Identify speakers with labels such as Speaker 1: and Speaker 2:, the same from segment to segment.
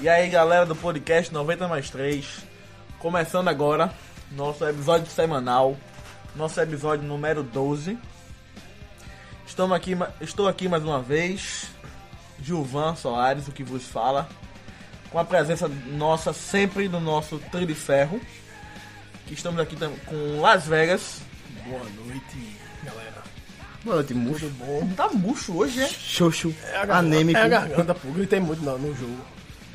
Speaker 1: E aí galera do podcast 90 mais 3, começando agora nosso episódio semanal, nosso episódio número 12. Estamos aqui, ma- estou aqui mais uma vez, Gilvan Soares, o que vos fala, com a presença nossa sempre do nosso trio de ferro, que estamos aqui tam- com Las Vegas.
Speaker 2: Boa noite, galera.
Speaker 3: Boa noite, murcho.
Speaker 2: Tudo bom?
Speaker 1: Tá murcho hoje, é?
Speaker 3: Xoxo.
Speaker 2: É a, garganta-
Speaker 3: anêmico.
Speaker 2: é a garganta, pô. Gritei muito no, no jogo.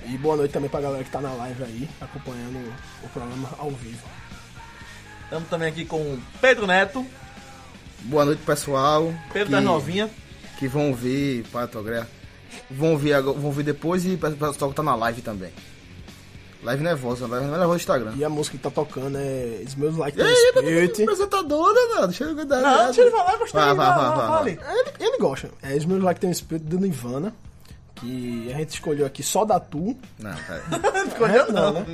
Speaker 2: E boa noite também pra galera que tá na live aí, acompanhando o programa ao vivo.
Speaker 1: Estamos também aqui com Pedro Neto,
Speaker 3: Boa noite, pessoal.
Speaker 1: Pedro
Speaker 3: que,
Speaker 1: das Novinha.
Speaker 3: Que vão ver Patogré. Vão ver agora, vão ver depois e o pessoal que tá na live também. Live nervosa, live não é nervosa do Instagram.
Speaker 2: E a música que tá tocando é Os Meus Like
Speaker 3: E aí,
Speaker 2: Spirit.
Speaker 3: apresentadora, né, mano. Deixa eu cuidar.
Speaker 1: Não, deixa ele falar, gostei.
Speaker 3: Vai, vai,
Speaker 1: não,
Speaker 3: vai,
Speaker 1: não,
Speaker 3: vai,
Speaker 1: fale.
Speaker 2: Ele, ele gosta. É Os Meus Like Tem Spirit do Nirvana. Que a gente escolheu aqui só da Tu.
Speaker 3: Não, pera.
Speaker 2: Escolheu não, né?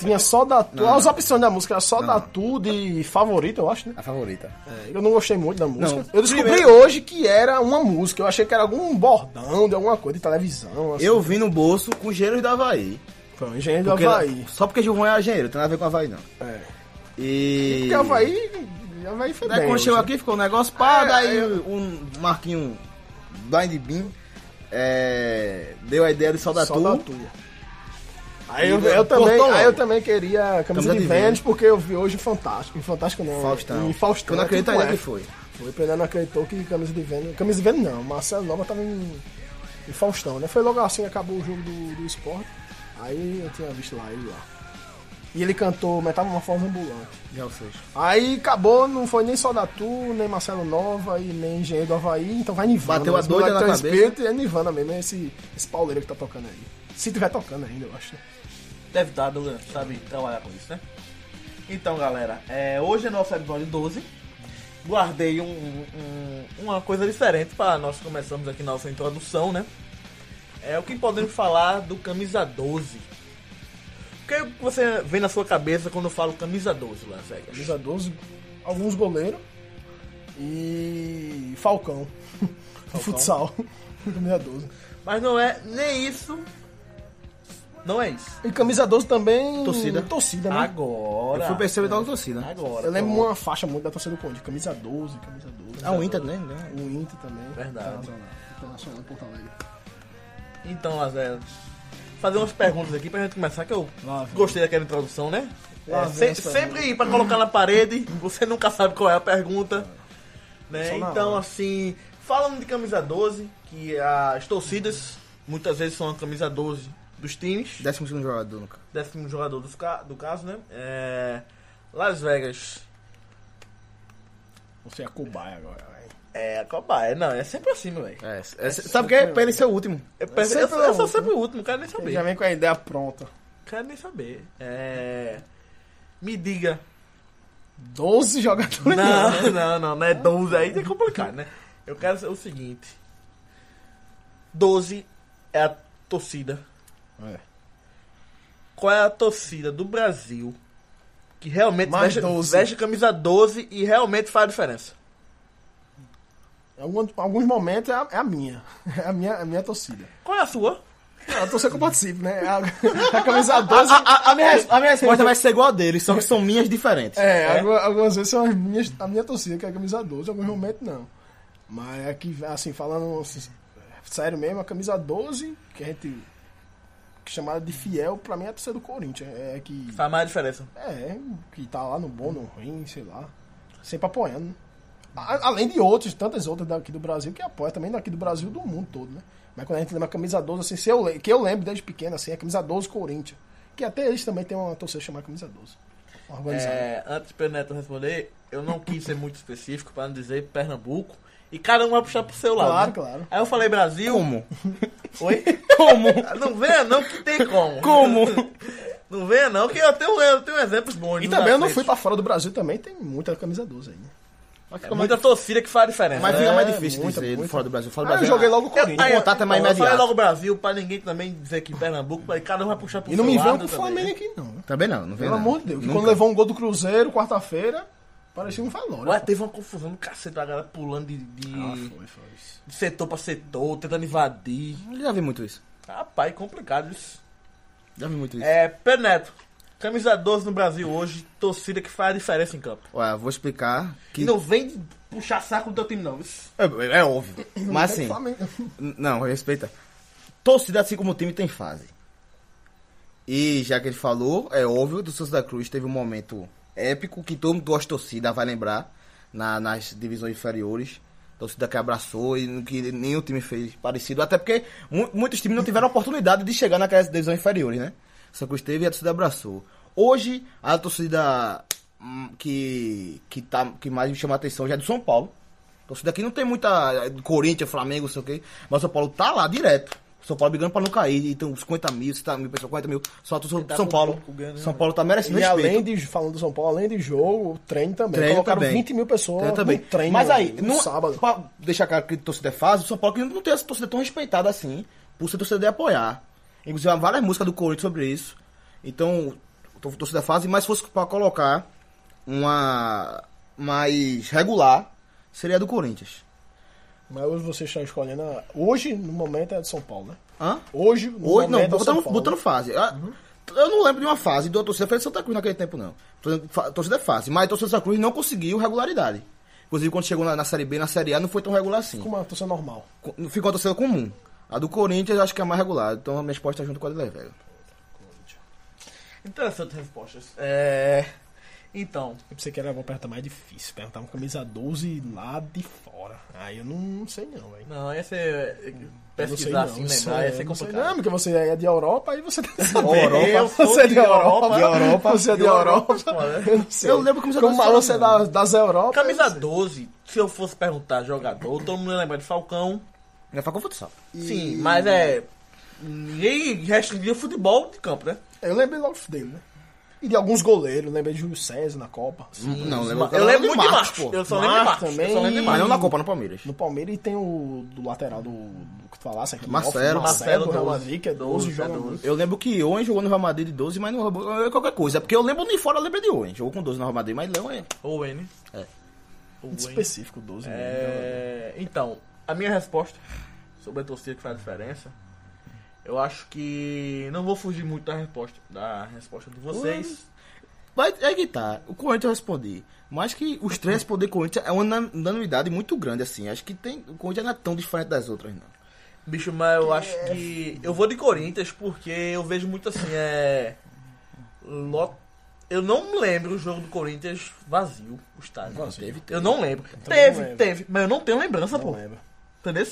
Speaker 2: Tinha só da Tu. As opções da música era só da Tu de favorito, eu acho, né?
Speaker 3: A favorita.
Speaker 2: É, eu não gostei muito da música.
Speaker 3: Não.
Speaker 2: Eu descobri hoje que era uma música. Eu achei que era algum bordão de alguma coisa de televisão. assim.
Speaker 3: Eu vim no bolso com engenheiros da Havaí.
Speaker 2: Foi um engenheiro do
Speaker 3: Porque-
Speaker 2: Havaí.
Speaker 3: Só porque Gilvão é engenheiro, não tem nada a ver com Havaí, não.
Speaker 2: É.
Speaker 3: E.
Speaker 2: Porque Havaí. Havaí foi
Speaker 3: Daí
Speaker 2: bem.
Speaker 3: quando
Speaker 2: hoje,
Speaker 3: chegou
Speaker 2: né?
Speaker 3: aqui ficou um negócio pá,
Speaker 2: É,
Speaker 3: daí
Speaker 2: eu-
Speaker 3: um Marquinho Blind Bean é, deu a ideia de Sol da
Speaker 2: Só da
Speaker 3: Tua.
Speaker 2: tua. Aí eu,
Speaker 3: Ele
Speaker 2: eu também,
Speaker 3: cortou
Speaker 2: aí
Speaker 3: logo.
Speaker 2: eu também queria a camisa
Speaker 3: Camisa
Speaker 2: de
Speaker 3: de
Speaker 2: Vênus,
Speaker 3: Vênus.
Speaker 2: porque eu vi hoje em Fantástico. Em Fantástico não.
Speaker 3: Faustão.
Speaker 2: Em Faustão.
Speaker 3: Eu não
Speaker 2: é tudo
Speaker 3: acreditaria
Speaker 2: com
Speaker 3: que
Speaker 2: F.
Speaker 3: foi.
Speaker 2: Foi, Pereira não acreditou que camisa de Vênus. Camisa de Vênus não, Marcelo Nova tava em, em Faustão, né? Foi logo assim que acabou o jogo do, do esporte. Aí eu tinha visto lá ele lá. E ele cantou Metamorfose Ambulante.
Speaker 3: Já o sexto.
Speaker 2: Aí acabou, não foi nem só da Tu, nem Marcelo Nova e nem Engenheiro do Havaí, então vai Nivana.
Speaker 3: Bateu a
Speaker 2: Esse
Speaker 3: doida
Speaker 2: moleque
Speaker 3: na
Speaker 2: tem um
Speaker 3: cabeça.
Speaker 2: Espírito, e é Nivana mesmo, é esse, esse pauleiro que tá tocando aí. Se tiver tocando ainda, eu acho. né?
Speaker 1: Deve estar, Douglas, sabe trabalhar com isso, né? Então, galera, é, hoje é nosso episódio 12. Guardei um- um- uma coisa diferente para nós começarmos aqui nossa introdução, né? É o que podemos falar do camisa 12. O que você vê na sua cabeça quando eu falo camisa 12, Las Vegas?
Speaker 2: Camisa 12, alguns goleiros e Falcão. Do Futsal. Camisa 12.
Speaker 1: Mas não é nem isso. Não é isso.
Speaker 2: E camisa 12 também.
Speaker 3: Torcida.
Speaker 2: Torcida, né?
Speaker 1: Agora.
Speaker 3: Eu fui perceber logo torcida. né?
Speaker 1: Agora.
Speaker 2: Eu lembro
Speaker 1: pronto.
Speaker 2: uma faixa muito da torcida do Conde. Camisa 12, camisa 12.
Speaker 3: Ah, o Inter, né? né?
Speaker 2: O Inter também.
Speaker 1: Verdade.
Speaker 2: Internacional. Internacional de Porto Alegre.
Speaker 1: Então, Las Vegas, fazer umas perguntas aqui pra gente começar, que eu
Speaker 2: Lá vem.
Speaker 1: gostei daquela introdução, né?
Speaker 2: Lá
Speaker 1: É,
Speaker 2: vem
Speaker 1: se-
Speaker 2: as perguntas.
Speaker 1: sempre pra colocar na parede, você nunca sabe qual é a pergunta. Né?
Speaker 2: Só na
Speaker 1: Então,
Speaker 2: hora.
Speaker 1: assim, falando de camisa 12, que as torcidas muitas vezes são a camisa 12 dos times,
Speaker 3: um Décimo segundo jogador, no caso.
Speaker 1: décimo jogador do, ca- do caso, né? É, Las Vegas
Speaker 2: Você é cobaia agora, velho.
Speaker 1: é a Copa, é, não, é sempre assim, meu velho.
Speaker 3: É, é, sabe o que é? Pra ele ser o último.
Speaker 1: Eu, penso-
Speaker 2: sempre
Speaker 1: eu sou- eu
Speaker 2: é
Speaker 1: sou
Speaker 2: outro,
Speaker 1: sempre o último, não quero nem saber.
Speaker 2: Ele já vem com a ideia pronta.
Speaker 1: Quero nem saber. É, Me diga
Speaker 2: 12 jogadores.
Speaker 1: Não, não, não, não é 12 aí, é complicado, né? Eu quero ser o seguinte: 12 é a torcida.
Speaker 2: É.
Speaker 1: Qual é a torcida do Brasil que realmente
Speaker 2: Mais
Speaker 1: veste,
Speaker 2: 12.
Speaker 1: veste a camisa 12 e realmente faz a diferença?
Speaker 2: Em algum- alguns momentos é a, é a minha. É a minha, a minha torcida.
Speaker 1: Qual é a sua?
Speaker 2: É a torcida que eu participo, né? A, a camisa 12.
Speaker 3: A, minha, resposta vai ser igual a dele, só que são minhas diferentes.
Speaker 2: É, algu- algumas vezes são as minhas, a minha torcida, que é a camisa 12, alguns momentos não. Mas aqui, assim, falando assim, sério mesmo, a camisa 12, que a gente. que é chamada de fiel, pra mim é a torcida do Corinthians. É que.
Speaker 1: Faz mais a diferença.
Speaker 2: É, que tá lá no bom, no ruim, sei lá. Sempre apoiando. né? A- Além de outros, tantas outras daqui do Brasil que apoia também daqui do Brasil e do mundo todo, né? Mas quando a gente lembra a camisa 12, assim, se eu, le- que eu lembro desde pequeno, assim, a camisa 12 Corinthians. Que até eles também têm uma torcida chamada camisa 12. Organizada.
Speaker 1: É, antes do Neto responder, eu não quis ser muito específico pra não dizer Pernambuco. E cada um vai puxar pro seu lado.
Speaker 2: Claro,
Speaker 1: né?
Speaker 2: claro.
Speaker 1: Aí eu falei Brasil.
Speaker 3: Como?
Speaker 1: Oi?
Speaker 3: Como?
Speaker 1: Não venha não que tem como.
Speaker 3: Como?
Speaker 1: Não venha não que eu tenho, eu tenho exemplos bons.
Speaker 2: E
Speaker 1: na
Speaker 2: também eu não
Speaker 1: frente.
Speaker 2: fui pra fora do Brasil também, tem muita camisa 12 aí. né?
Speaker 1: É muita torcida que faz a diferença.
Speaker 3: Mas
Speaker 1: né?
Speaker 3: fica mais
Speaker 2: É,
Speaker 3: difícil
Speaker 2: muita,
Speaker 3: dizer
Speaker 2: muita.
Speaker 3: fora do Brasil. Fora do
Speaker 2: Ah, eu
Speaker 3: Brasil.
Speaker 2: joguei logo o
Speaker 1: Eu-
Speaker 2: Corinthians.
Speaker 1: aí,
Speaker 3: contato é mais
Speaker 1: então, eu falei
Speaker 3: imediato.
Speaker 1: logo Brasil, pra ninguém também dizer que Pernambuco, pra cada um vai puxar pro
Speaker 2: E não me
Speaker 1: vem
Speaker 2: venham com o Flamengo aqui, não. né?
Speaker 3: Também não, não vem
Speaker 2: Pelo
Speaker 3: não.
Speaker 2: amor de Deus. que
Speaker 3: Nunca.
Speaker 2: Quando levou um gol do Cruzeiro, quarta-feira, parecia um valor.
Speaker 1: Ué, teve uma confusão do cacete, a galera pulando de, de-
Speaker 2: Ah, foi, foi.
Speaker 1: de setor pra setor, tentando invadir.
Speaker 3: Eu já vi muito isso.
Speaker 1: Rapaz, complicado isso.
Speaker 3: Já vi muito isso.
Speaker 1: É, Pedro Neto, camisa 12 no Brasil hoje, torcida que faz a diferença em campo.
Speaker 3: Olha, vou explicar que.
Speaker 1: E não vem de puxar saco do teu time, não. Isso.
Speaker 3: É, é óbvio. Mas
Speaker 2: Tem
Speaker 3: assim,
Speaker 2: Flamengo.
Speaker 3: n- não, respeita. Torcida, assim como o time, tem fase. E já que ele falou, é óbvio do Santos da Cruz teve um momento épico que todo mundo, duas torcidas, vai lembrar, na- nas divisões inferiores. Torcida que abraçou e que nenhum time fez parecido. Até porque mu- muitos times não tiveram oportunidade de chegar naquelas divisões inferiores, né? Santa Cruz teve e a torcida abraçou. Hoje, a torcida hum, que, que, tá, que mais me chama a atenção já é do São Paulo. Torcida aqui não tem muita. é, do Corinthians, Flamengo, sei o quê. Mas o São Paulo tá lá direto. O São Paulo brigando pra não cair. Então, 50 mil, 70 mil pessoas, 40 mil. Só do São,
Speaker 1: Tá
Speaker 3: São
Speaker 1: com
Speaker 3: Paulo.
Speaker 1: pouco ganho, né,
Speaker 3: São
Speaker 1: mano?
Speaker 3: Paulo tá
Speaker 2: E
Speaker 3: merecendo respeito.
Speaker 2: além de, falando do São Paulo, além de jogo, o trem também.
Speaker 3: Treino
Speaker 2: Colocaram
Speaker 3: também.
Speaker 2: 20 mil pessoas
Speaker 3: Treino também.
Speaker 2: no treino.
Speaker 3: Mas aí,
Speaker 2: no
Speaker 3: não,
Speaker 2: sábado.
Speaker 3: pra deixar claro que torcida é fase, o São Paulo que não tem essa torcida tão respeitada assim, por ser torcida de apoiar. Inclusive, há várias músicas do Corinthians sobre isso. Então, to- torcida é fase, mas se fosse pra colocar uma mais regular, seria a do Corinthians.
Speaker 2: Mas hoje vocês estão escolhendo. a- Hoje, no momento, é de São Paulo, né?
Speaker 3: Hã?
Speaker 2: Hoje, no
Speaker 3: Hoje, não,
Speaker 2: momento, é o São
Speaker 3: botando,
Speaker 2: Paulo.
Speaker 3: botando fase. Ah,
Speaker 1: Uhum.
Speaker 3: Eu não lembro de uma fase do torcida foi de Santa Cruz naquele tempo, não. Torcida- fa- Torcida é fase, mas a torcida de Santa Cruz não conseguiu regularidade. Inclusive, quando chegou na, na Série B, na Série A, não foi tão regular assim.
Speaker 2: Como uma torcida normal.
Speaker 3: Co- Ficou a torcida comum. A do Corinthians eu acho que é a mais regular. Então a minha resposta é junto com a do Level.
Speaker 1: Interessante as respostas. É. Então,
Speaker 2: Eu pensei que era uma pergunta mais é difícil. Perguntar uma camisa 12 lá de fora. Aí eu não, não sei não, velho.
Speaker 1: não, ia ser. é,
Speaker 2: Eu não sei
Speaker 1: Pesquisar
Speaker 2: não,
Speaker 1: assim,
Speaker 3: né?
Speaker 2: isso
Speaker 1: lembrar,
Speaker 2: é-
Speaker 1: ia ser
Speaker 2: não sei
Speaker 1: complicado.
Speaker 2: Não, porque você é de Europa, aí você tá tem que saber.
Speaker 3: Europa,
Speaker 1: eu sou
Speaker 2: você é
Speaker 1: de
Speaker 2: de
Speaker 1: Europa,
Speaker 2: Europa,
Speaker 1: de Europa,
Speaker 2: você é de
Speaker 1: de
Speaker 2: Europa.
Speaker 1: Europa, mano.
Speaker 2: Eu não sei.
Speaker 3: Eu lembro como você
Speaker 2: Como
Speaker 3: gosta de
Speaker 2: você é
Speaker 3: Europa.
Speaker 2: da- das Europas.
Speaker 1: Camisa 12, se eu fosse perguntar jogador, todo mundo ia lembrar de Falcão.
Speaker 3: Já facou é futsal.
Speaker 1: Sim, mas é. Ninguém restringia o futebol de campo, né?
Speaker 2: Eu lembrei logo dele, né? E de alguns goleiros. Lembrei de Júlio César na Copa. assim,
Speaker 3: Não, tá lembro,
Speaker 1: Eu lembro muito de Marcos.
Speaker 3: pô.
Speaker 1: Eu só
Speaker 2: Marcos
Speaker 1: lembro de Marcos.
Speaker 2: também.
Speaker 1: Eu só lembro de
Speaker 3: Mas
Speaker 1: Marcos.
Speaker 3: não na Copa, no Palmeiras.
Speaker 2: No Palmeiras e tem o do lateral do, do que tu falasse aqui.
Speaker 3: Marcelo.
Speaker 2: Marcelo,
Speaker 1: Marcelo,
Speaker 2: Marcelo
Speaker 1: 12,
Speaker 2: que é 12,
Speaker 1: 12,
Speaker 2: joga
Speaker 1: é 12.
Speaker 2: muito.
Speaker 3: Eu lembro que Owen jogou no Real Madrid de 12, mas não é qualquer coisa. É Porque eu lembro nem fora, eu lembro de Owen. Jogou com 12 no Real Madrid, mas Leão é.
Speaker 1: Ou N.
Speaker 3: É.
Speaker 1: Ou
Speaker 2: Muito
Speaker 1: N.
Speaker 2: específico, 12 mesmo. né?
Speaker 1: É, então, a minha resposta sobre a torcida que faz a diferença, eu acho que não vou fugir muito da resposta, da resposta de vocês.
Speaker 3: Mas é que tá. O Corinthians eu respondi. Mas que os três responder Corinthians é uma una- unanimidade muito grande, assim. Acho que tem. O Corinthians não é tão diferente das outras, não.
Speaker 1: Bicho, mas eu acho que eu vou de Corinthians porque eu vejo muito assim, é lo- eu não lembro o jogo do Corinthians vazio, o estádio.
Speaker 2: Vazio.
Speaker 3: Teve, teve.
Speaker 1: Eu não lembro.
Speaker 2: também
Speaker 1: Teve,
Speaker 2: não lembro.
Speaker 1: teve, mas eu não tenho lembrança,
Speaker 2: Não
Speaker 1: pô.
Speaker 2: lembro.
Speaker 1: Entendeu?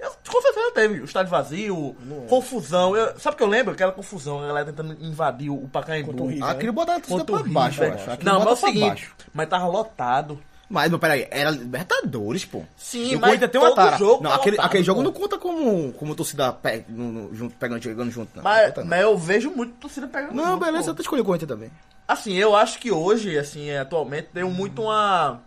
Speaker 1: Eu, com certeza teve. O estádio vazio,
Speaker 2: Não
Speaker 3: é.
Speaker 2: lembro.
Speaker 1: confusão. Eu- sabe o que eu lembro? Aquela confusão, a galera tentando invadir o
Speaker 2: Contra o
Speaker 1: Pacaembu.
Speaker 2: River.
Speaker 3: Ah, queria botar a torcida
Speaker 1: Contra o
Speaker 3: pra baixo, eu
Speaker 1: River.
Speaker 3: acho. Aqui
Speaker 1: Não,
Speaker 3: bota
Speaker 1: mas é o
Speaker 3: pra
Speaker 1: seguinte,
Speaker 3: baixo.
Speaker 1: mas tava lotado.
Speaker 3: Mas, mas peraí, era Libertadores, pô.
Speaker 1: Sim,
Speaker 3: E o
Speaker 1: mas
Speaker 3: Corinthians tem uma
Speaker 1: todo
Speaker 3: tara.
Speaker 1: jogo
Speaker 3: não,
Speaker 1: tá
Speaker 3: aquele,
Speaker 1: lotado,
Speaker 3: aquele jogo
Speaker 1: pô.
Speaker 3: não conta como, como torcida pe, no, no- junto, pegando, chegando junto, não.
Speaker 1: Mas,
Speaker 3: não, conta, não.
Speaker 1: mas eu vejo muito torcida pegando.
Speaker 3: Tá Não,
Speaker 1: muito,
Speaker 3: beleza, eu
Speaker 1: pô.
Speaker 3: até escolhi o Corinthians também.
Speaker 1: Assim, eu acho que hoje, assim, é, atualmente, tem muito uma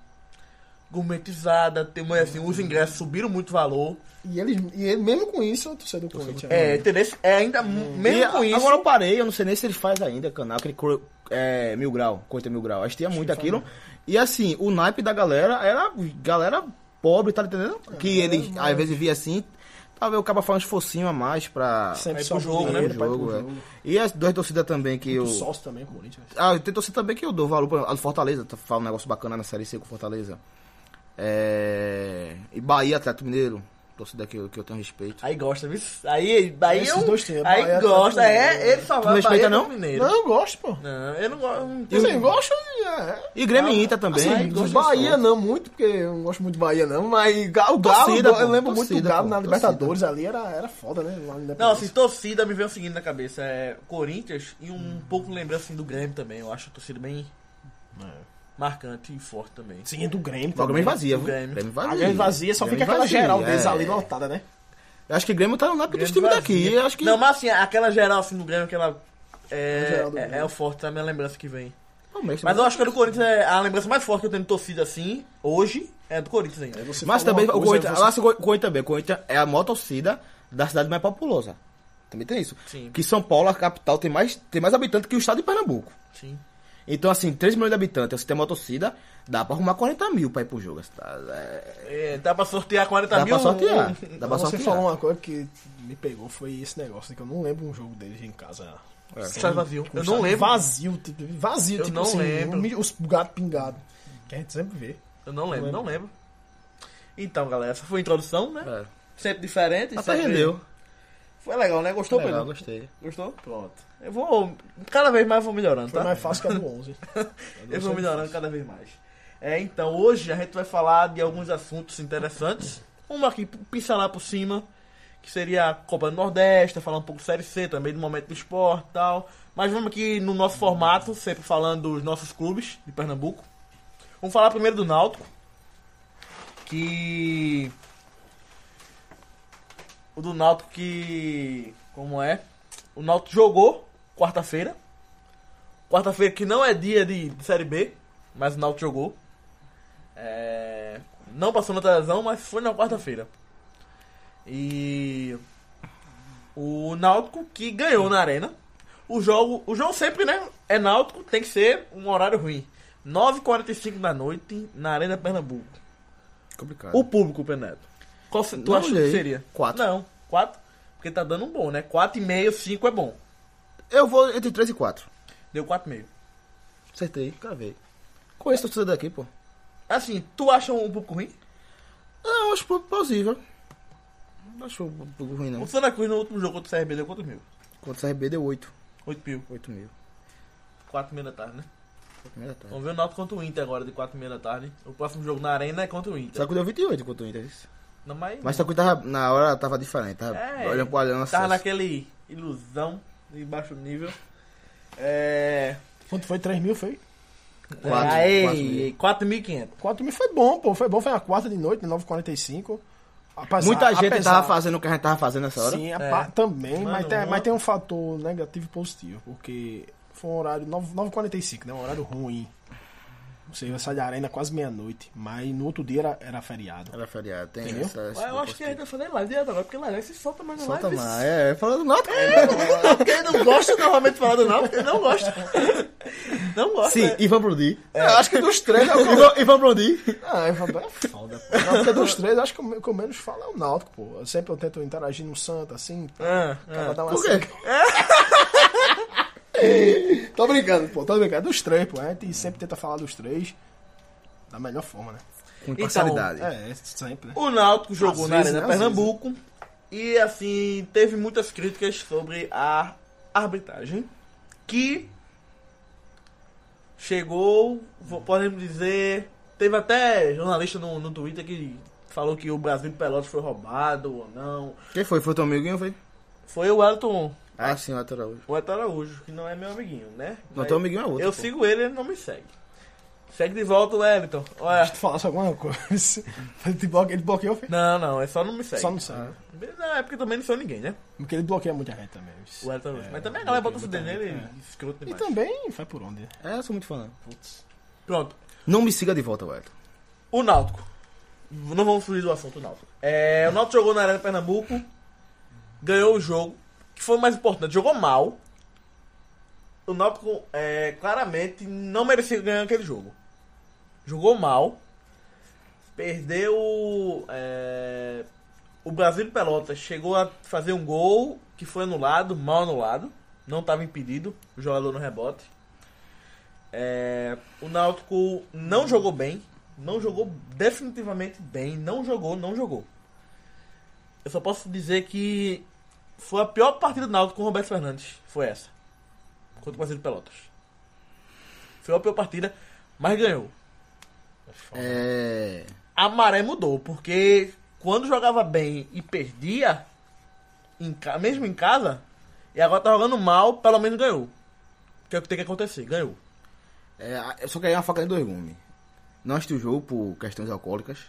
Speaker 1: gourmetizada, tem uma, assim, os ingressos subiram muito valor.
Speaker 2: E, eles, e ele- mesmo com isso, eu torcedor do Corinthians.
Speaker 1: É, entendeu? É ainda mu- mesmo
Speaker 3: Hum. E
Speaker 1: com isso.
Speaker 3: Agora eu parei, eu não sei nem se ele faz ainda, canal, aquele cor- é, Mil Grau, Corinthians Mil Grau. Acho que tinha muito aquilo. E assim, o naipe da galera era galera pobre, tá entendendo?
Speaker 1: É,
Speaker 3: Que ele às vezes via assim, talvez o cara faz uns focinho a mais pra...
Speaker 2: Sempre
Speaker 1: Aí
Speaker 2: só
Speaker 1: pro jogo,
Speaker 2: dinheiro,
Speaker 1: né?
Speaker 2: vai pro
Speaker 3: É, jogo, é.
Speaker 2: jogo.
Speaker 3: E as duas torcidas também que eu...
Speaker 2: O sócio também, o Corinthians. né?
Speaker 3: Ah, eu tento ser também que eu dou valor para Fortaleza, tá- fala um negócio bacana na Série C com o Fortaleza. É... E Bahia, Atlético Mineiro, torcida que eu, que eu tenho respeito.
Speaker 1: Aí gosta, viu? Aí, daí
Speaker 2: Esses
Speaker 1: eu,
Speaker 2: dois tem,
Speaker 1: aí
Speaker 2: Bahia,
Speaker 1: gosta,
Speaker 2: Atlético Mineiro.
Speaker 1: é, ele só
Speaker 3: né? Tu
Speaker 1: vai Bahia,
Speaker 3: respeita, não?
Speaker 1: Mineiro.
Speaker 2: Não, eu gosto, pô.
Speaker 1: Não, eu não gosto. não
Speaker 2: Eu,
Speaker 1: tenho-
Speaker 2: assim, eu gosto, é.
Speaker 3: E Grêmio
Speaker 1: Ah,
Speaker 3: e Inter também. Assim,
Speaker 1: Ai,
Speaker 2: Do
Speaker 1: gosto
Speaker 2: Bahia não muito, porque eu não gosto muito do Bahia não, mas Ga- o Galo,
Speaker 3: Torcida,
Speaker 2: eu
Speaker 3: pô,
Speaker 2: lembro muito do
Speaker 3: torcida,
Speaker 2: Galo
Speaker 3: pô,
Speaker 2: na
Speaker 3: torcida.
Speaker 2: Libertadores ali, era, era foda, né? Lá na Independência.
Speaker 1: Não, assim, torcida me vem o seguinte na cabeça, é Corinthians e um pouco lembrança assim, do Grêmio também. Eu acho a torcida bem marcante e forte também.
Speaker 2: Sim, do Grêmio.
Speaker 3: O Grêmio tá vazia,
Speaker 1: O
Speaker 3: viu?
Speaker 1: Grêmio.
Speaker 2: A Grêmio vazia, só
Speaker 3: Grêmio
Speaker 2: fica aquela
Speaker 3: é vazia,
Speaker 2: geral
Speaker 3: é.
Speaker 2: deles ali lotada, né?
Speaker 3: Eu acho que o Grêmio tá no naipe dos
Speaker 1: Grêmio
Speaker 3: times
Speaker 1: vazia.
Speaker 3: daqui. Eu acho que...
Speaker 1: Não, mas assim, aquela geral assim do Grêmio, aquela.
Speaker 2: A
Speaker 1: É,
Speaker 2: geral do
Speaker 1: é,
Speaker 2: Grêmio.
Speaker 1: é o forte, é a minha lembrança que vem.
Speaker 3: Palmeiras tá
Speaker 1: Mas
Speaker 3: também.
Speaker 1: eu acho que a do Corinthians é a lembrança mais forte que eu tenho de torcida assim, hoje, é a do Corinthians ainda.
Speaker 2: Você
Speaker 3: Mas
Speaker 2: fala
Speaker 3: também,
Speaker 2: uma
Speaker 3: o
Speaker 2: coisa,
Speaker 3: Corinthians,
Speaker 2: você-
Speaker 3: eu acho que o Corinthians também. O Corinthians é a maior torcida da cidade mais populosa. Também tem isso.
Speaker 1: Sim.
Speaker 3: Que São Paulo, a capital, tem mais, tem mais habitantes que o estado de Pernambuco.
Speaker 1: Sim.
Speaker 3: Então, assim, 3 milhões de habitantes, você tem uma torcida, dá pra arrumar 40 mil pra ir pro jogo. assim, tá? É,
Speaker 1: É, dá pra sortear 40
Speaker 3: dá
Speaker 1: mil.
Speaker 3: pra sortear. Dá pra
Speaker 2: Você
Speaker 3: sortear.
Speaker 2: falou uma coisa que me pegou, foi esse negócio, né, que eu não lembro um jogo deles em casa
Speaker 3: É.
Speaker 1: Estádio vazio. Eu
Speaker 2: Sabe?
Speaker 1: não lembro.
Speaker 2: Vazio, tipo, vazio,
Speaker 1: Eu
Speaker 2: tipo
Speaker 1: não
Speaker 2: assim,
Speaker 1: lembro.
Speaker 2: um mi- os gatos pingados. Que a gente sempre vê.
Speaker 1: Eu não lembro, não lembro. Então, galera, essa foi a introdução,
Speaker 3: É.
Speaker 1: né? Sempre diferente.
Speaker 3: Até
Speaker 1: sempre-
Speaker 3: rendeu.
Speaker 1: Foi legal, né? Gostou,
Speaker 3: Legal,
Speaker 1: Pedro?
Speaker 3: gostei.
Speaker 1: Gostou? Pronto. Eu vou. Cada vez mais eu vou melhorando,
Speaker 2: Foi
Speaker 1: tá?
Speaker 2: mais fácil que a do 11.
Speaker 1: Eu vou melhorando cada vez mais. É, então, hoje a gente vai falar de alguns assuntos interessantes. Uma aqui, pisa lá por cima, que seria a Copa do Nordeste, falar um pouco de Série C também, do momento do esporte e tal. Mas vamos aqui no nosso formato, sempre falando dos nossos clubes de Pernambuco. Vamos falar primeiro do Náutico, que... O do Náutico que... Como é? O Náutico jogou quarta-feira, Quarta-feira que não é dia de, de Série B, mas o Náutico jogou. É, Não passou na televisão, mas foi na quarta-feira. E o Náutico que ganhou na arena. O jogo, o jogo sempre, né? É Náutico, tem que ser um horário ruim. 9h45 da noite na Arena Pernambuco.
Speaker 3: Complicado.
Speaker 1: O público, Penedo. Qual se- tu
Speaker 3: Não
Speaker 1: acha que
Speaker 3: olhei.
Speaker 1: seria?
Speaker 3: Quatro.
Speaker 1: Não, 4. Porque tá dando um bom, né? 4,5, 5 é bom.
Speaker 3: Eu vou entre 3 e 4.
Speaker 1: Deu 4,5.
Speaker 3: Acertei, cravei. Conheço a torcida daqui, pô.
Speaker 1: Assim, tu acha um público ruim?
Speaker 3: Não, Ah, acho pouco plausível. Não acho um pouco ruim, não.
Speaker 1: O Santa Cruz no último jogo contra o CRB deu quantos mil?
Speaker 3: Contra o CRB deu 8.
Speaker 1: 8 mil.
Speaker 3: 8 mil.
Speaker 1: 4 mil da tarde, né?
Speaker 3: Primeira tarde.
Speaker 1: Vamos ver o Náutico contra o Inter agora de 4 mil da tarde. O próximo jogo na Arena é contra o Inter.
Speaker 3: Só que deu 28 contra o Inter. isso.
Speaker 1: Não, mas...
Speaker 3: Mas só que tava, na hora tava diferente. Tava
Speaker 1: É,
Speaker 3: olhando pro olhando
Speaker 1: Tava naquele ilusão de baixo nível. É...
Speaker 2: Quanto foi? 3 mil, foi?
Speaker 3: Quatro, quatro mil.
Speaker 1: Aê, 4.500.
Speaker 2: 4 mil foi bom, pô. Foi bom, foi na quarta de noite, 9h45. Apesar-
Speaker 3: Muita gente
Speaker 2: apesar-
Speaker 3: tava fazendo o que a gente tava fazendo nessa hora.
Speaker 2: Sim, a
Speaker 1: É.
Speaker 2: pa- também, mas,
Speaker 1: Mano,
Speaker 2: tem,
Speaker 1: uma-
Speaker 2: mas tem um fator negativo e positivo, porque foi um horário 9 9h45, né? Um horário ruim. Você ia sair da arena quase meia-noite, mas no outro dia era, era feriado.
Speaker 3: Era feriado, tem
Speaker 2: Entendeu?
Speaker 3: essa.
Speaker 1: Ué, Eu acho que a
Speaker 2: é
Speaker 1: gente vai fazer live direto agora, porque live se solta mais na
Speaker 3: Solta
Speaker 1: live.
Speaker 3: mais. É, falando nota.
Speaker 1: Quem não gosta normalmente de falar do Náutico, ele não gosta. Não gosta.
Speaker 3: Sim,
Speaker 1: né?
Speaker 3: Ivan Brudi.
Speaker 2: é. Eu acho que dos três é o
Speaker 3: Ivan, Ivan Brudi.
Speaker 2: Ah, eu falo, é foda, pô. Não, porque dos três, eu acho que o me- que eu menos falo é o Náutico, pô. Eu sempre eu tento interagir no Santa, assim,
Speaker 1: Ah, ah.
Speaker 2: pra dar uma
Speaker 3: Por quê?
Speaker 2: assim. Tô brincando, pô, tô brincando. É dos três, pô. A gente sempre tenta falar dos três da melhor forma, né?
Speaker 3: Com imparcialidade.
Speaker 2: É, sempre, né?
Speaker 1: O Náutico jogou
Speaker 2: Às
Speaker 1: na
Speaker 2: vezes,
Speaker 1: Arena
Speaker 2: né? Às
Speaker 1: Pernambuco e assim teve muitas críticas sobre a arbitragem que chegou, vo- podemos dizer, teve até jornalista no, no Twitter que falou que o Brasil de Pelotas foi roubado ou não.
Speaker 2: é.
Speaker 3: Quem foi? Foi teu amiguinho, foi?
Speaker 1: Foi o Elton,
Speaker 3: Ah, sim, o lateral hoje.
Speaker 1: o Elton Araújo, que não é meu amiguinho, né?
Speaker 3: Não,
Speaker 1: Mas
Speaker 2: um
Speaker 3: teu amiguinho é outro.
Speaker 1: Eu
Speaker 3: pô.
Speaker 1: sigo ele, ele não me segue. Segue de volta o Elton. Olha,
Speaker 2: Tu falasse alguma coisa. Ele bloqueou, ele bloqueou filho?
Speaker 1: não, não, é só não me segue.
Speaker 2: Só não sei.
Speaker 1: Não, é porque também não sou ninguém, né?
Speaker 2: Porque ele bloqueia muita gente também. isso.
Speaker 1: O Elton Rush.
Speaker 2: É,
Speaker 1: Mas também a galera bota o
Speaker 2: bloqueia
Speaker 1: CD
Speaker 2: muita
Speaker 1: nele
Speaker 2: gente,
Speaker 1: e escroto
Speaker 2: é. E
Speaker 1: demais.
Speaker 2: também faz por onde. né?
Speaker 3: É, eu sou muito fã. não.
Speaker 2: Putz.
Speaker 1: Pronto.
Speaker 3: Não me siga de volta, Wellington.
Speaker 1: O Náutico. Não vamos fugir do assunto, Náutico. É, o Náutico jogou na Arena Pernambuco. Ganhou o jogo. Que foi o mais importante. Jogou mal. O Náutico é, claramente não merecia ganhar aquele jogo. Jogou mal. Perdeu. é, o Brasil de Pelotas chegou a fazer um gol que foi anulado, mal anulado. Não estava impedido. O jogador no rebote. É, o Náutico não jogou bem. Não jogou definitivamente bem. Não jogou, não jogou. Eu só posso dizer que foi a pior partida do Náutico com o Roberto Fernandes. Foi essa. Contra o Brasil de Pelotas. Foi a pior partida, mas ganhou.
Speaker 3: É.
Speaker 1: A maré mudou, porque quando jogava bem e perdia, em ca- mesmo em casa, e agora tá jogando mal, pelo menos ganhou. Que é o que tem que acontecer, ganhou.
Speaker 3: É, eu só ganhei uma faca de dois gumes. Não assisti o jogo por questões alcoólicas,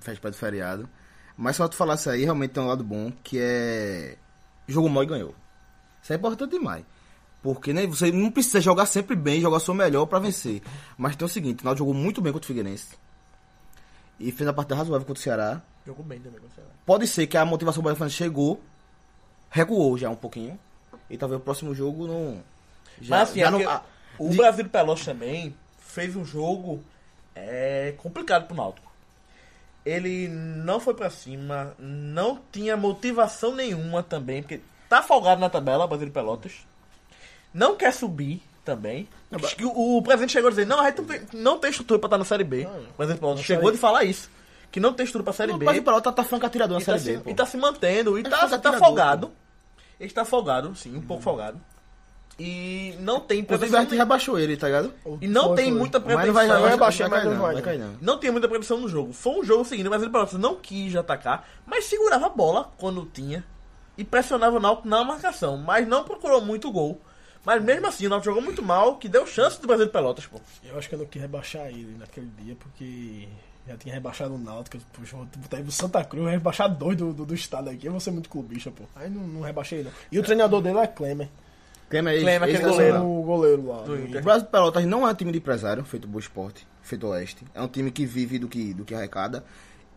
Speaker 3: festa do feriado. Mas só tu falar isso aí, realmente tem um lado bom, que é. Jogo mal e ganhou. Isso é importante demais. Porque né, você não precisa jogar sempre bem, jogar seu melhor pra vencer. Mas tem o seguinte, o Náutico jogou muito bem contra o Figueirense. E fez a parte razoável contra o Ceará.
Speaker 1: Jogou bem também, sei lá.
Speaker 3: Pode ser que a motivação do Bahia Fernandes chegou, recuou já um pouquinho. E talvez o próximo jogo não. Já,
Speaker 1: Mas assim,
Speaker 3: já
Speaker 1: é
Speaker 3: não-
Speaker 1: porque
Speaker 3: ah,
Speaker 1: o
Speaker 3: de-
Speaker 1: Brasil de Pelotas também fez um jogo é, complicado pro Náutico. Ele não foi pra cima, não tinha motivação nenhuma também, porque tá folgado na tabela, o Brasil de Pelotas. não quer subir também. Acho que o, o presidente chegou a dizer, não, a gente não tem, não tem estrutura pra estar Ah, na Série B. O presidente Paulo chegou de falar isso. Que não tem estrutura pra Série B.
Speaker 3: Mas o Pelota tá franco atirador
Speaker 1: E
Speaker 3: na
Speaker 1: tá, se,
Speaker 3: Série B, pô.
Speaker 1: e tá se mantendo, e
Speaker 3: Ele
Speaker 1: tá,
Speaker 3: faz
Speaker 1: tá
Speaker 3: atirador,
Speaker 1: folgado. Ele tá folgado, sim, um
Speaker 3: Uhum.
Speaker 1: pouco folgado. E não tem
Speaker 3: O
Speaker 1: pretensão.
Speaker 3: Berti rebaixou ele, tá ligado?
Speaker 1: E não tem muita
Speaker 3: Mas
Speaker 1: pretensão.
Speaker 3: não vai,
Speaker 1: Não, é
Speaker 3: vai, vai,
Speaker 2: rebaixar,
Speaker 3: vai, cair
Speaker 2: mas não
Speaker 3: não,
Speaker 2: vai,
Speaker 3: vai cair não.
Speaker 1: tem muita pretensão no jogo. Foi um jogo seguindo, mas ele Pelotas não quis atacar, mas segurava a bola quando tinha. E pressionava o Náutico na marcação, mas não procurou muito gol. Mas mesmo assim, o Náutico jogou muito mal, que deu chance do Brasil de Pelotas, pô.
Speaker 2: Eu acho que eu não quis rebaixar ele naquele dia, porque já tinha rebaixado o Náutico. Puxa, vou botar aí pro Santa Cruz, vou rebaixar dois do, do, do estado aqui. Eu vou ser muito clubista, pô. Aí não, não rebaixei, não. E o treinador dele é Clemer,
Speaker 3: Clemer, é ex-
Speaker 1: Clemer, aquele
Speaker 3: ex-nacional.
Speaker 1: goleiro.
Speaker 2: o goleiro lá. né?
Speaker 1: Do
Speaker 3: O
Speaker 1: Inter.
Speaker 3: Brasil de Pelotas não é um time de empresário, feito Boa Esporte, feito Oeste. É um time que vive do que, do que arrecada.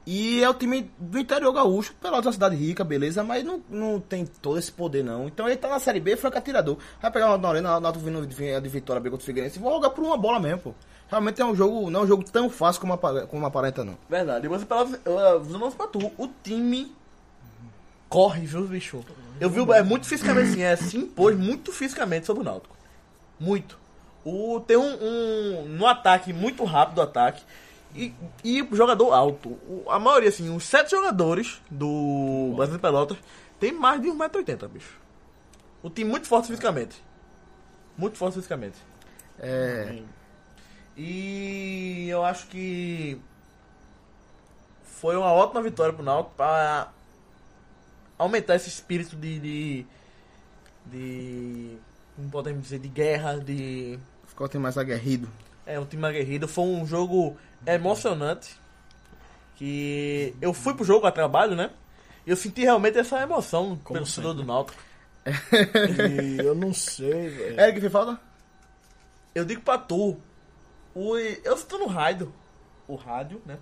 Speaker 3: E é o time do interior gaúcho. Pelotas é uma cidade rica, beleza, mas não, não tem todo esse poder, não. Então ele tá na Série B, franca atirador. Vai pegar uma Norena, o Nato vindo de de vitória, B contra o Figueirense, e vão jogar por uma bola mesmo, pô. Realmente é um jogo, não é um jogo tão fácil como, apa- como aparenta, não.
Speaker 1: Verdade. E você falava, eu avisando pra tu, o time corre, viu, bicho? Eu vi, o- é muito fisicamente assim, é, se impôs muito fisicamente sobre o Náutico. Muito. O, tem um, um- no ataque, muito rápido o ataque, e, e jogador alto. O- a maioria, assim, os sete jogadores do Brasil de Pelotas tem mais de 1,80m, bicho. O time muito forte fisicamente. Muito forte fisicamente.
Speaker 3: É.
Speaker 1: E eu acho que foi uma ótima vitória pro Náutico para aumentar esse espírito de, de, de como podemos dizer, de guerra, de
Speaker 3: Ficou até mais aguerrido.
Speaker 1: é um time aguerrido. Foi um jogo emocionante que eu fui pro jogo a trabalho, né? E eu senti realmente essa emoção pelo
Speaker 2: Como
Speaker 1: torcedor
Speaker 2: sempre.
Speaker 1: do Náutico.
Speaker 2: E eu não sei, velho.
Speaker 1: É,
Speaker 3: Eric, fez falta?
Speaker 1: Eu digo pra tu, os, eu estou no rádio, o rádio, né?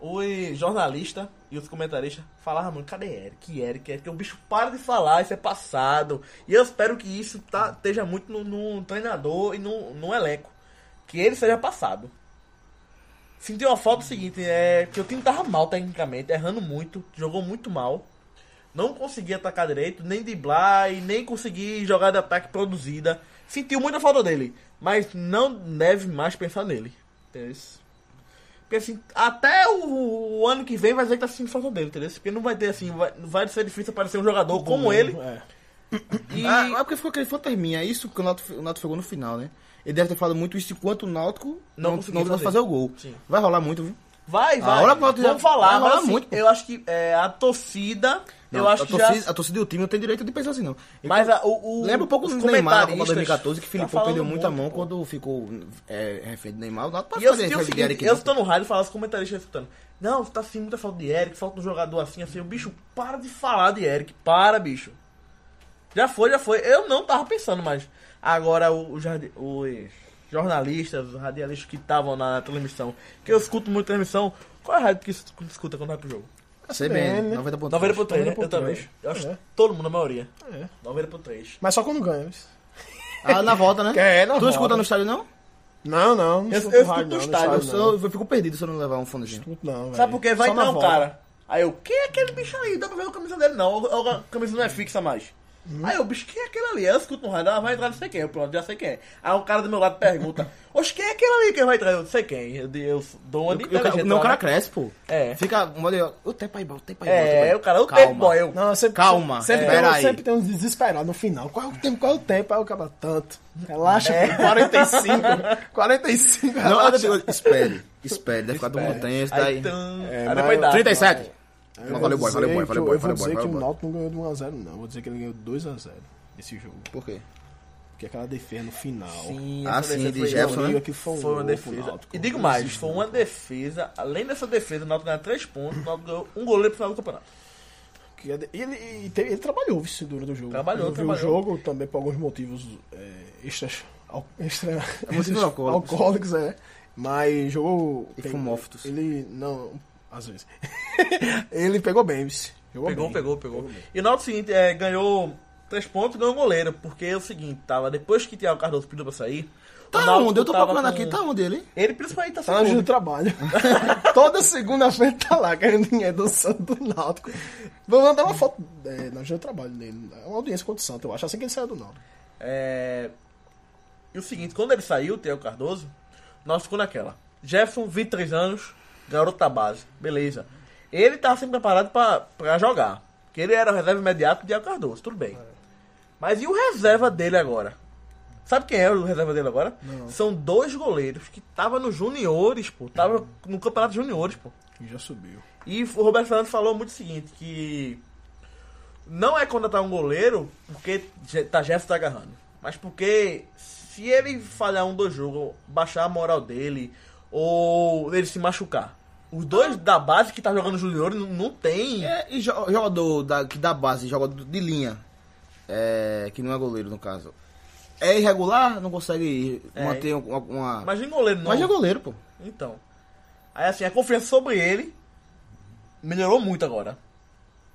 Speaker 1: Os jornalistas e os comentaristas falavam muito, cadê Eric? Eric, Eric, o bicho para de falar, isso é passado. E eu espero que isso tá, esteja muito no, no treinador e no, no elenco. Que ele seja passado. Senti uma falta seguinte, é que o time tava mal tecnicamente, errando muito, jogou muito mal. Não consegui atacar direito, nem driblar e nem consegui jogar de ataque produzida. Sentiu muita falta dele, mas não deve mais pensar nele. Entendeu? Porque assim, até o, o ano que vem vai dizer que tá sentindo falta dele, entendeu? Porque não vai ter assim, vai, vai ser difícil aparecer um jogador como ele.
Speaker 2: É.
Speaker 1: E
Speaker 3: Ah, é porque ficou aquele fantasminha. É isso que o Náutico, o Náutico ficou no final, né? Ele deve ter falado muito isso enquanto o Náutico
Speaker 1: Não
Speaker 3: não, não,
Speaker 1: conseguiu
Speaker 3: conseguiu
Speaker 1: fazer.
Speaker 3: fazer o gol.
Speaker 1: Sim.
Speaker 3: Vai rolar muito, viu?
Speaker 1: vai, vai.
Speaker 3: hora
Speaker 1: Vamos
Speaker 3: pronto, já-
Speaker 1: falar,
Speaker 3: vai
Speaker 1: mas
Speaker 3: rolar
Speaker 1: assim,
Speaker 3: muito, pô.
Speaker 1: eu acho que é, a torcida,
Speaker 3: Não,
Speaker 1: eu acho
Speaker 3: a
Speaker 1: que
Speaker 3: torcida,
Speaker 1: já.
Speaker 3: a torcida e o time não tem direito de pensar assim, não. Então,
Speaker 1: Mas a- o, o,
Speaker 3: lembra um pouco
Speaker 1: os
Speaker 3: do Neymar na Copa
Speaker 1: comentaristas
Speaker 3: 2014, que o
Speaker 1: tá
Speaker 3: Filipão
Speaker 1: falando
Speaker 3: perdeu muito a mão
Speaker 1: pô.
Speaker 3: quando ficou é, refém do Neymar. O
Speaker 1: E
Speaker 3: Náutico pode
Speaker 1: eu
Speaker 3: fazer
Speaker 1: senti o
Speaker 3: refém de
Speaker 1: seguinte,
Speaker 3: Eric,
Speaker 1: eu
Speaker 3: não.
Speaker 1: estou no rádio e falava os comentaristas escutando. Não, tá assim, muita falta de Eric, falta um jogador assim, assim. O bicho, para de falar de Eric, para, bicho. Já foi, já foi. Eu não tava pensando, mas agora o- o jardi- os jornalistas, os radialistas que estavam na transmissão, que eu escuto muito transmissão, qual é a rádio que es- que escuta quando vai pro jogo?
Speaker 3: CBN,
Speaker 2: né?
Speaker 3: 90 pontos.
Speaker 1: 90 por 3, né?
Speaker 2: 90 por
Speaker 1: Eu também.
Speaker 2: três.
Speaker 1: Eu acho
Speaker 2: É.
Speaker 1: que todo mundo, a maioria.
Speaker 2: É.
Speaker 1: 90 por 3.
Speaker 2: Mas só quando ganha. viu?
Speaker 3: Ah, na volta, né?
Speaker 2: É, na
Speaker 3: tu
Speaker 2: roda.
Speaker 3: escuta no estádio, não?
Speaker 2: Não, não. não
Speaker 1: Eu-
Speaker 2: escuto
Speaker 1: eu escuto
Speaker 2: rádio, não,
Speaker 1: o
Speaker 2: não
Speaker 1: estádio,
Speaker 2: escuto,
Speaker 3: Eu,
Speaker 2: não.
Speaker 3: só- eu fico perdido se eu não levar um fonezinho.
Speaker 2: Escuto não,
Speaker 1: Sabe
Speaker 2: velho.
Speaker 1: por quê? Vai
Speaker 2: Só na
Speaker 1: entrar um
Speaker 2: volta.
Speaker 1: cara. Aí eu, quem é aquele bicho aí? Dá pra ver a camisa dele não. A, a camisa não é fixa mais. Aí eu, bicho, quem é aquele ali? Aí Eu escuto no rádio, ela vai entrar, não sei quem. Eu, pronto, já sei quem é. Aí um cara do meu lado pergunta, oxe, quem é aquele ali que vai entrar? Eu, não sei quem. Eu, eu dou uma de
Speaker 3: E o cara-
Speaker 1: inteligente
Speaker 3: não, o
Speaker 1: lá,
Speaker 3: cara
Speaker 1: né?
Speaker 3: cresce, pô.
Speaker 1: É.
Speaker 3: Fica, olha, o tempo aí, o tempo aí. tempo aí.
Speaker 1: É, o cara, eu
Speaker 3: Calma.
Speaker 1: tempo, boy. Eu,
Speaker 2: Não, sempre,
Speaker 3: Calma,
Speaker 2: Sempre,
Speaker 3: é.
Speaker 2: tem, um-
Speaker 3: Peraí.
Speaker 2: sempre tem uns desesperados no final. Qual é o tempo? Qual é o tempo? Aí o cara, tanto. Relaxa,
Speaker 3: É.
Speaker 2: pô, 45. 45,
Speaker 3: Não,
Speaker 2: relaxa.
Speaker 3: eu digo, espere, espere, deve ficar do montanha, isso
Speaker 1: aí,
Speaker 3: daí.
Speaker 1: tum,
Speaker 2: É,
Speaker 1: aí
Speaker 2: mas
Speaker 1: depois dá.
Speaker 3: 37.
Speaker 2: Eu
Speaker 3: Não,
Speaker 2: vou
Speaker 3: valeu, boy,
Speaker 2: dizer
Speaker 3: valeu, boy,
Speaker 2: que
Speaker 3: valeu,
Speaker 2: eu-
Speaker 3: boy,
Speaker 2: Eu vou
Speaker 3: valeu,
Speaker 2: dizer
Speaker 3: boy,
Speaker 2: que
Speaker 3: valeu,
Speaker 2: o
Speaker 3: boy.
Speaker 2: Náutico não ganhou de 1x0, não. Eu Vou dizer que ele ganhou 2x0 esse jogo.
Speaker 3: Por quê?
Speaker 2: Porque aquela defesa no final.
Speaker 1: Sim,
Speaker 3: Ah,
Speaker 1: essa
Speaker 3: sim,
Speaker 1: defesa
Speaker 3: de
Speaker 1: foi-
Speaker 3: Jefferson, né?
Speaker 2: que foi, um
Speaker 1: Foi uma
Speaker 2: gol pro
Speaker 1: defesa.
Speaker 2: Náutico.
Speaker 1: E digo mais, foi uma defesa. Além dessa defesa, o Náutico ganhou 3 pontos, o Náutico ganhou um goleiro pro final do campeonato.
Speaker 2: Que é de- E ele, e te- ele trabalhou viu, durante o jogo.
Speaker 1: Trabalhou,
Speaker 2: eu vi
Speaker 1: trabalhou.
Speaker 2: o jogo também por alguns motivos é, extras. al- Extra,
Speaker 3: motivos
Speaker 2: extras-
Speaker 3: alcoólicos.
Speaker 2: alcoólicos, é. Mas jogou.
Speaker 3: E
Speaker 2: pe-
Speaker 3: fumófitos.
Speaker 2: Ele. Não, às vezes. ele pegou bem, viu? Jogou
Speaker 1: Pegou,
Speaker 2: bem.
Speaker 1: pegou, pegou. E na hora do seguinte, é, ganhou três pontos e ganhou um goleiro. Porque é o seguinte, tava depois que Thiago Cardoso pediu pra sair. o
Speaker 3: Tá
Speaker 1: Náutico
Speaker 3: onde? Eu tô
Speaker 1: tava
Speaker 3: procurando
Speaker 1: com-
Speaker 3: aqui, tá onde ele?
Speaker 1: Ele principalmente tá sem
Speaker 2: Tá no
Speaker 1: clube.
Speaker 2: do trabalho. Toda segunda-feira tá lá, ganhando dinheiro do Santo do Náutico. Vou mandar uma foto é, na ajuda do trabalho dele. É uma audiência contra o Santo, eu acho. Assim que ele saiu do Náutico.
Speaker 1: É, E o seguinte, quando ele saiu, o Thiago Cardoso, nós ficou naquela. Jefferson, 23 anos, garoto da base. Beleza. Ele tava sempre preparado pra, pra jogar. Porque ele era o reserva imediato do Thiago Cardoso, tudo bem. Mas e o reserva dele agora? Sabe quem é o reserva dele agora? São dois goleiros que tava no juniores, pô. Tava no campeonato juniores, pô.
Speaker 2: Que já subiu.
Speaker 1: E o Roberto Fernandes falou muito o seguinte, que não é contratar um goleiro porque Je- tá Jefferson tá agarrando, mas porque se ele falhar um do jogo, baixar a moral dele ou ele se machucar. Os dois da base que tá jogando junior não, não tem.
Speaker 3: É, e jo- jogador da, que da base, jogador de linha, é, que não é goleiro no caso, é irregular, não consegue
Speaker 1: É.
Speaker 3: manter uma... uma- Mas,
Speaker 1: Imagina um goleiro não.
Speaker 3: é goleiro, pô.
Speaker 1: Então. Aí assim, a confiança sobre ele melhorou muito agora.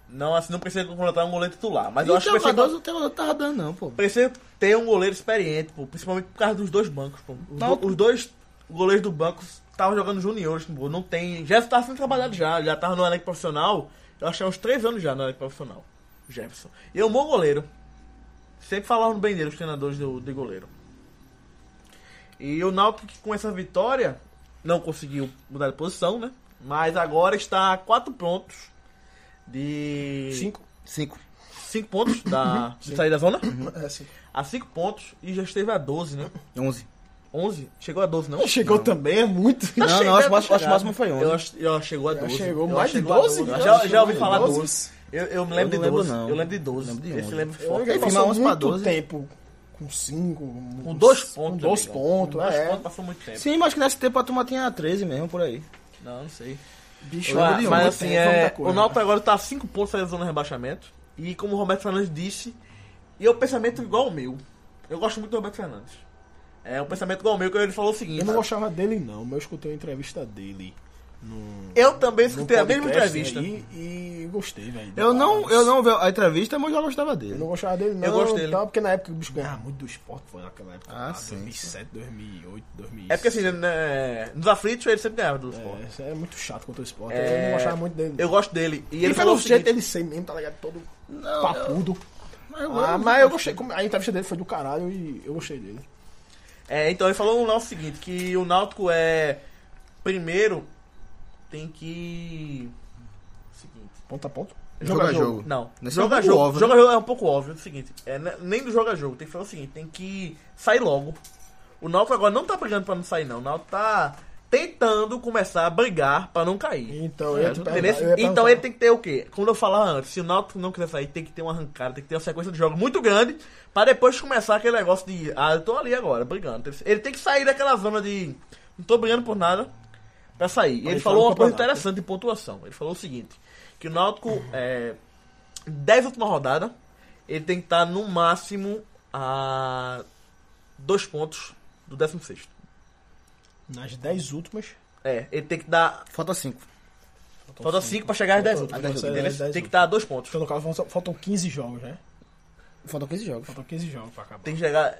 Speaker 1: Não, assim, não precisa contratar um goleiro titular, mas
Speaker 3: Mas
Speaker 1: eu
Speaker 3: o
Speaker 1: acho que precisa,
Speaker 3: Teodoso não tava dando não, pô.
Speaker 1: precisa ter um goleiro experiente, pô, principalmente por causa dos dois bancos, pô. Os,
Speaker 3: Não.
Speaker 1: do- os dois goleiros do banco estavam jogando juniores, pô, não tem, Jefferson tava sendo trabalhado já, já tava no elenco profissional, eu acho que há uns três anos já no elenco profissional, o Jefferson. E é um bom goleiro. Sempre falavam bem dele os treinadores do, de goleiro. E o Náutico que com essa vitória não conseguiu mudar de posição, né? Mas agora está a 4 pontos de
Speaker 2: Cinco?
Speaker 3: Cinco.
Speaker 1: 5 pontos da de sair da zona.
Speaker 2: É, cinco.
Speaker 1: A 5 pontos e já esteve a 12, né?
Speaker 3: Onze.
Speaker 1: 11, chegou a 12 não?
Speaker 2: Chegou também, é muito.
Speaker 3: Não,
Speaker 1: Achei
Speaker 3: não,
Speaker 1: que
Speaker 3: acho,
Speaker 1: deve
Speaker 3: acho,
Speaker 1: ter
Speaker 3: acho o máximo foi
Speaker 1: Eu
Speaker 3: 11.
Speaker 1: acho, eu acho chegou a 12.
Speaker 2: chegou
Speaker 1: eu
Speaker 2: mais
Speaker 1: acho
Speaker 2: de né?
Speaker 1: chegou a
Speaker 2: 12?
Speaker 1: Já, já ouvi falar
Speaker 2: 12?
Speaker 1: 12. Eu, eu me lembro
Speaker 3: Eu
Speaker 1: de
Speaker 3: não
Speaker 1: 12.
Speaker 3: lembro, não.
Speaker 1: Eu lembro de 12.
Speaker 3: Lembro de
Speaker 1: Esse
Speaker 3: 11.
Speaker 1: lembro
Speaker 2: Eu
Speaker 1: forte.
Speaker 2: que
Speaker 3: Ele
Speaker 2: passou
Speaker 3: filmou uns pra
Speaker 2: muito
Speaker 3: 12.
Speaker 2: tempo com cinco.
Speaker 1: Com dois pontos.
Speaker 2: Com dois
Speaker 1: amigo.
Speaker 2: pontos,
Speaker 1: Com dois
Speaker 2: é.
Speaker 1: pontos passou muito tempo.
Speaker 3: Sim, mas que nesse tempo a turma tinha 13 mesmo, por aí.
Speaker 1: Não, não sei.
Speaker 2: Bicho, um
Speaker 1: Mas,
Speaker 2: de
Speaker 1: mas
Speaker 2: ontem,
Speaker 1: assim,
Speaker 2: foi
Speaker 1: é,
Speaker 2: muita coisa.
Speaker 1: o Náutico agora tá a 5 pontos da zona de rebaixamento. E como o Roberto Fernandes disse, e é um pensamento igual ao meu. Eu gosto muito do Roberto Fernandes. É um pensamento igual ao meu, que ele falou o seguinte.
Speaker 2: Eu não gostava dele, não, mas eu escutei uma entrevista dele. No,
Speaker 1: eu também
Speaker 2: no
Speaker 1: escutei a mesma
Speaker 2: podcast,
Speaker 1: entrevista.
Speaker 2: né, E, e gostei, velho.
Speaker 3: Eu não, eu não vi a entrevista, mas eu gostava
Speaker 2: Eu
Speaker 3: dele.
Speaker 2: não gostava dele, não.
Speaker 1: Eu gosto dele.
Speaker 2: Tal, porque na época o bicho ganhava muito do esporte, foi naquela época.
Speaker 3: Ah,
Speaker 2: lá,
Speaker 3: sim,
Speaker 2: 2007, 2008, 2008.
Speaker 1: É porque assim, né, nos aflitos ele sempre ganhava do
Speaker 2: É,
Speaker 1: esporte.
Speaker 2: isso é muito chato contra o esporte.
Speaker 1: É,
Speaker 2: Eu não gostava muito dele.
Speaker 1: Eu gosto dele. E
Speaker 2: E
Speaker 1: ele
Speaker 2: ele
Speaker 1: falou
Speaker 2: pelo
Speaker 1: o
Speaker 2: jeito
Speaker 1: seguinte,
Speaker 2: ele sei mesmo, tá ligado? Todo
Speaker 3: Não,
Speaker 2: papudo.
Speaker 3: Mas eu-
Speaker 2: ah, mas eu gostei. como- A entrevista dele foi do caralho e eu gostei dele.
Speaker 1: É, então ele falou o nosso seguinte, que o Náutico é. Primeiro tem que. Seguinte.
Speaker 2: Ponto a ponto.
Speaker 3: Joga jogo.
Speaker 1: Não.
Speaker 3: Nesse
Speaker 1: joga
Speaker 3: é um pouco
Speaker 1: jogo.
Speaker 3: óbvio,
Speaker 1: joga jogo é um pouco óbvio. É o seguinte, é, né, nem do joga jogo. Tem que falar o seguinte, tem que sair logo. O Náutico agora não tá brigando pra não sair, não. O Náutico tá tentando começar a brigar pra não cair.
Speaker 2: Então, eu ia te
Speaker 1: Entendeu?
Speaker 2: perguntar, eu ia
Speaker 1: então
Speaker 2: perguntar.
Speaker 1: ele tem que ter o quê? Como eu falava antes, se o Náutico não quiser sair, tem que ter uma arrancada, tem que ter uma sequência de jogo muito grande pra depois começar aquele negócio de ah, eu tô ali agora, brigando. Ele tem que sair daquela zona de não tô brigando por nada pra sair. E ele
Speaker 2: entrar tá no
Speaker 1: falou uma coisa
Speaker 2: campeonato.
Speaker 1: interessante de pontuação. Ele falou o seguinte, que o Náutico é, 10 última rodada, ele tem que estar no máximo a dois pontos do 16.
Speaker 2: Nas 10 últimas.
Speaker 1: É, ele tem que dar.
Speaker 3: Falta cinco.
Speaker 1: Falta 5 pra chegar às 10
Speaker 2: Faltam-
Speaker 1: últimas.
Speaker 3: dez
Speaker 1: entendeu?
Speaker 2: últimas, dez
Speaker 1: Tem que tá- dar a dois pontos.
Speaker 2: Então, no caso, faltam- faltam 15 jogos, né?
Speaker 3: Faltam 15 jogos.
Speaker 2: Faltam 15 jogos pra acabar.
Speaker 1: Tem que chegar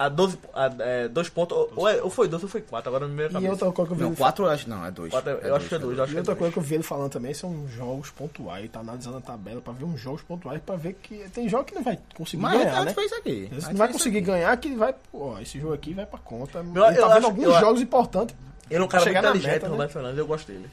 Speaker 1: a 12 a, é, dois pontos. Ou, ou é- ou foi 12 ou foi 4, agora no primeiro
Speaker 2: E outra coisa que eu vi
Speaker 3: Não,
Speaker 2: ele
Speaker 3: quatro eu acho. Não, é dois.
Speaker 1: Quatro, eu acho que é 2, eu acho
Speaker 2: E
Speaker 1: que é
Speaker 2: outra
Speaker 1: dois.
Speaker 2: coisa que eu vi ele falando também são jogos pontuais. Ele tá analisando a tabela pra ver uns jogos pontuais pra ver que tem jogo que não vai conseguir
Speaker 3: Mas
Speaker 2: ganhar,
Speaker 3: a gente
Speaker 2: né?
Speaker 3: fez é, isso aqui.
Speaker 2: Não vai conseguir ganhar, que vai. Pô, esse jogo aqui vai pra conta. Ele
Speaker 1: Eu-
Speaker 2: tá
Speaker 1: eu
Speaker 2: vendo
Speaker 1: acho- eu
Speaker 2: alguns
Speaker 1: acho-
Speaker 2: jogos importantes.
Speaker 1: Ele é um cara muito
Speaker 2: chegar na
Speaker 1: inteligente,
Speaker 2: meta, né?
Speaker 1: Roberto Fernandes, eu gosto dele.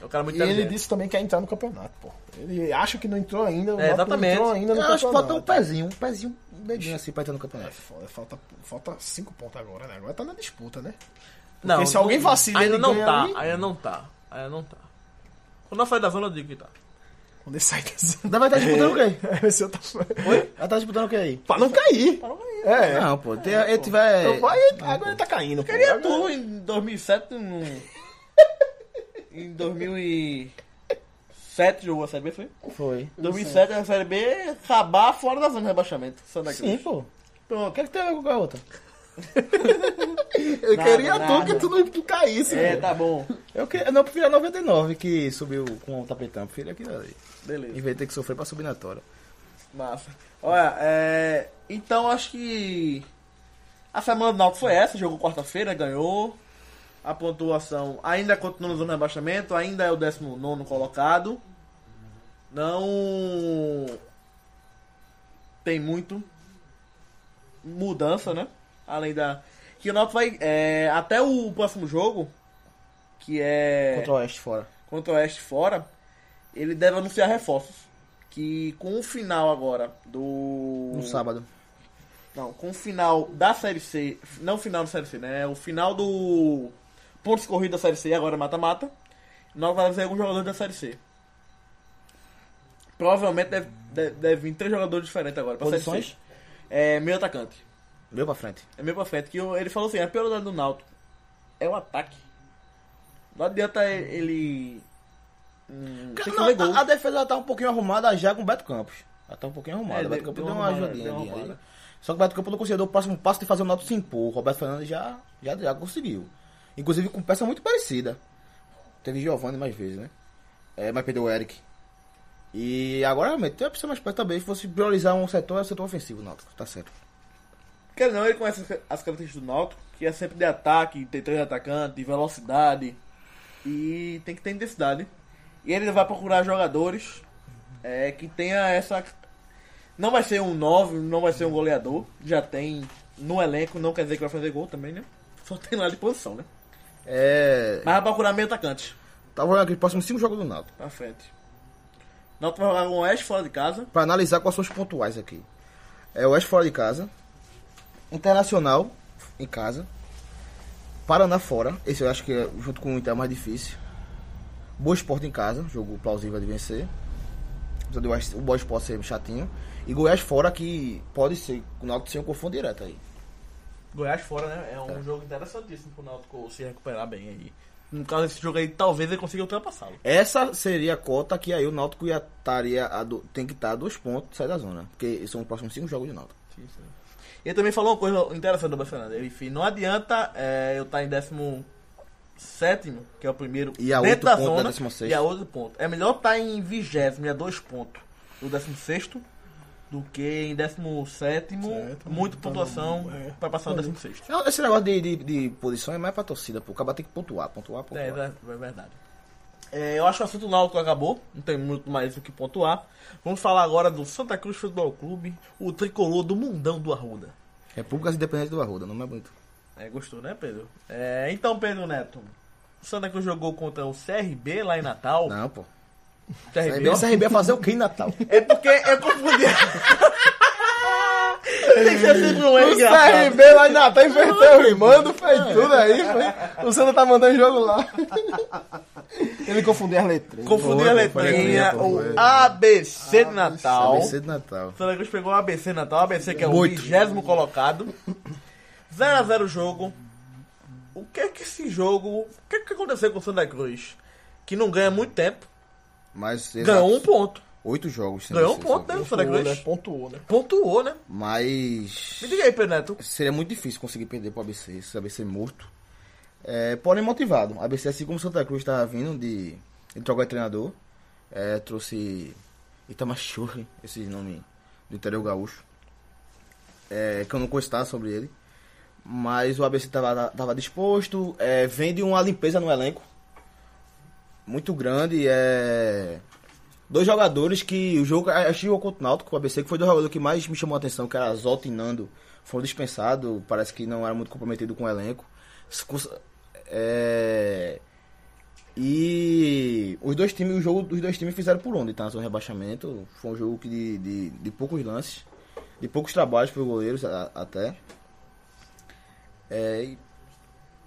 Speaker 1: É um cara muito
Speaker 2: E ele
Speaker 1: inteligente.
Speaker 2: disse também que quer entrar no campeonato, pô. Ele acha que não entrou ainda. o
Speaker 1: É,
Speaker 2: Náutico
Speaker 1: exatamente.
Speaker 2: Não entrou ainda no
Speaker 3: Eu acho que falta um
Speaker 2: campeonato.
Speaker 3: pezinho, um pezinho, um dedinho assim pra entrar no
Speaker 2: É,
Speaker 3: campeonato.
Speaker 2: foda, falta, falta cinco pontos agora, né? Agora tá na disputa, né?
Speaker 1: Não,
Speaker 2: se alguém vacila,
Speaker 1: ainda
Speaker 2: ele
Speaker 1: não
Speaker 2: ganha
Speaker 1: tá,
Speaker 2: ali.
Speaker 1: ainda não tá, ainda não tá. Quando eu sair da zona, eu digo que tá.
Speaker 2: Quando ele sai dessa.
Speaker 3: Ela vai estar disputando o quê?
Speaker 2: Esse eu tá...
Speaker 3: Ela tá disputando o quê aí?
Speaker 2: Pra não cair. É.
Speaker 3: Não, pô, tem, ele tiver.
Speaker 2: Então vai, agora ele tá caindo. pô.
Speaker 1: Queria
Speaker 2: Agora-
Speaker 1: tu é em 2007, no... em 2007 jogou a Série B, foi?
Speaker 3: Foi.
Speaker 1: 2007 a Série B acabar fora da zona de rebaixamento. Santa Cruz.
Speaker 3: Sim, pô.
Speaker 1: Pronto.
Speaker 3: Quer que tenha com a outra? eu
Speaker 1: Nada,
Speaker 3: queria
Speaker 1: nada.
Speaker 3: tu que tu não caísse.
Speaker 1: É,
Speaker 3: pô.
Speaker 1: tá bom.
Speaker 3: Eu, que... eu não prefiro a 99 que subiu com o tapetão. Prefiro aquilo ali. Em
Speaker 1: Beleza.
Speaker 3: vez de ter que sofrer pra subir na tora.
Speaker 1: Massa. Olha, é... então acho que a semana do Náutico foi essa. Jogou quarta-feira, ganhou. A pontuação ainda continua na zona de rebaixamento, ainda é o 19 colocado. Não tem muito mudança, né? Além da. Que o Náutico vai. é, até o próximo jogo, que é.
Speaker 3: Contra o Oeste fora.
Speaker 1: contra o Oeste fora, ele deve anunciar reforços. Que com o final agora do.
Speaker 3: No sábado.
Speaker 1: Não, com o final da Série C. Não o final da Série C, né? O final do. Pontos corridos da Série C, agora mata-mata. Nós vamos ver alguns jogadores da Série C. Provavelmente deve, deve, deve vir três jogadores diferentes agora. Pra Série C.
Speaker 3: Posições?
Speaker 1: É meio atacante.
Speaker 3: Meu pra frente.
Speaker 1: É meio pra frente. Que o- ele falou assim, a prioridade do Náutico é o ataque. Não adianta ele... Hum, tem que
Speaker 3: Não,
Speaker 1: fazer gol.
Speaker 3: a, a defesa ela tá um pouquinho arrumada já com o Beto Campos. Ela tá um pouquinho arrumada.
Speaker 1: É,
Speaker 3: o Beto
Speaker 1: deu- deu
Speaker 3: Campos deu uma
Speaker 1: uma arrumada,
Speaker 3: ajudinha
Speaker 1: deu uma
Speaker 3: ali.
Speaker 1: arrumada.
Speaker 3: né? Só que o Beto Campos não conseguiu o próximo passo de fazer o Náutico se impor. O Roberto Fernandes já, já, já conseguiu. Inclusive com peça muito parecida. Teve Giovanni mais vezes, né? É, mas perdeu o Eric. E agora realmente tem a opção mais perto também. Se fosse priorizar um setor, é o setor ofensivo, Náutico. Tá certo.
Speaker 1: Quer não, ele conhece as- as características do Náutico, que é sempre de ataque, tem três atacantes, de velocidade e tem que ter intensidade. E ele vai procurar jogadores é, que tenha essa. Não vai ser um 9, não vai ser um goleador, já tem no elenco, não quer dizer que vai fazer gol também, né? Só tem lá de posição, né?
Speaker 3: É.
Speaker 1: Mas vai procurar meio atacante
Speaker 3: Tava olhando aqui os próximos cinco jogos do Náutico.
Speaker 1: pra frente. Náutico vai jogar com o Oeste fora de casa,
Speaker 3: Pra analisar quais são os pontuais aqui. É o Oeste fora de casa, Internacional em casa, Paraná fora, esse eu acho que é, junto com o Inter é mais difícil. Boa Esporte em casa, jogo plausível de vencer. Apesar do Oeste- O Boa Esporte ser chatinho. E Goiás fora que pode ser, o Náutico ser um confronto direto aí.
Speaker 1: Goiás fora, né? É um jogo interessantíssimo pro Náutico se recuperar bem aí. No caso desse jogo aí, talvez ele consiga ultrapassá-lo.
Speaker 3: Essa seria a cota que aí o Náutico ia estaria a do- tem que estar a dois pontos, sai da zona. Porque são os próximos cinco jogos de Náutico.
Speaker 1: Ele também falou uma coisa interessante do Bolsonaro. Ele fez, não adianta é, eu estar em décimo sétimo, que é o primeiro,
Speaker 3: E a
Speaker 1: dentro
Speaker 3: oito
Speaker 1: da
Speaker 3: pontos da
Speaker 1: zona,
Speaker 3: décimo sexto.
Speaker 1: e a outro ponto. É melhor estar em vigésimo e a dois pontos do décimo sexto do que em décimo sétimo,
Speaker 2: Certo,
Speaker 1: muito
Speaker 2: tá
Speaker 1: pontuação
Speaker 2: bom, é.
Speaker 1: pra passar o décimo sexto.
Speaker 3: Não, Esse negócio de, de, de posição é mais pra torcida, pô. O cara tem que pontuar, pontuar, pontuar.
Speaker 1: É, é verdade. É, eu acho que o assunto náutico acabou, não tem muito mais o que pontuar. Vamos falar agora do Santa Cruz Futebol Clube, o tricolor do mundão do Arruda.
Speaker 3: Repúblicas Independentes do Arruda, nome é bonito.
Speaker 1: É, gostou, né, Pedro? É, então, Pedro Neto, o Santa Cruz jogou contra o CRB lá em Natal.
Speaker 3: Não, pô.
Speaker 1: CRB,
Speaker 3: CRB, CRB é fazer o que em Natal?
Speaker 1: É porque eu confundi. Tem certeza que não é engraçado.
Speaker 2: CRB lá em Natal inverteu o
Speaker 1: É.
Speaker 2: rimando, fez tudo aí. Foi. O Santa tá mandando jogo lá. Ele confundiu as letras.
Speaker 1: Confundi
Speaker 3: Foi,
Speaker 1: a
Speaker 3: pô, foi
Speaker 1: letrinha,
Speaker 3: letrinha, pô, foi.
Speaker 1: o ABC de Natal.
Speaker 3: ABC de Natal.
Speaker 1: Santa Cruz pegou o ABC Natal, o ABC que é o
Speaker 3: Muito.
Speaker 1: vigésimo colocado. 0x0 o jogo. O que é que esse jogo. O que é que aconteceu com o Santa Cruz? Que não ganha muito tempo.
Speaker 3: Mas exato,
Speaker 1: Ganhou um ponto.
Speaker 3: oito jogos. sem
Speaker 1: Ganhou um
Speaker 3: vencer,
Speaker 1: ponto, né?
Speaker 3: sabe?
Speaker 1: O Santa
Speaker 2: Pontuou, né?
Speaker 1: Cruz.
Speaker 2: Pontuou, né?
Speaker 1: Pontuou, né?
Speaker 3: Mas
Speaker 1: Me diga aí, Pedro Neto.
Speaker 3: seria muito difícil conseguir perder pro ABC, esse ABC morto. É, porém motivado. ABC, assim como o Santa Cruz estava vindo de... Ele trocou de treinador. É, trouxe Itamachurri, esse nome do interior gaúcho. É, que eu não gostava sobre ele. Mas o ABC estava tava disposto. É, vem de uma limpeza no elenco. Muito grande. É... Dois jogadores que o jogo. Acho que o contra o Náutico, com o ABC, que foi dois jogadores que mais me chamou a atenção, que era Zoto e Nando. Foram dispensados, parece que não era muito comprometido com o elenco. Se cons- É... E os dois times, o jogo dos dois times fizeram por onde, tá? Na zona de rebaixamento. Foi um jogo que de, de, de poucos lances, de poucos trabalhos para os goleiros a- até. É, e-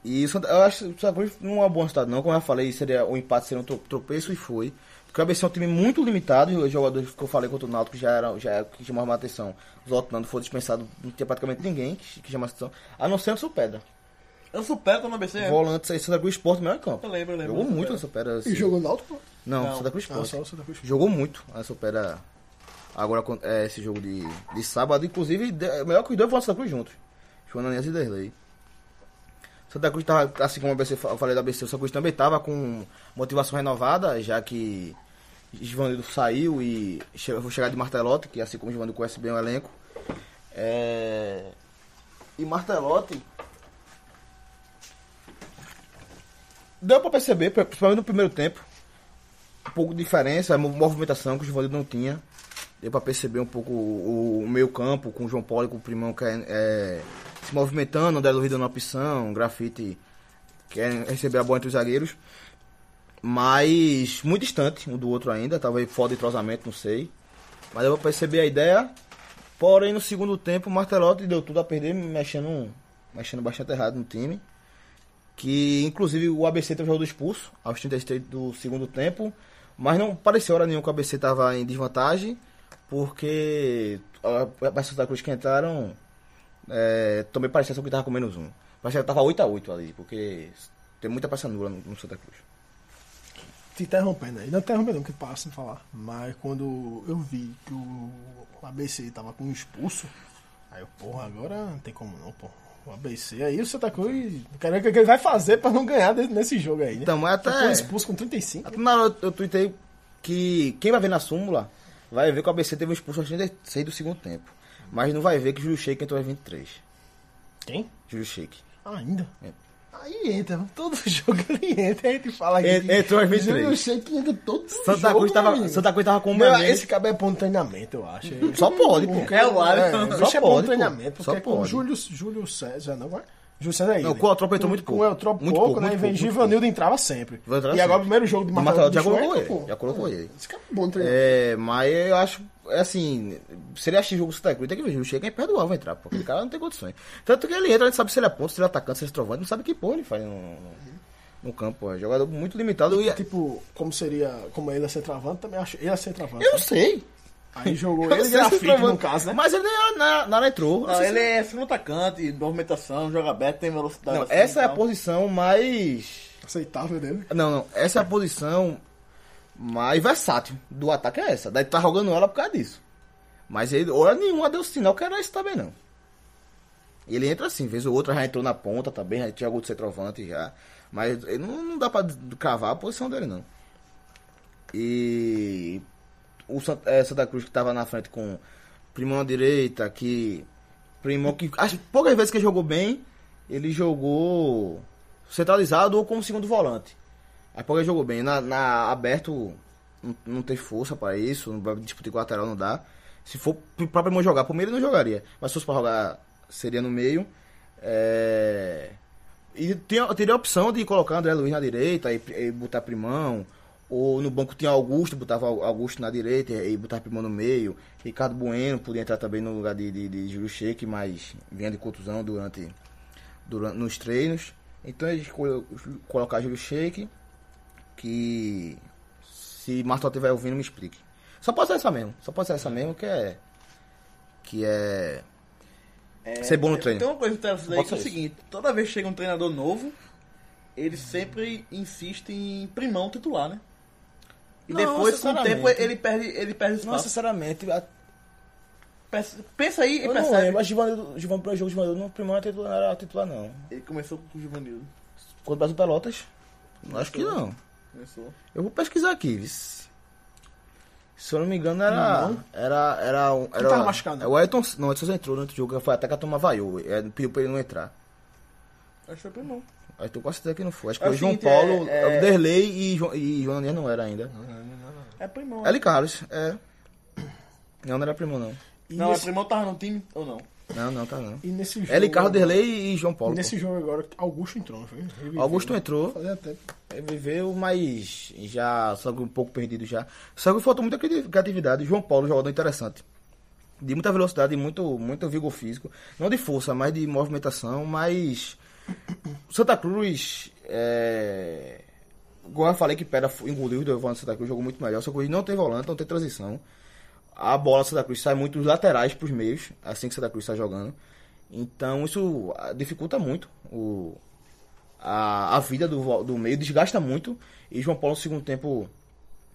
Speaker 3: e o Santa- eu acho que o Santa Cruz não é um bom resultado, não. Como eu falei, seria, o empate seria um tro- tropeço e foi. Porque o ABC é um time muito limitado. e Os jogadores que eu falei contra o Náutico já eram já era, o que chamavam a atenção. Zoltando foi dispensado, não tinha praticamente ninguém que, que chamasse atenção. A não ser o Anderson Pedra.
Speaker 1: Eu sou Pedro no ABC.
Speaker 3: Volante aí, Santa Cruz Esporte, melhor em campo.
Speaker 1: É. Eu lembro, eu lembro.
Speaker 3: Jogou muito Anderson Pedra.
Speaker 2: E
Speaker 3: assim.
Speaker 2: jogou no Náutico? pô?
Speaker 3: Não,
Speaker 1: Não.
Speaker 3: Santa Cruz
Speaker 2: Ah,
Speaker 3: Esporte.
Speaker 2: só o Santa Cruz.
Speaker 3: Jogou muito Anderson Pedra. Agora con- é, esse jogo de, de sábado, inclusive, de- é melhor que os dois volantes do Santa Cruz juntos. João Ananias e Derlei. Santa Cruz tava, assim como o ABC, fa- eu falei do ABC, o Santa Cruz também tava com motivação renovada, já que Givanildo saiu e che- vou chegar de Martelotti, que assim como o Givanildo conhece bem o elenco. É, E Martelotti. Deu pra perceber, pri- principalmente no primeiro tempo, um pouco de diferença, mo- movimentação que o Givanildo não tinha. Deu pra perceber um pouco o, o meio campo, com o João Paulo e com o Primão que é, é, se se movimentando, André Luiz dando uma opção, grafite querem receber a bola entre os zagueiros. Mas muito distante um do outro ainda, talvez foda de entrosamento, não sei. Mas eu percebi a ideia. Porém, no segundo tempo, o Martelotti deu tudo a perder, mexendo, mexendo bastante errado no time. Que inclusive o ABC teve o jogo expulso aos 33 do segundo tempo. Mas não pareceu hora nenhuma que o ABC estava em desvantagem, porque as Santa Cruz que entraram é, também parecia só que estava com menos um. Parecia que estava 8x8 ali, porque tem muita peça nula no, no Santa Cruz.
Speaker 2: Te interrompendo aí. Não interrompendo, não, que passa de falar. Mas quando eu vi que o ABC tava com um expulso, aí eu, porra, agora não tem como não, pô. O ABC aí, o Santa Cruz. Cara, o que ele vai fazer pra não ganhar desse- nesse jogo aí, né?
Speaker 3: Então, mas até.
Speaker 2: Foi expulso com 35.
Speaker 3: até na hora eu, eu tuitei que quem vai ver na súmula vai ver que o ABC teve um expulso aos 36 do segundo tempo. Mas não vai ver que o Júlio Sheik entrou aos 23.
Speaker 2: Quem?
Speaker 3: Júlio Sheik.
Speaker 2: Ainda.
Speaker 3: É.
Speaker 2: Aí entra, todo jogo ele entra, aí a gente fala
Speaker 3: En- entrou às 23.
Speaker 2: Eu sei que entra todo
Speaker 3: Santa
Speaker 2: jogo,
Speaker 3: Cruz
Speaker 2: meu
Speaker 3: tava,
Speaker 2: amigo.
Speaker 3: Santa Cruz tava com o
Speaker 2: Meu,
Speaker 3: Mané.
Speaker 2: esse cabelo é bom de treinamento, eu acho.
Speaker 3: Só pode, pô.
Speaker 2: Porque-
Speaker 1: É o Alisson.
Speaker 2: o
Speaker 1: Só
Speaker 2: bicho é bom
Speaker 3: pode,
Speaker 2: de treinamento,
Speaker 3: pô.
Speaker 2: porque
Speaker 3: Só
Speaker 2: com
Speaker 3: pode.
Speaker 2: Júlio, Júlio César, não é? Júlio César aí.
Speaker 3: Não, com o Eutrópio entrou muito
Speaker 2: Com
Speaker 3: pouco.
Speaker 2: o Eutrópio
Speaker 3: Muito
Speaker 2: pouco,
Speaker 3: pouco,
Speaker 2: né?
Speaker 3: muito
Speaker 2: e vem
Speaker 3: pouco, muito
Speaker 2: Givanildo entrava sempre.
Speaker 3: Vai entrar
Speaker 2: e agora o
Speaker 3: sempre.
Speaker 2: primeiro jogo de
Speaker 3: O
Speaker 2: Matheus
Speaker 3: Matheus já
Speaker 2: Bicho
Speaker 3: colocou
Speaker 2: entra,
Speaker 3: ele,
Speaker 2: pô.
Speaker 3: já colocou ele.
Speaker 2: Esse cara é bom de treinamento.
Speaker 3: É, mas eu acho, é assim, seria achar jogo do Santa Cruz, tem que ver, o Chega é imperdoável entrar, porque aquele cara não tem condições. Tanto que ele entra, ele sabe se ele é ponto, se ele é atacante, se ele é trovante, não sabe que porra ele faz no, no, no campo. É jogador muito limitado. E,
Speaker 2: Tipo, como seria, como ele ia ser travando, também acho. Ele ia ser travando.
Speaker 3: eu não sei.
Speaker 2: Aí jogou
Speaker 3: Eu não
Speaker 2: ele
Speaker 3: sei se
Speaker 2: grafite,
Speaker 3: trovante-
Speaker 2: no caso, né?
Speaker 3: Mas ele nem era- na, na, na entrou.
Speaker 1: Não,
Speaker 3: sei
Speaker 1: ele
Speaker 3: se-
Speaker 1: é segundo atacante, movimentação, joga aberto, tem velocidade.
Speaker 3: não,
Speaker 1: assim
Speaker 3: essa
Speaker 1: e
Speaker 3: é a
Speaker 1: tal.
Speaker 3: posição mais...
Speaker 2: Aceitável dele.
Speaker 3: Não, não, essa é a posição mais versátil do ataque, é essa. Daí tá jogando ela por causa disso. Mas ele, hora nenhuma deu sinal que era isso também, não. Ele entra assim, vez ou outra já entrou na ponta também, já tinha gol de centroavante já. Mas ele não, não dá pra d- cravar a posição dele, não. E o Sa- é, Santa Cruz que tava na frente com Primão à direita, que. Primão que. As poucas vezes que ele jogou bem, ele jogou centralizado ou como segundo volante. Aí Pogba jogou bem. Na, na- aberto não, não tem força pra isso. Não vai disputar com o lateral não dá. Se for pro próprio irmão jogar, por meio ele não jogaria. Mas se fosse pra jogar, seria no meio. É... E tem, teria a opção de colocar André Luiz na direita e, e botar primão. Ou no banco tinha Augusto, botava Au- Augusto na direita e, e botava primão no meio. Ricardo Bueno podia entrar também no lugar de, de, de Júlio Sheik, mas vinha de contusão durante durante, nos treinos. Então ele escolheu colocar Júlio Shake, que se Martó estiver ouvindo, me explique. Só pode ser essa mesmo, só pode ser essa mesmo que é. Que é.
Speaker 1: É,
Speaker 3: ser bom no
Speaker 1: tem-
Speaker 3: treino.
Speaker 1: Tem uma coisa interessante aí
Speaker 3: Pode
Speaker 1: que é o
Speaker 3: ser isso.
Speaker 1: seguinte: toda vez que chega um treinador novo, ele sempre insiste em primão titular, né? E
Speaker 3: Não,
Speaker 1: depois, com o tempo,
Speaker 3: sinceramente.
Speaker 1: ele perde, ele perde
Speaker 4: Não
Speaker 1: espaço.
Speaker 4: necessariamente. a-
Speaker 1: Pensa- Pensa aí e
Speaker 4: Eu não
Speaker 1: percebe.
Speaker 4: lembro. Acho que Givanildo- Givan- o jogo de Givanildo no primeiro
Speaker 3: é
Speaker 4: era titular, não era titular, não.
Speaker 1: Ele começou com o Juvanildo.
Speaker 3: Contra o Brasil Pelotas? Acho que não.
Speaker 1: Começou.
Speaker 3: Eu vou pesquisar aqui. vice. Se eu não me engano, era. Era. Era. um- era
Speaker 2: tava machucado?
Speaker 3: é O Ayrton. Não, o Edson entrou no outro jogo. Foi até que a turma vaiou. é, Pediu pra ele não entrar.
Speaker 1: Acho que foi primão.
Speaker 3: Aí tu gosta dizer que não foi. Acho que
Speaker 1: É o
Speaker 3: foi João
Speaker 1: seguinte, é-
Speaker 3: Paulo,
Speaker 1: é-
Speaker 3: Derlei e, João- e João Anias não era ainda.
Speaker 1: É primão.
Speaker 3: L. Carlos, é. Não, não era primo, não.
Speaker 2: E
Speaker 1: Não, é
Speaker 2: nesse,
Speaker 1: primão tava no time ou não?
Speaker 3: Não, não, tá não.
Speaker 2: e nesse jogo.
Speaker 3: L. Carlos, Derlei e João Paulo.
Speaker 2: Nesse né?
Speaker 3: pô.
Speaker 2: jogo agora, Augusto entrou, não foi? Ele
Speaker 3: Augusto
Speaker 2: veio,
Speaker 3: entrou,
Speaker 2: Fazia tempo.
Speaker 3: viveu, mas já só que um pouco perdido já. Só que faltou muita cri- criatividade. João Paulo, jogador interessante. De muita velocidade, de muito, muito vigor físico. Não de força, mas de movimentação. Mas o Santa Cruz, é... como eu falei que Pera f- engoliu o Devon Santa Cruz, jogou muito melhor. Só que hoje não tem volante, não tem transição. a bola do Santa Cruz sai muito dos laterais para os meios, assim que o Santa Cruz está jogando. Então isso ah, dificulta muito o, a, a vida do, vo- do meio, desgasta muito. E João Paulo no segundo tempo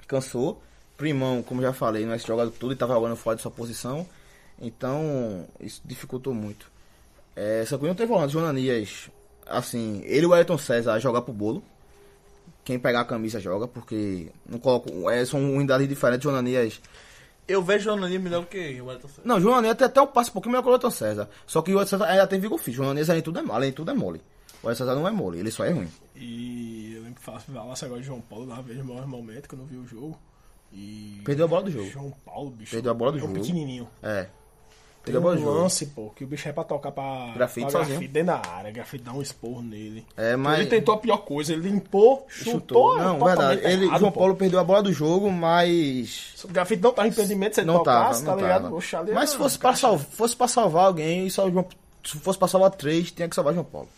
Speaker 3: cansou. Primão, como já falei, não é esse jogador todo e estava jogando fora de sua posição. Então isso dificultou muito. É, Santa Cruz não tem volante, Jonanias, assim, ele e o Ayrton César jogar pro bolo. Quem pegar a camisa joga, porque não coloco, é, são unidades diferentes. Jonanias
Speaker 1: Eu vejo o Anani melhor do que o Elton Santos.
Speaker 3: não, João Ananias tem até um passe um pouquinho melhor que o Elton César. Só que o Elton César ainda tem vigor físico. O João Ananias, além de tudo, é, além de tudo, é mole. O Elton César não é mole, ele só é ruim.
Speaker 2: E eu lembro que falava- falasse "Ah, agora de João Paulo na vez, o maior momento que eu não vi o jogo. E.
Speaker 3: Perdeu a bola do jogo.
Speaker 2: João Paulo, bicho.
Speaker 3: Perdeu a bola do
Speaker 2: é um
Speaker 3: jogo.
Speaker 2: pequenininho.
Speaker 3: É.
Speaker 2: Tem
Speaker 3: bom
Speaker 2: um
Speaker 3: jogo.
Speaker 2: lance, pô, que o bicho é pra tocar pra.
Speaker 3: Grafite
Speaker 2: pra
Speaker 3: sozinho.
Speaker 2: grafite dentro da área. Grafite dá um esporro nele.
Speaker 3: É, mas-
Speaker 2: Ele tentou a pior coisa, ele limpou, chutou. né? é
Speaker 3: Chutou. Não,
Speaker 2: totalmente
Speaker 3: verdade. Ele,
Speaker 2: errado,
Speaker 3: João
Speaker 2: pô.
Speaker 3: Paulo perdeu a bola do jogo, mas.
Speaker 2: O grafite não tava em impedimento, se ele
Speaker 3: Não tava,
Speaker 2: tocasse,
Speaker 3: não
Speaker 2: tá
Speaker 3: tava.
Speaker 2: ligado? Oxe, ali
Speaker 3: Mas se
Speaker 2: era- um
Speaker 3: fosse pra, sal- fosse pra salvar alguém, e só o João- se fosse pra salvar três, tinha que salvar João Paulo.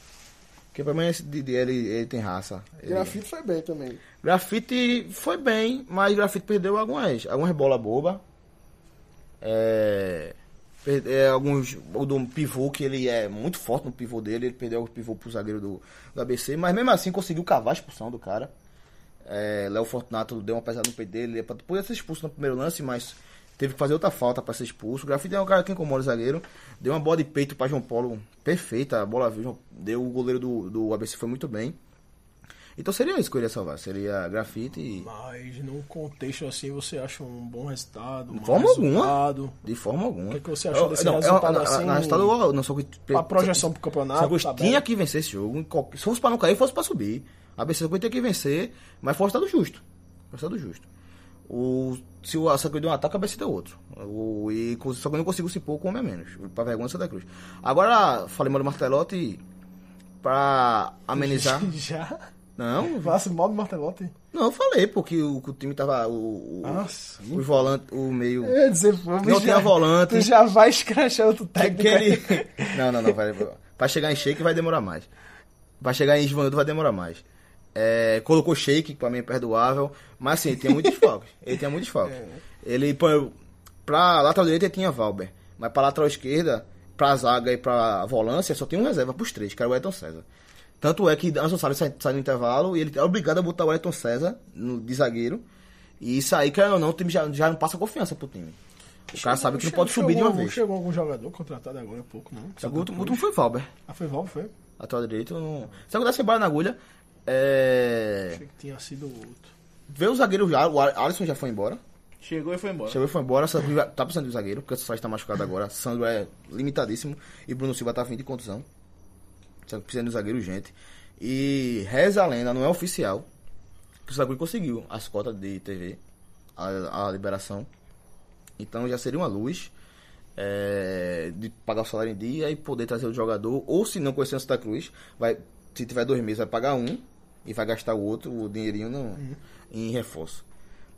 Speaker 3: Porque pra mim esse Didi, ele, ele tem raça. Ele-
Speaker 5: Grafite foi bem também.
Speaker 3: Grafite foi bem, mas Grafite perdeu algumas, algumas bolas boba. É, per- é, alguns o do pivô que ele é muito forte no pivô dele, ele perdeu o pivô pro zagueiro do, do ABC, mas mesmo assim conseguiu cavar a expulsão do cara. É, Léo Fortunato deu uma pesada no peito dele, ele é podia ser expulso no primeiro lance, mas teve que fazer outra falta pra ser expulso. O Grafite é um cara que incomoda o zagueiro, deu uma bola de peito pra João Paulo, perfeita, a bola viu, João- deu o goleiro do, do ABC foi muito bem. Então seria isso que eu iria salvar. Seria grafite e.
Speaker 2: Mas num contexto assim, você acha um bom resultado? um
Speaker 3: De forma
Speaker 2: mau
Speaker 3: alguma.
Speaker 2: resultado?
Speaker 3: De forma alguma.
Speaker 2: O que que você achou
Speaker 3: Eu-
Speaker 2: desse
Speaker 3: não, eu-
Speaker 2: resultado
Speaker 3: na-
Speaker 2: assim?
Speaker 3: Na resultado, eu não sou.
Speaker 2: A projeção pro tá campeonato,
Speaker 3: São Augusto
Speaker 2: tabela.
Speaker 3: tinha que vencer esse jogo. em qualquer- Se fosse pra não cair, fosse pra subir. A ABC São Augusto tinha que vencer, mas foi um resultado justo. Foi um Resultado justo. O, se o Santa Cruz deu um ataque, a ABC deu outro. O, e co- só que eu não consigo se pôr com um homem a menos. Pra vergonha do Santa Cruz. Agora, falei mal do Martelotti pra amenizar.
Speaker 2: Já?
Speaker 3: não,
Speaker 2: Nossa, mal do Martelotti.
Speaker 3: não, eu falei, porque o, que o time tava. O, o,
Speaker 2: Nossa.
Speaker 3: os volantes, o meio.
Speaker 2: Eu ia dizer, pô,
Speaker 3: Não tinha volante.
Speaker 2: Tu já vai escrachar outro técnico.
Speaker 3: Aquele... Não, não, não. Vai, vai chegar em shake vai demorar mais. Vai chegar em Isvanildo vai demorar mais. É, colocou shake, que pra mim é perdoável. Mas assim, ele tinha muitos falcos. Ele tinha muitos falcos.
Speaker 2: É.
Speaker 3: Ele, pô, pra lateral direita ele tinha Valber. Mas pra lateral esquerda, pra zaga e pra volância, só tem um reserva pros três, que era o Ayrton César. Tanto é que Anderson Salles sai, sai no intervalo e ele é obrigado a botar o Ayrton César no, de zagueiro. E isso aí, querendo ou não, o time já, já não passa confiança pro time. O cara sabe que não pode subir de uma
Speaker 2: Chegou-
Speaker 3: vez.
Speaker 2: Chegou algum jogador contratado agora há pouco, não?
Speaker 3: Só que o último, o último foi Valber.
Speaker 2: Ah, foi Valve, foi?
Speaker 3: Lateral direito. Não... Só que dá bala na agulha. É...
Speaker 2: Achei que tinha sido outro.
Speaker 3: Veio o zagueiro já. O Al- Alisson já foi embora.
Speaker 1: Chegou e foi embora.
Speaker 3: Chegou e foi embora. Sandro já- tá precisando de um zagueiro, porque o Sassá está machucado agora. Sandro é limitadíssimo. E Bruno Silva tá vindo de contusão. Só que precisa de um zagueiro urgente. E reza a lenda, não é oficial, que o Santa Cruz conseguiu as cotas de TV, a, a liberação. Então já seria uma luz é, de pagar o salário em dia e poder trazer o jogador. Ou se não conhecer o Santa Cruz, vai, se tiver dois meses, vai pagar um e vai gastar o outro, o dinheirinho não, em reforço.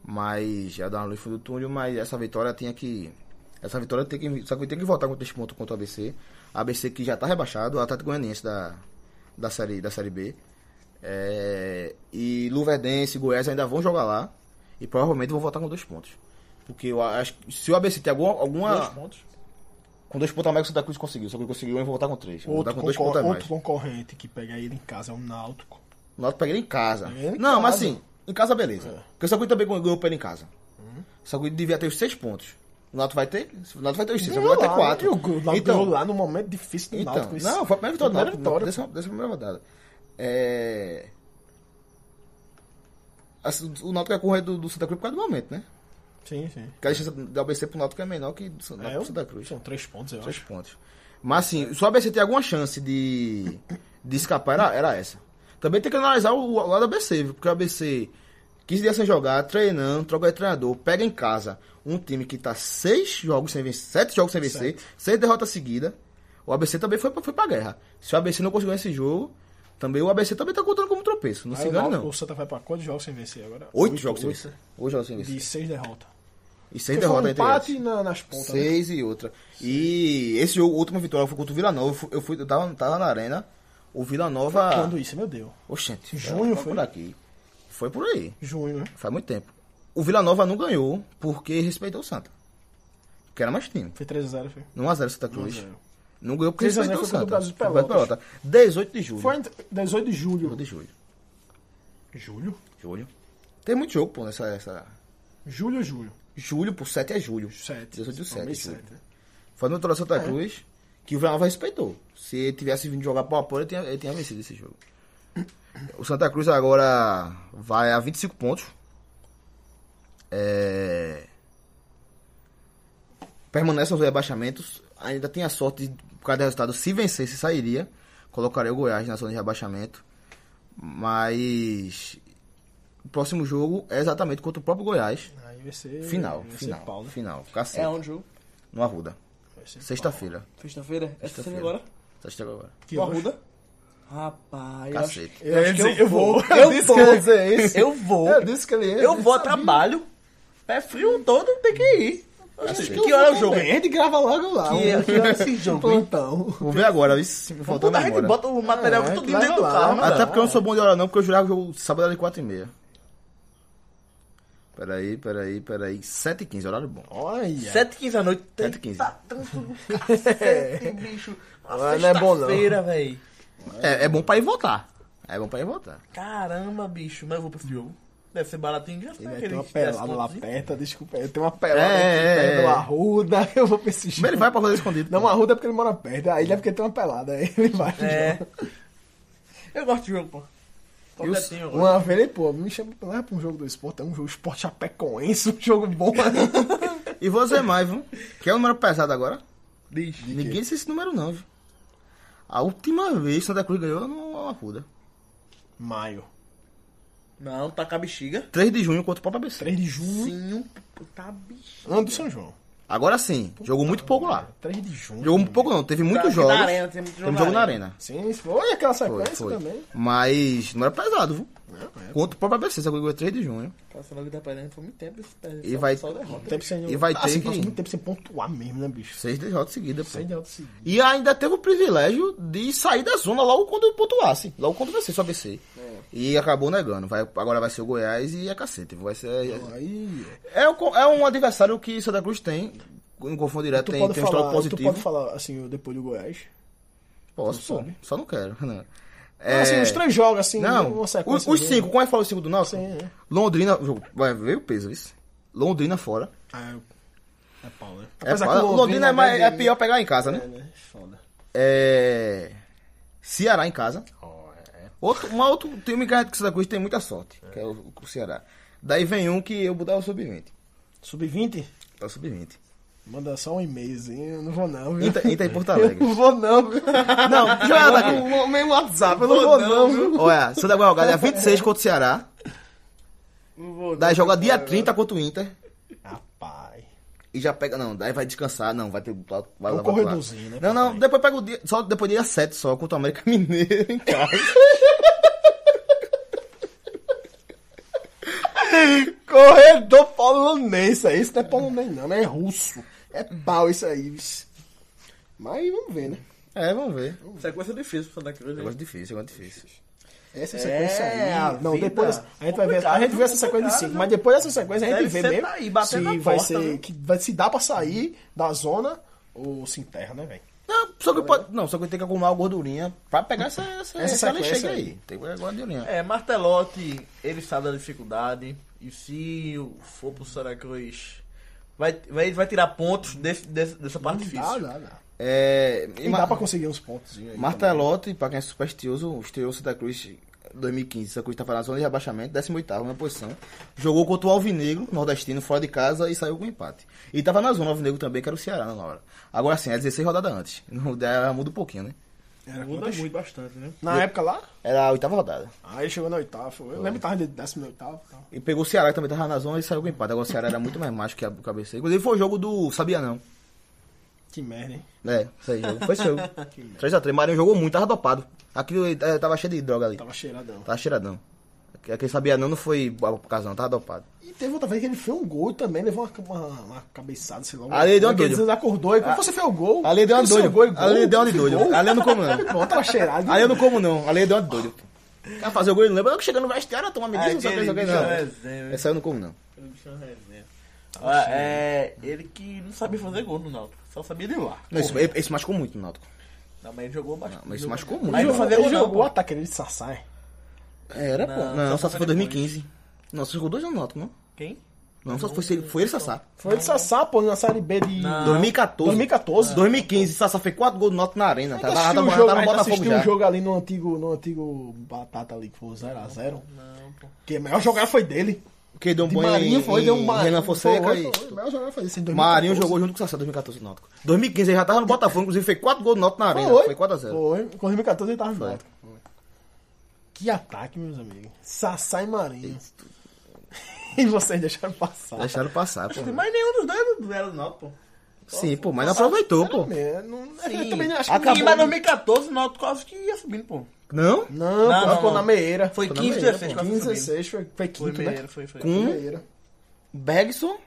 Speaker 3: Mas já dá uma luz no fim do túnel, mas essa vitória tinha que. Essa vitória tem que. O Santa Cruz tem que voltar com três pontos contra o ABC. ABC que já está rebaixado, o Atlético Goianiense da, da, série, da série B. É, e Luverdense e Goiás ainda vão jogar lá. E provavelmente vão voltar com dois pontos. Porque eu acho que se o ABC tem alguma. alguma
Speaker 2: Dois pontos.
Speaker 3: Com dois pontos a mais que o Santa Cruz conseguiu. Só que conseguiu e voltar com três. Vão voltar
Speaker 2: Outro,
Speaker 3: com dois pontos
Speaker 2: concor
Speaker 3: a mais.
Speaker 2: outro concorrente que pega ele em casa é o Náutico.
Speaker 3: O Náutico pega ele em casa.
Speaker 2: ele em
Speaker 3: não, mas
Speaker 2: casa. É.
Speaker 3: assim, em casa beleza. Porque o Santa Cruz também ganhou pra ele em casa. O Santa Cruz devia ter os seis pontos. O Náutico vai ter? O Náutico vai ter os seis. O Náutico vai ter
Speaker 2: lá,
Speaker 3: quatro.
Speaker 2: E o Náutico ganhou lá no momento difícil do
Speaker 3: Então,
Speaker 2: Náutico. isso.
Speaker 3: não, foi a primeira vitória do
Speaker 2: Primeira
Speaker 3: Náutico
Speaker 2: vitória.
Speaker 3: dessa, dessa primeira rodada. É... Assim, o Náutico é correr do, do Santa Cruz por causa do momento, né?
Speaker 2: Sim, sim.
Speaker 3: Porque a chance da ABC pro Náutico é menor que do Sa-
Speaker 2: É,
Speaker 3: pro Santa Cruz.
Speaker 2: São três pontos, eu
Speaker 3: Três
Speaker 2: acho.
Speaker 3: pontos. Mas assim, se o ABC tem alguma chance de, de escapar, era, era essa. Também tem que analisar o, o lado ABC, viu? porque o ABC 15 dias sem jogar, treinando, troca de treinador, pega em casa um time que tá seis jogos sem vencer, sete jogos sem vencer, seis derrotas seguidas. O ABC também foi pra, foi pra guerra. Se o ABC não conseguiu esse jogo, também o ABC também tá contando como tropeço. Não
Speaker 2: Aí
Speaker 3: se
Speaker 2: o
Speaker 3: engane,
Speaker 2: Náutico-
Speaker 3: não.
Speaker 2: O Santa vai pra quantos jogos sem vencer agora?
Speaker 3: Oito jogos sem
Speaker 2: oito.
Speaker 3: vencer. Oito jogos sem vencer.
Speaker 2: De seis derrotas.
Speaker 3: E seis
Speaker 2: Porque foi um
Speaker 3: derrotas entre eles.
Speaker 2: empate na- nas pontas. né?
Speaker 3: Seis e outra. E esse jogo, a última vitória foi contra o Vila Nova. Eu fui- Eu, fui, eu tava, tava na arena. O Vila Nova.
Speaker 2: Quando isso, meu Deus.
Speaker 3: Oxente.
Speaker 2: Junho
Speaker 3: foi
Speaker 2: foi?
Speaker 3: por aqui. Foi por aí.
Speaker 2: Junho, né?
Speaker 3: Faz muito tempo. O Vila Nova não ganhou porque respeitou o Santa. Que era mais time.
Speaker 2: Foi 3x0, foi.
Speaker 3: 1x0 Santa Cruz.
Speaker 2: 1 a 0.
Speaker 3: Não ganhou porque
Speaker 2: 3 a 0
Speaker 3: respeitou o
Speaker 2: foi contra
Speaker 3: Santa.
Speaker 2: o Brasil de
Speaker 3: Foi contra o
Speaker 2: Pelotas.
Speaker 3: Pelotas. 18 de julho.
Speaker 2: Foi em 18 de julho.
Speaker 3: 18 de julho.
Speaker 2: Julho?
Speaker 3: Julho. Tem muito jogo, pô, nessa. Essa...
Speaker 2: Julho ou julho?
Speaker 3: Julho, por 7 é julho.
Speaker 2: 7.
Speaker 3: 18 de 7.
Speaker 2: Mês
Speaker 3: Julho.
Speaker 2: sete, né?
Speaker 3: Foi no Vitória Santa Cruz que o Vila Nova respeitou. Se ele tivesse vindo jogar pau a pau, ele tinha, ele tinha vencido esse jogo. O Santa Cruz agora vai a 25 pontos. É... Permanecem os rebaixamentos. Ainda tem a sorte, de, por causa do resultado, se vencesse, sairia. Colocaria o Goiás na zona de rebaixamento. Mas... O próximo jogo é exatamente contra o próprio Goiás.
Speaker 2: Aí vai ser.
Speaker 3: Final,
Speaker 2: vai ser
Speaker 3: final,
Speaker 2: pau, né?
Speaker 1: É um-
Speaker 3: final. Cacete,
Speaker 5: É onde o
Speaker 3: no Arruda.
Speaker 2: Vai ser
Speaker 3: Sexta-feira.
Speaker 1: é
Speaker 5: Sexta-feira? Essa semana agora?
Speaker 3: Sexta agora.
Speaker 2: que
Speaker 5: No
Speaker 2: hoje-
Speaker 5: Arruda? Rapaz, eu acho,
Speaker 3: Cacete.
Speaker 2: Eu, acho que eu, vou.
Speaker 5: eu vou. Eu
Speaker 1: vou.
Speaker 3: É,
Speaker 2: Eu disse que ele ia.
Speaker 1: Eu vou a trabalho, pé frio todo, tem que ir.
Speaker 3: Cacete.
Speaker 1: Que hora é o jogo?
Speaker 2: A gente grava logo lá.
Speaker 1: Que- que hora é esse
Speaker 2: jogo? então?
Speaker 3: Vou ver agora, viu? Se me faltar
Speaker 1: Puta, a gente
Speaker 3: memória.
Speaker 1: bota o material
Speaker 2: É,
Speaker 1: tudo
Speaker 2: que vai
Speaker 1: dentro do
Speaker 2: lá,
Speaker 1: carro,
Speaker 2: né?
Speaker 1: mano.
Speaker 3: Até tá, porque eu não sou bom de hora não, porque eu jurava o jogo sábado era de 4h30. Peraí, peraí, peraí. 7h15, horário bom.
Speaker 2: Olha.
Speaker 1: 7h15 da noite.
Speaker 3: 7h15.
Speaker 1: Tá tanto do cacete, bicho. Uma
Speaker 2: Ah, É. não é bom, não.
Speaker 1: sexta-feira, velho.
Speaker 3: É, é bom pra ir voltar. É bom pra ir voltar.
Speaker 1: Caramba, bicho. Mas eu vou pra esse jogo. Deve ser baratinho. Já
Speaker 2: Ele
Speaker 1: tem
Speaker 2: vai ter
Speaker 1: aquele
Speaker 2: uma pelada lá perto, desculpa. Ele tem uma pelada
Speaker 3: É,
Speaker 2: aqui
Speaker 3: é,
Speaker 2: perto do
Speaker 3: é.
Speaker 2: Arruda. Eu vou pra esse
Speaker 3: Mas ele
Speaker 2: jogo.
Speaker 3: vai pra Rodeio Escondido.
Speaker 2: Não, o Arruda é porque ele mora perto. Aí ele é porque tem uma pelada. Aí ele vai. pro
Speaker 1: É.
Speaker 2: jogo.
Speaker 1: Eu gosto de jogo, pô.
Speaker 3: E o-
Speaker 1: Completinho, eu gosto.
Speaker 3: um-
Speaker 2: Uma vez ele, pô, me chama lá pra um jogo do esporte. É um jogo esporte chapecoense. Um jogo bom.
Speaker 3: E você mais, viu? Quer um número pesado agora?
Speaker 2: Diz.
Speaker 3: Ninguém disse esse número não, viu? A última vez que Santa Cruz ganhou no Arruda.
Speaker 2: Maio.
Speaker 1: Não, tá com a bexiga.
Speaker 3: 3 de junho contra o próprio ABC.
Speaker 2: 3 de junho.
Speaker 1: Sim, tá bexiga.
Speaker 2: Ano do São João.
Speaker 3: Agora sim, jogou muito pouco lá.
Speaker 2: 3 de junho.
Speaker 3: Jogou muito pouco não, teve muitos
Speaker 1: Tá,
Speaker 3: jogos.
Speaker 1: Na arena, tem muito
Speaker 3: Teve jogo na arena.
Speaker 2: Sim, foi aquela
Speaker 3: Foi,
Speaker 2: sequência
Speaker 3: foi.
Speaker 2: também. É,
Speaker 3: Mas não era pesado, viu?
Speaker 2: Não,
Speaker 3: Contra o próprio ABC, Santa Cruz ganhou 3 de junho.
Speaker 1: Passa logo da parada, foi muito tempo. esse pé,
Speaker 3: E
Speaker 1: só-
Speaker 3: vai-
Speaker 1: Só derrota.
Speaker 2: tempo sem...
Speaker 3: E vai
Speaker 2: Ah,
Speaker 3: ter
Speaker 2: assim,
Speaker 3: que-
Speaker 2: passou muito tempo sem pontuar mesmo, né, bicho?
Speaker 3: 6 derrotas seguidas, pô.
Speaker 2: Sem de alto seguido.
Speaker 3: E ainda teve o privilégio de sair da zona logo quando pontuasse. Logo quando vencer, só vencer.
Speaker 2: É.
Speaker 3: E acabou negando. Vai, agora vai ser o Goiás e é cacete. Vai ser.
Speaker 2: Aí,
Speaker 3: É, um co- é um adversário que Santa Cruz tem. Em confronto direto
Speaker 2: tu
Speaker 3: tem,
Speaker 2: pode
Speaker 3: tem um
Speaker 2: falar,
Speaker 3: histórico
Speaker 2: tu
Speaker 3: positivo.
Speaker 2: pode falar, assim, o depois do Goiás?
Speaker 3: Posso, pô.
Speaker 2: sabe.
Speaker 3: Só não quero. Não,
Speaker 2: Ah, assim, os três jogos, assim,
Speaker 3: É. Não,
Speaker 2: uma
Speaker 3: os,
Speaker 2: sequência.
Speaker 3: os
Speaker 2: mesmo.
Speaker 3: cinco. Como é que fala os cinco do Náutico?
Speaker 2: Sim, é.
Speaker 3: Londrina. jogo- Vai ver o peso, isso. Londrina fora.
Speaker 2: Ah, eu- é pau, né?
Speaker 3: É, fora. Londrina, é, mais- é pior pegar em casa, né?
Speaker 2: É, né? Foda.
Speaker 3: É. Ceará em casa.
Speaker 2: Ó, é.
Speaker 3: Outro, um outro time que a gente- que Santa Cruz tem muita sorte, que é o, o Ceará. Daí vem um que eu mudava o sub-20.
Speaker 2: Sub-20?
Speaker 3: Tá o sub-20.
Speaker 2: Manda só um e-mailzinho, eu não vou não, viu?
Speaker 3: Inter, Inter em Porto
Speaker 2: Eu
Speaker 3: Alegre.
Speaker 2: não vou não, viu?
Speaker 3: Não, já tá aqui.
Speaker 2: O meu WhatsApp, eu não vou não, viu?
Speaker 3: Olha, Santa é Cruz joga dia 26 contra o Ceará.
Speaker 1: Não vou,
Speaker 3: Daí joga dia 30 contra o Inter.
Speaker 2: Rapaz.
Speaker 3: E já pega. Não, daí vai descansar. Não, vai ter. Vai vai lá,
Speaker 2: corredorzinho, né,
Speaker 3: Não, não.
Speaker 2: papai?
Speaker 3: Depois pega o dia. Só depois dia 7 só contra o América Mineiro em casa.
Speaker 2: Corredor polonês, isso aí. Isso não é polonês, não, né? É russo. É pau isso aí, bicho. Mas vamos ver, né?
Speaker 3: É, vamos ver.
Speaker 1: Sequência difícil pro Santa Cruz. né?
Speaker 3: Negócio É difícil, negócio difícil.
Speaker 2: Essa
Speaker 1: É,
Speaker 2: sequência
Speaker 1: a
Speaker 2: aí. Não,
Speaker 1: vida.
Speaker 2: depois. dessa- A gente vai ver. A
Speaker 1: Complicado,
Speaker 2: gente vê essa sequência de
Speaker 1: complicado,
Speaker 2: 5.
Speaker 1: né?
Speaker 2: Mas depois dessa sequência a gente
Speaker 1: Deve
Speaker 2: vê
Speaker 1: ser
Speaker 2: mesmo.
Speaker 1: tá aí, batendo
Speaker 2: se
Speaker 1: na
Speaker 2: vai
Speaker 1: porta,
Speaker 2: ser.
Speaker 1: né?
Speaker 2: Que vai, se dá pra sair da zona ou se enterra, né, velho?
Speaker 3: Não, só que pode, não, só que tem que acumular uma gordurinha pra pegar essa, essa,
Speaker 2: Essa
Speaker 3: essa,
Speaker 2: sequência
Speaker 3: lixeira
Speaker 2: aí.
Speaker 3: aí. Tem que pegar a gordurinha.
Speaker 1: É, Martelotti, ele sabe da dificuldade. E se o- for pro Santa Cruz, vai, vai, vai tirar pontos desse, desse- dessa parte
Speaker 2: Dá,
Speaker 1: difícil.
Speaker 2: dá, dá.
Speaker 3: É, e
Speaker 2: E
Speaker 3: Ma-
Speaker 2: dá pra conseguir uns pontos. aí né?
Speaker 3: Martelotti, pra quem é supersticioso, estreou Santa Cruz em 2015. Santa Cruz tá na zona de rebaixamento, 18 na posição. Jogou contra o Alvinegro, nordestino, fora de casa e saiu com empate. E tava na zona, o Alvinegro também, que era o Ceará na hora. Agora sim, é 16 rodadas antes. Não, daí muda um pouquinho, né?
Speaker 2: Era
Speaker 1: Muda
Speaker 2: quantas?
Speaker 1: muito bastante, né?
Speaker 2: É, Na época lá?
Speaker 3: Era a oitava rodada.
Speaker 2: Ah, ele chegou na oitava. Foi. Eu lembro que tava de décimo na oitava. e tal.
Speaker 3: E pegou o Ceará, que também tava na zona e saiu com empate. Agora o Ceará era muito mais macho que a cabeça. Inclusive foi o jogo do Sabia Não.
Speaker 2: Que merda, hein?
Speaker 3: É, isso aí, jogo. Foi seu. 3x3, Marinho jogou muito, tava dopado. Aquilo eh, tava cheio de droga ali.
Speaker 2: Tava cheiradão.
Speaker 3: Tava cheiradão. Aquele sabia não, não foi boa por causa não, tava dopado.
Speaker 2: E teve outra vez que ele fez um gol e também, levou uma, uma, uma cabeçada, sei lá. uma-
Speaker 3: Ali ele deu uma doida.
Speaker 2: Ele acordou e quando você fez o gol.
Speaker 3: Ali deu uma
Speaker 2: você fez o gol e
Speaker 3: doido.
Speaker 2: gol,
Speaker 3: Ali deu uma de
Speaker 2: que
Speaker 3: doido.
Speaker 2: gol.
Speaker 3: Ali eu não como não.
Speaker 2: Pronto, tava cheirado.
Speaker 3: Ali eu não como não. Ali deu uma de doido. pô. Quer fazer o gol e não lembra? Eu chegando no vestiário, toma medida, não sei o que, não sei o que,
Speaker 1: bicho é um
Speaker 3: não.
Speaker 1: resenha,
Speaker 3: Essa eu não como não.
Speaker 1: Aquele bicho é um resenha. Ah, é, ele que não sabia fazer gol no Náutico, só sabia de lá.
Speaker 3: Não, esse, esse machucou muito no Náutico.
Speaker 1: Não, mas ele jogou bastante.
Speaker 3: Não, mas isso
Speaker 1: jogou
Speaker 3: machucou
Speaker 1: bastante.
Speaker 3: muito.
Speaker 1: Mas não fazia
Speaker 2: ele
Speaker 1: gol,
Speaker 2: jogou o
Speaker 1: não. pô.
Speaker 2: ataque ele de Sassai.
Speaker 3: Era, pô.
Speaker 1: Não,
Speaker 3: Não,
Speaker 1: só
Speaker 3: só se
Speaker 1: foi
Speaker 3: foi
Speaker 1: depois.
Speaker 3: 2015. Não, só jogou dois anos no Náutico, não?
Speaker 1: Quem?
Speaker 3: Não, só foi, foi ele e Sassá.
Speaker 2: Foi de Sassá, pô, na Série B de...
Speaker 1: Não.
Speaker 3: 2014.
Speaker 2: 2014.
Speaker 3: 2015, Sassá fez quatro gols no Náutico na arena.
Speaker 2: Ainda
Speaker 3: Tá, tá,
Speaker 2: assistiu o
Speaker 3: tá,
Speaker 2: jogo,
Speaker 3: tá no
Speaker 2: ainda
Speaker 3: Botafogo
Speaker 2: assistiu um
Speaker 3: já.
Speaker 2: jogo ali no antigo, no antigo Batata ali, que foi 0x0.
Speaker 1: Não, pô.
Speaker 2: Que a melhor jogada foi dele.
Speaker 3: Que deu um
Speaker 2: De
Speaker 3: banho
Speaker 2: Marinho
Speaker 3: em-
Speaker 2: foi, deu um
Speaker 3: em
Speaker 2: Marinho.
Speaker 3: Renan Fonseca
Speaker 2: Foi,
Speaker 3: e...
Speaker 2: foi, A melhor jogada foi desse em 2014.
Speaker 3: Marinho jogou junto com o Sassá em 2014 no Náutico. 2015 ele já tava no Botafogo, inclusive fez 4 gols no Náutico na arena.
Speaker 2: Foi,
Speaker 3: Foi 4x0.
Speaker 2: Foi, com 2014 ele tava no
Speaker 3: Foi.
Speaker 2: Náutico. Que ataque, meus amigos. Sassá e Marinho. e vocês deixaram passar.
Speaker 3: Deixaram passar, pô.
Speaker 1: Mas nenhum dos dois era do Náutico, pô.
Speaker 3: Sim, pô, mas não aproveitou, pô.
Speaker 2: É, não, eu
Speaker 3: Sim.
Speaker 2: também não acho
Speaker 1: Acabou.
Speaker 2: que
Speaker 1: E, mas 2014, o Náutico quase que ia subindo, pô.
Speaker 3: Não?
Speaker 2: Não,
Speaker 1: Não,
Speaker 2: pô,
Speaker 1: não,
Speaker 2: pô,
Speaker 1: não.
Speaker 2: na meieira.
Speaker 1: Foi
Speaker 2: na
Speaker 1: 15,
Speaker 2: meieira,
Speaker 1: 16,
Speaker 2: pô.
Speaker 1: quase
Speaker 2: 15,
Speaker 1: subindo.
Speaker 2: 16, foi, foi quinto,
Speaker 1: Foi meieira,
Speaker 2: né?
Speaker 1: foi, foi.
Speaker 3: Com
Speaker 2: Meieira.
Speaker 3: Bergson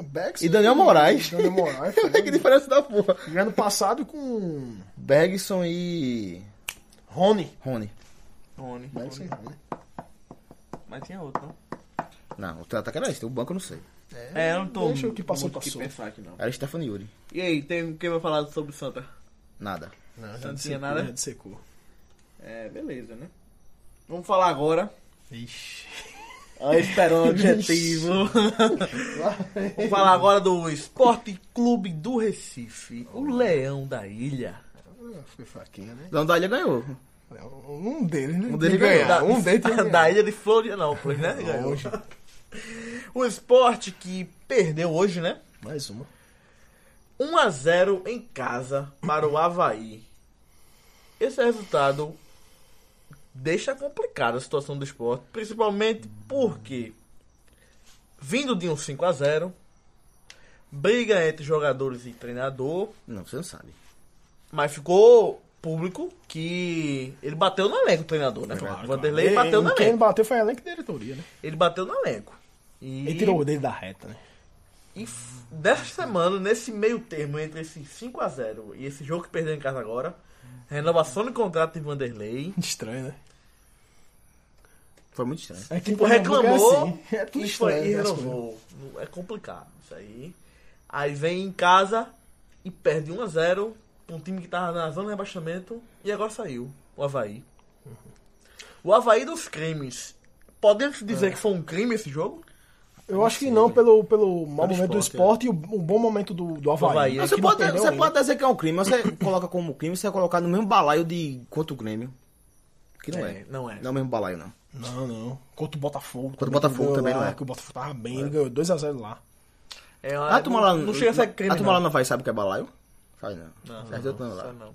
Speaker 2: Bex
Speaker 3: e Daniel Moraes.
Speaker 2: Daniel Moraes.
Speaker 3: que diferença da porra.
Speaker 2: foi ano passado com
Speaker 3: Bergson e
Speaker 2: Rony.
Speaker 3: Rony.
Speaker 1: Rony.
Speaker 2: Bex e
Speaker 1: Rony.
Speaker 2: Rony.
Speaker 1: Mas tinha outro, não?
Speaker 3: Não, o ataque era esse, o banco eu não sei.
Speaker 1: É, eu não tô
Speaker 2: Deixa o que passou,
Speaker 1: muito o que
Speaker 2: passou.
Speaker 1: pensar aqui, não.
Speaker 3: Era Stefano Yuri.
Speaker 1: E aí, tem quem vai falar sobre o Santa?
Speaker 3: Nada.
Speaker 2: Não,
Speaker 1: Não
Speaker 2: já
Speaker 1: tinha
Speaker 2: dissecou,
Speaker 1: nada?
Speaker 2: já dissecou.
Speaker 1: É, beleza, né? Vamos falar agora.
Speaker 2: Ixi.
Speaker 1: Olha, esperando o objetivo. Vamos falar agora do Esporte Clube do Recife. O Leão da Ilha.
Speaker 2: Foi fraquinha, né?
Speaker 3: Então Dália ganhou.
Speaker 2: É, Um deles, né?
Speaker 3: Um deles
Speaker 2: Tem que
Speaker 3: ganhou.
Speaker 2: ganhar, Um deles tem que ganhar.
Speaker 1: da Ilha de Florianópolis, né? Ganhou.
Speaker 2: Hoje.
Speaker 1: O esporte que perdeu hoje, né?
Speaker 2: Mais uma.
Speaker 1: 1 a 0 em casa para o Havaí. Esse resultado deixa complicada a situação do esporte, principalmente porque vindo de um 5 a 0 briga entre jogadores e treinador,
Speaker 3: Não, você não sabe.
Speaker 1: mas ficou público que ele bateu no elenco o treinador, né? o Vanderlei bateu no
Speaker 2: Quem- Quem
Speaker 1: elenco.
Speaker 2: bateu foi a elenco e diretoria, né?
Speaker 1: Ele bateu no elenco. E,
Speaker 2: E tirou o dedo da reta, né?
Speaker 1: E f- dessa semana, nesse meio termo entre esse 5x0 e esse jogo que perdeu em casa agora, renovação de contrato de Vanderlei.
Speaker 2: Estranho, né?
Speaker 3: Foi muito estranho.
Speaker 2: É que
Speaker 1: Tipo,
Speaker 2: Pernambuco
Speaker 1: reclamou
Speaker 2: É, assim. é tudo
Speaker 1: e, foi,
Speaker 2: estranho.
Speaker 1: e
Speaker 2: né, as
Speaker 1: renovou. Não- É complicado isso aí. Aí vem em casa e perde 1x0 pra um time que tava na zona de rebaixamento e agora saiu. O Havaí. O Havaí dos crimes. Podemos
Speaker 2: É.
Speaker 1: dizer que foi um crime esse jogo?
Speaker 2: coisas. Eu acho que não, pelo, pelo
Speaker 1: né?
Speaker 2: mau
Speaker 1: Pelo
Speaker 2: momento do
Speaker 1: esporte, é.
Speaker 2: esporte e o, o bom momento do, do Havaí.
Speaker 1: Havaí,
Speaker 2: né?
Speaker 1: é.
Speaker 2: Que
Speaker 3: Você
Speaker 2: não
Speaker 3: pode,
Speaker 2: perdeu
Speaker 3: você
Speaker 2: ainda.
Speaker 3: pode dizer que é um crime, mas você coloca como crime, você colocar no mesmo balaio de contra o Grêmio. Que não é.
Speaker 1: É, não é.
Speaker 3: Não é o mesmo balaio, não.
Speaker 2: Não, não. Contra o Botafogo.
Speaker 3: Contra o
Speaker 2: também,
Speaker 3: Botafogo
Speaker 2: ganhou
Speaker 3: também
Speaker 2: lá,
Speaker 3: não é.
Speaker 2: Que o Botafogo tava bem, ele ganhou 2x0 lá.
Speaker 1: É,
Speaker 3: Ah, turma lá
Speaker 1: não chega a ser crime.
Speaker 3: A turma lá
Speaker 1: não.
Speaker 3: não faz, sabe o que é balaio? Faz não.
Speaker 1: Não,
Speaker 3: Faz
Speaker 1: não,
Speaker 3: outro
Speaker 1: não,
Speaker 3: lá.
Speaker 1: não.